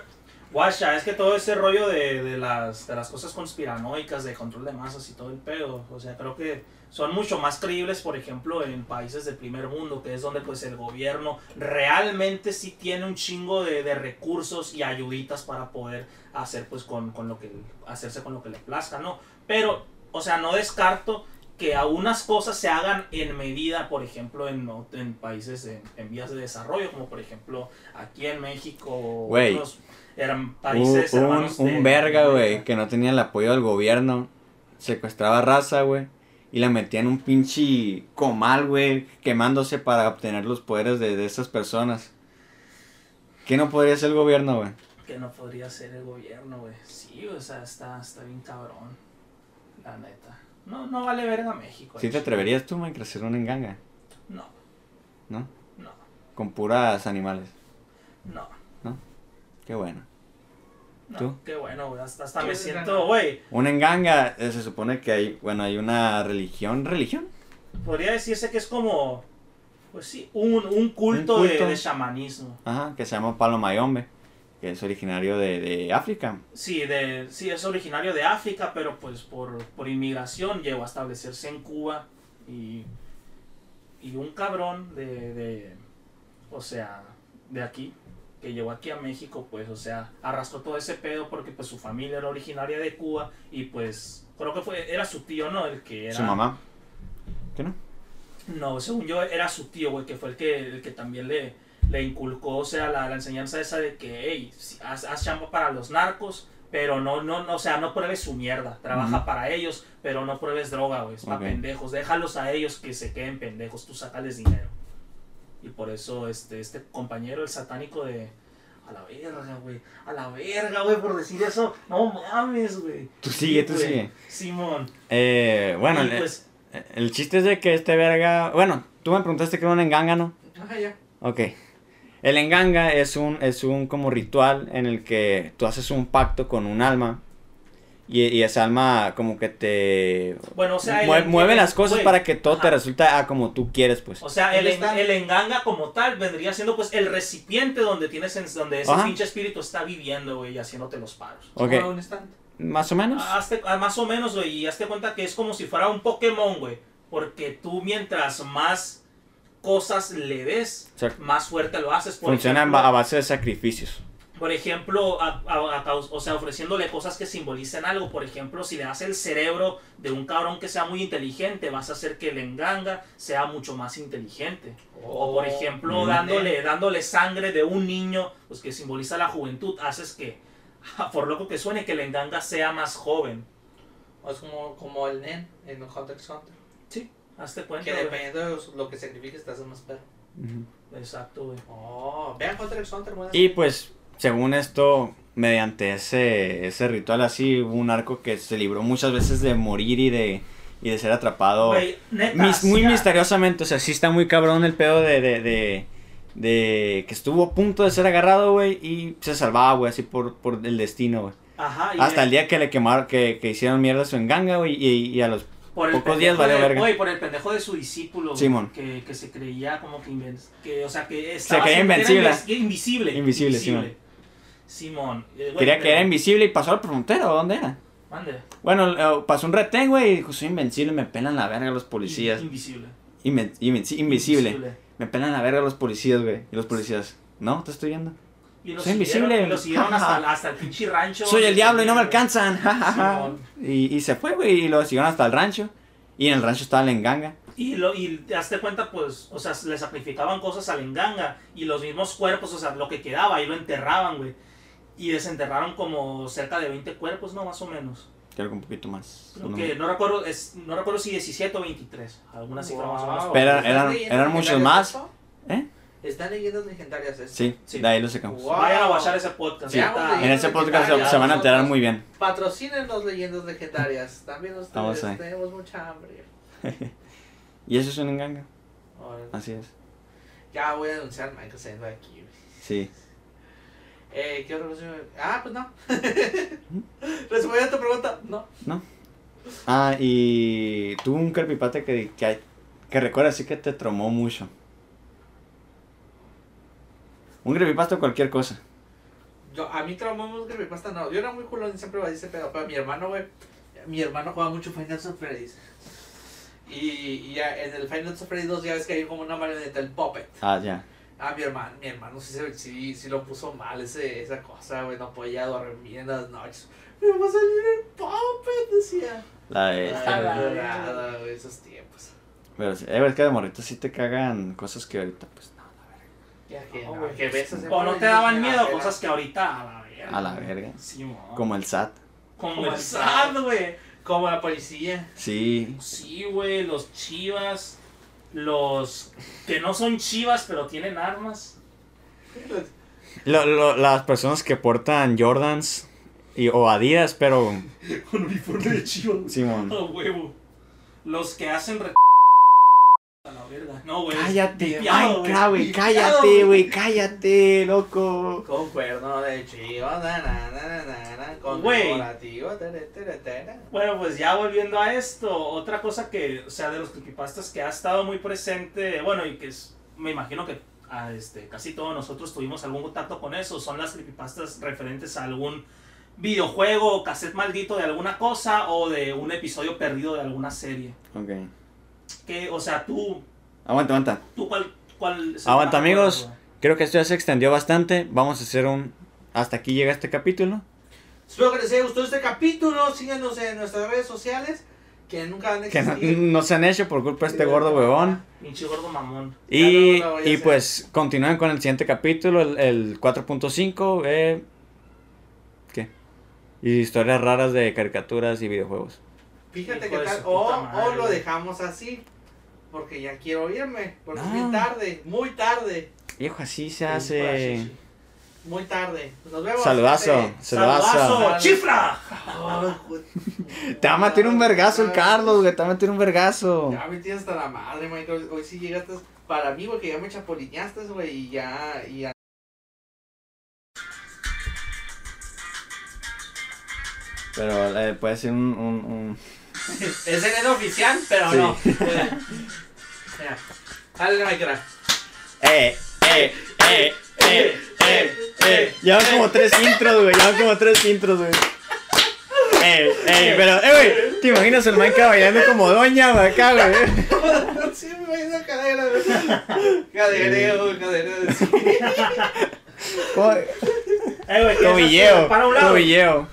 C: Guacha, es que todo ese rollo de, de las, de las cosas conspiranoicas, de control de masas y todo el pedo, o sea, creo que son mucho más creíbles, por ejemplo, en países del primer mundo, que es donde pues el gobierno realmente sí tiene un chingo de, de recursos y ayuditas para poder hacer pues con, con lo que, hacerse con lo que le plazca, ¿no? Pero, o sea, no descarto que algunas cosas se hagan en medida, por ejemplo, en, ot- en países en, en vías de desarrollo, como por ejemplo aquí en México o
A: Güey.
C: otros eran
A: Un,
C: países
A: un,
C: hermanos de-
A: un verga,
C: de-
A: güey, que no tenía el apoyo del gobierno. Secuestraba raza, güey. y la metía en un pinche comal, güey, quemándose para obtener los poderes de, de esas personas. ¿Qué no podría hacer el gobierno, güey?
C: Que no podría ser el gobierno, güey. Sí, o sea, está, está bien cabrón. La neta. No, no vale verga México.
A: ¿Sí te
C: eh.
A: atreverías tú, güey, a crecer una enganga?
C: No,
A: ¿No?
C: no,
A: Con puras animales.
C: no.
A: Qué bueno.
C: no.
A: ¿Tú?
C: Qué bueno, güey. Hasta, hasta
B: Qué
C: me
B: verga,
C: siento,
B: ¿no?
C: güey.
A: Una enganga, eh, se supone que hay, bueno, hay una religión, religión,
C: Podría decirse que es como. Pues sí, un, un culto, de-
A: culto.
C: De, chamanismo.
A: ajá, que se llama Palo Mayombe, que es originario de, de África.
C: Sí, de, sí, es originario de África, pero pues por, por inmigración llegó a establecerse en Cuba. Y, y un cabrón de, de- O sea, de aquí, que llegó aquí a México, pues, o sea, arrastró todo ese pedo porque pues su familia era originaria de Cuba y pues creo que fue, era su tío, ¿no? El que era...
A: Su mamá. ¿Qué no?
C: No, según yo era su tío, güey, que fue el que, el que también le, le inculcó, o sea, la, la enseñanza esa de que, hey, haz, haz chamba para los narcos, pero no, no, no, o sea, no pruebes su mierda, trabaja
A: Ujú.
C: para ellos, pero no pruebes droga, güey, es para
A: Ok.
C: pendejos, déjalos a ellos que se queden pendejos, tú sacales dinero. Y por eso este, este compañero, el satánico de... A la verga, güey. A la verga, güey, por decir eso. No mames, güey.
A: Tú sigue, tú
C: Güey,
A: sigue.
C: Simón.
A: Eh, bueno,
C: Y,
A: le-
C: pues,
A: El chiste es de que este verga. Bueno, tú me preguntaste que era un enganga, ¿no?
B: Ah, ya.
A: Ok. El enganga es un, es un como ritual en el que tú haces un pacto con un alma. Y, y esa alma como que te
C: bueno, o sea... el-
A: mue- mueve las cosas
C: güey,
A: para que todo te
C: ajá.
A: resulta a como tú quieres, pues.
C: O sea, el,
B: ¿Dónde están?
C: el enganga como tal vendría siendo pues el recipiente donde tienes en- donde ese
A: Ajá.
C: pinche espíritu está viviendo, güey, y haciéndote los paros.
A: Ok,
B: Como un stand.
A: más o menos.
C: Hazte- ah, más o menos, güey, y hazte cuenta que es como si fuera un Pokémon, güey, porque tú mientras más cosas le des,
A: Exacto.
C: más fuerte lo haces. Por
A: Funciona en
C: ejemplo,
A: ba- a base de sacrificios.
C: por ejemplo, a- a- a caus- o sea, ofreciéndole cosas que simbolicen algo. Por ejemplo, si le das el cerebro de un cabrón que sea muy inteligente, vas a hacer que el enganga sea mucho más inteligente. O
B: Oh.
C: por ejemplo,
A: Mm.
C: dándole, dándole sangre de un niño, pues que simboliza la juventud, haces que, por loco que suene, que el enganga sea más joven.
B: O es como, como el Nen en Hunter x Hunter.
C: Sí, hazte cuenta.
B: Que
C: güey.
B: dependiendo de los- lo que sacrifiques, te haces más perro.
A: Ujú.
C: Exacto, güey.
B: Oh, vean Hunter x Hunter, buenas.
A: Y pues, según esto, mediante ese, ese ritual así, hubo un arco que se libró muchas veces de morir y de, y de ser atrapado.
C: Güey, neta, ah.
A: Mis- muy
C: hacía-
A: misteriosamente, o sea, sí está muy cabrón el pedo de, de, de, de que estuvo a punto de ser agarrado, güey, y se salvaba, güey, así por, por el destino, güey.
C: Ajá, y
A: Hasta
C: de-
A: el día que le quemaron, que, que hicieron mierda su enganga, güey, y, y a los...
C: por el
A: pocos
C: pendejo
A: días valió
C: de-
A: verga.
C: güey, por el pendejo de su discípulo, güey,
A: Simón.
C: que, que se creía como que, inven- que o sea, que estaba
A: creía
C: siempre-
A: invencible.
C: era inves- invisible.
A: Invisible,
C: Simón. Eh, güey,
A: Quería que
C: pero-
A: era invisible y pasó al frontero, ¿dónde era?
C: Mande.
A: Bueno, eh, pasó un retén, güey, y dijo, soy invencible, me pelan la verga los policías.
C: Invisible.
A: Inven- invenci- invisible. Me pelan la verga los policías, güey. Y los policías, no, te estoy viendo.
C: Y lo
A: Soy
C: siguieron,
A: invisible.
C: y lo siguieron hasta, hasta el pinche rancho.
A: Soy el diablo y no me alcanzan.
C: Simón.
A: y, y se fue, güey, y lo siguieron hasta el rancho. Y en el rancho estaba la enganga.
C: Y, lo, y te das cuenta, pues, o sea, le sacrificaban cosas al enganga. Y los mismos cuerpos, o sea, lo que quedaba, ahí lo enterraban, güey. Y desenterraron como cerca de 20 cuerpos, ¿no? Más o menos.
A: Creo que un poquito más.
C: Creo
A: uno-
C: que, no recuerdo, es, no recuerdo si 17 o 23. Alguna cifra más o menos.
B: Wow.
A: Pero eran-
B: ¿Están
A: eran-
B: leyendo
A: eran muchos
B: legendarias
A: más.
B: esto?
A: ¿Eh?
B: Están leyendas legendarias esto.
A: Sí,
C: Sí.
A: de ahí lo sacamos.
B: Wow.
C: Vayan a watchar ese podcast.
A: Sí.
C: ya está.
B: Vamos a
A: En
B: ir.
A: ese podcast se, se van a enterar muy bien.
B: Patrocínenos leyendas legendarias. También ustedes
A: Vamos ahí.
B: tenemos mucha hambre.
A: Y eso es un enganga.
B: Ahora,
A: Así es.
B: Ya voy a denunciar a Michael Sendo aquí. güey.
A: Sí.
B: Eh, ¿Qué otra cosa? Ah, pues no.
A: ¿Mm?
B: Respondiendo a tu pregunta, no.
A: Ah, y tuvo un carpipate que, que, hay- que recuerda así que te tromó mucho. Un creepypasta o cualquier cosa.
B: Yo, a mí traumamos creepypasta, no. Yo era muy culón y siempre decir ese pedo. Pero mi hermano, güey. Mi hermano jugaba mucho Final Fantasy Freddy's. Y, y ya en el Final Fantasy Freddy's 2 ya ves que hay como una marioneta, el Puppet.
A: Ah, ya.
B: Ah, mi hermano, mi hermano sí, se- sí, sí lo puso mal ese, esa cosa, güey. No podía dormir en las noches. Me va a salir el Puppet, decía.
A: La de esta,
B: Ah,
A: güey.
B: la verdad, güey, esos tiempos.
A: Pero sí, eh, güey, es que de morrito sí te cagan cosas que ahorita, pues no, la verga.
B: Ya que,
C: No,
B: no,
C: güey.
B: que ves ese
C: O no
B: pedo
C: te
B: y
C: daban
B: dices,
C: miedo,
B: "Ah,
C: cosas que ahorita a la verga.
A: A la verga.
C: Sí, mo.
A: Como el SAT.
C: Como
B: Como
C: el
B: el
C: SAT, güey.
B: pela". Como la policía.
A: Sí.
C: Sí, güey, los chivas, los que no son chivas pero tienen armas.
A: Lo- lo- las personas que portan Jordans y, o Adidas, pero.
C: Con uniforme de chivas.
A: Simón.
C: A huevo. Los que hacen re... A la verga. No, güey. es
A: Cállate,
C: vipiado, güey.
A: Minecraft, güey.
B: Vipiado,
A: Cállate,
B: güey.
A: güey. Cállate, loco.
B: Con cuerno de chivas, na, na, na, na, na, con
C: Güey.
B: decorativo, tere, tere, tere.
C: Bueno, pues ya volviendo a esto, otra cosa que, o sea, de los creepypastas que ha estado muy presente, bueno, y que es, me imagino que ah, este, casi todos nosotros tuvimos algún contacto con eso, son las creepypastas referentes a algún videojuego o cassette maldito de alguna cosa o de un episodio perdido de alguna serie.
A: Ok.
C: Que, o sea, tú,
A: Aguanta, aguanta.
C: tú cuál... cuál
A: Aguanta,
C: cuál-
A: amigos. Creo que esto ya se extendió bastante. Vamos a hacer un. Hasta aquí llega este capítulo.
B: Espero que les haya gustado este capítulo. Síganos en nuestras redes sociales que nunca han
A: Que no, Mm.
B: existido.
A: no se han hecho por culpa de este gordo huevón.
C: Pinche gordo mamón.
A: Y,
B: Ya no lo voy a
A: y
B: hacer.
A: pues continúen con el siguiente capítulo, el, el 4.5. Eh, ¿Qué? Y historias raras de caricaturas y videojuegos.
B: Fíjate
C: Hijo
B: que
C: de
B: tal.
C: su
B: O,
C: puta madre,
B: o lo
C: güey.
B: dejamos así. Porque ya quiero irme. Porque es
A: No.
B: muy tarde, muy tarde,
A: Viejo, así se
C: Por
A: hace.
C: así, sí.
B: muy tarde. Nos vemos.
A: Saludazo,
B: gente.
A: saludazo.
C: Saludazo, chifra.
B: Ah, güey.
A: Te va a meter un vergazo el
B: Ah,
A: Carlos, güey. Te va a meter un vergazo.
B: Ya me tienes hasta la madre, Michael. Hoy sí llegaste para mí, porque ya me chapolineaste, güey, y ya, y ya.
A: Pero eh, puede ser un. un- un-
B: Es enero oficial, pero
A: Sí.
B: no. Mira, dale, Michael.
A: Eh, eh, eh, eh, eh, eh. Llevan como tres intros, güey. Llevan como tres intros, güey. Eh, eh, pero, eh, güey. ¿Te imaginas el Minecraft bailando como doña, güey? Acá, güey.
C: Eh,
B: Sí, me imagino cadera, güey.
A: Eh.
B: Cadereo, cadereo. sí.
A: ¿Cómo?
C: Eh, güey, ¿qué es eso?
A: Tobilleo.
C: Para un lado.
A: Tobilleo.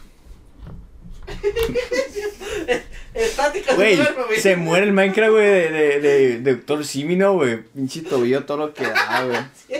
B: Estática,
A: Güey,
B: duerme, güey.
A: se muere el Minecraft, güey, de, de, de, de Doctor Simino, güey. Pinche tobillo todo lo que da, güey.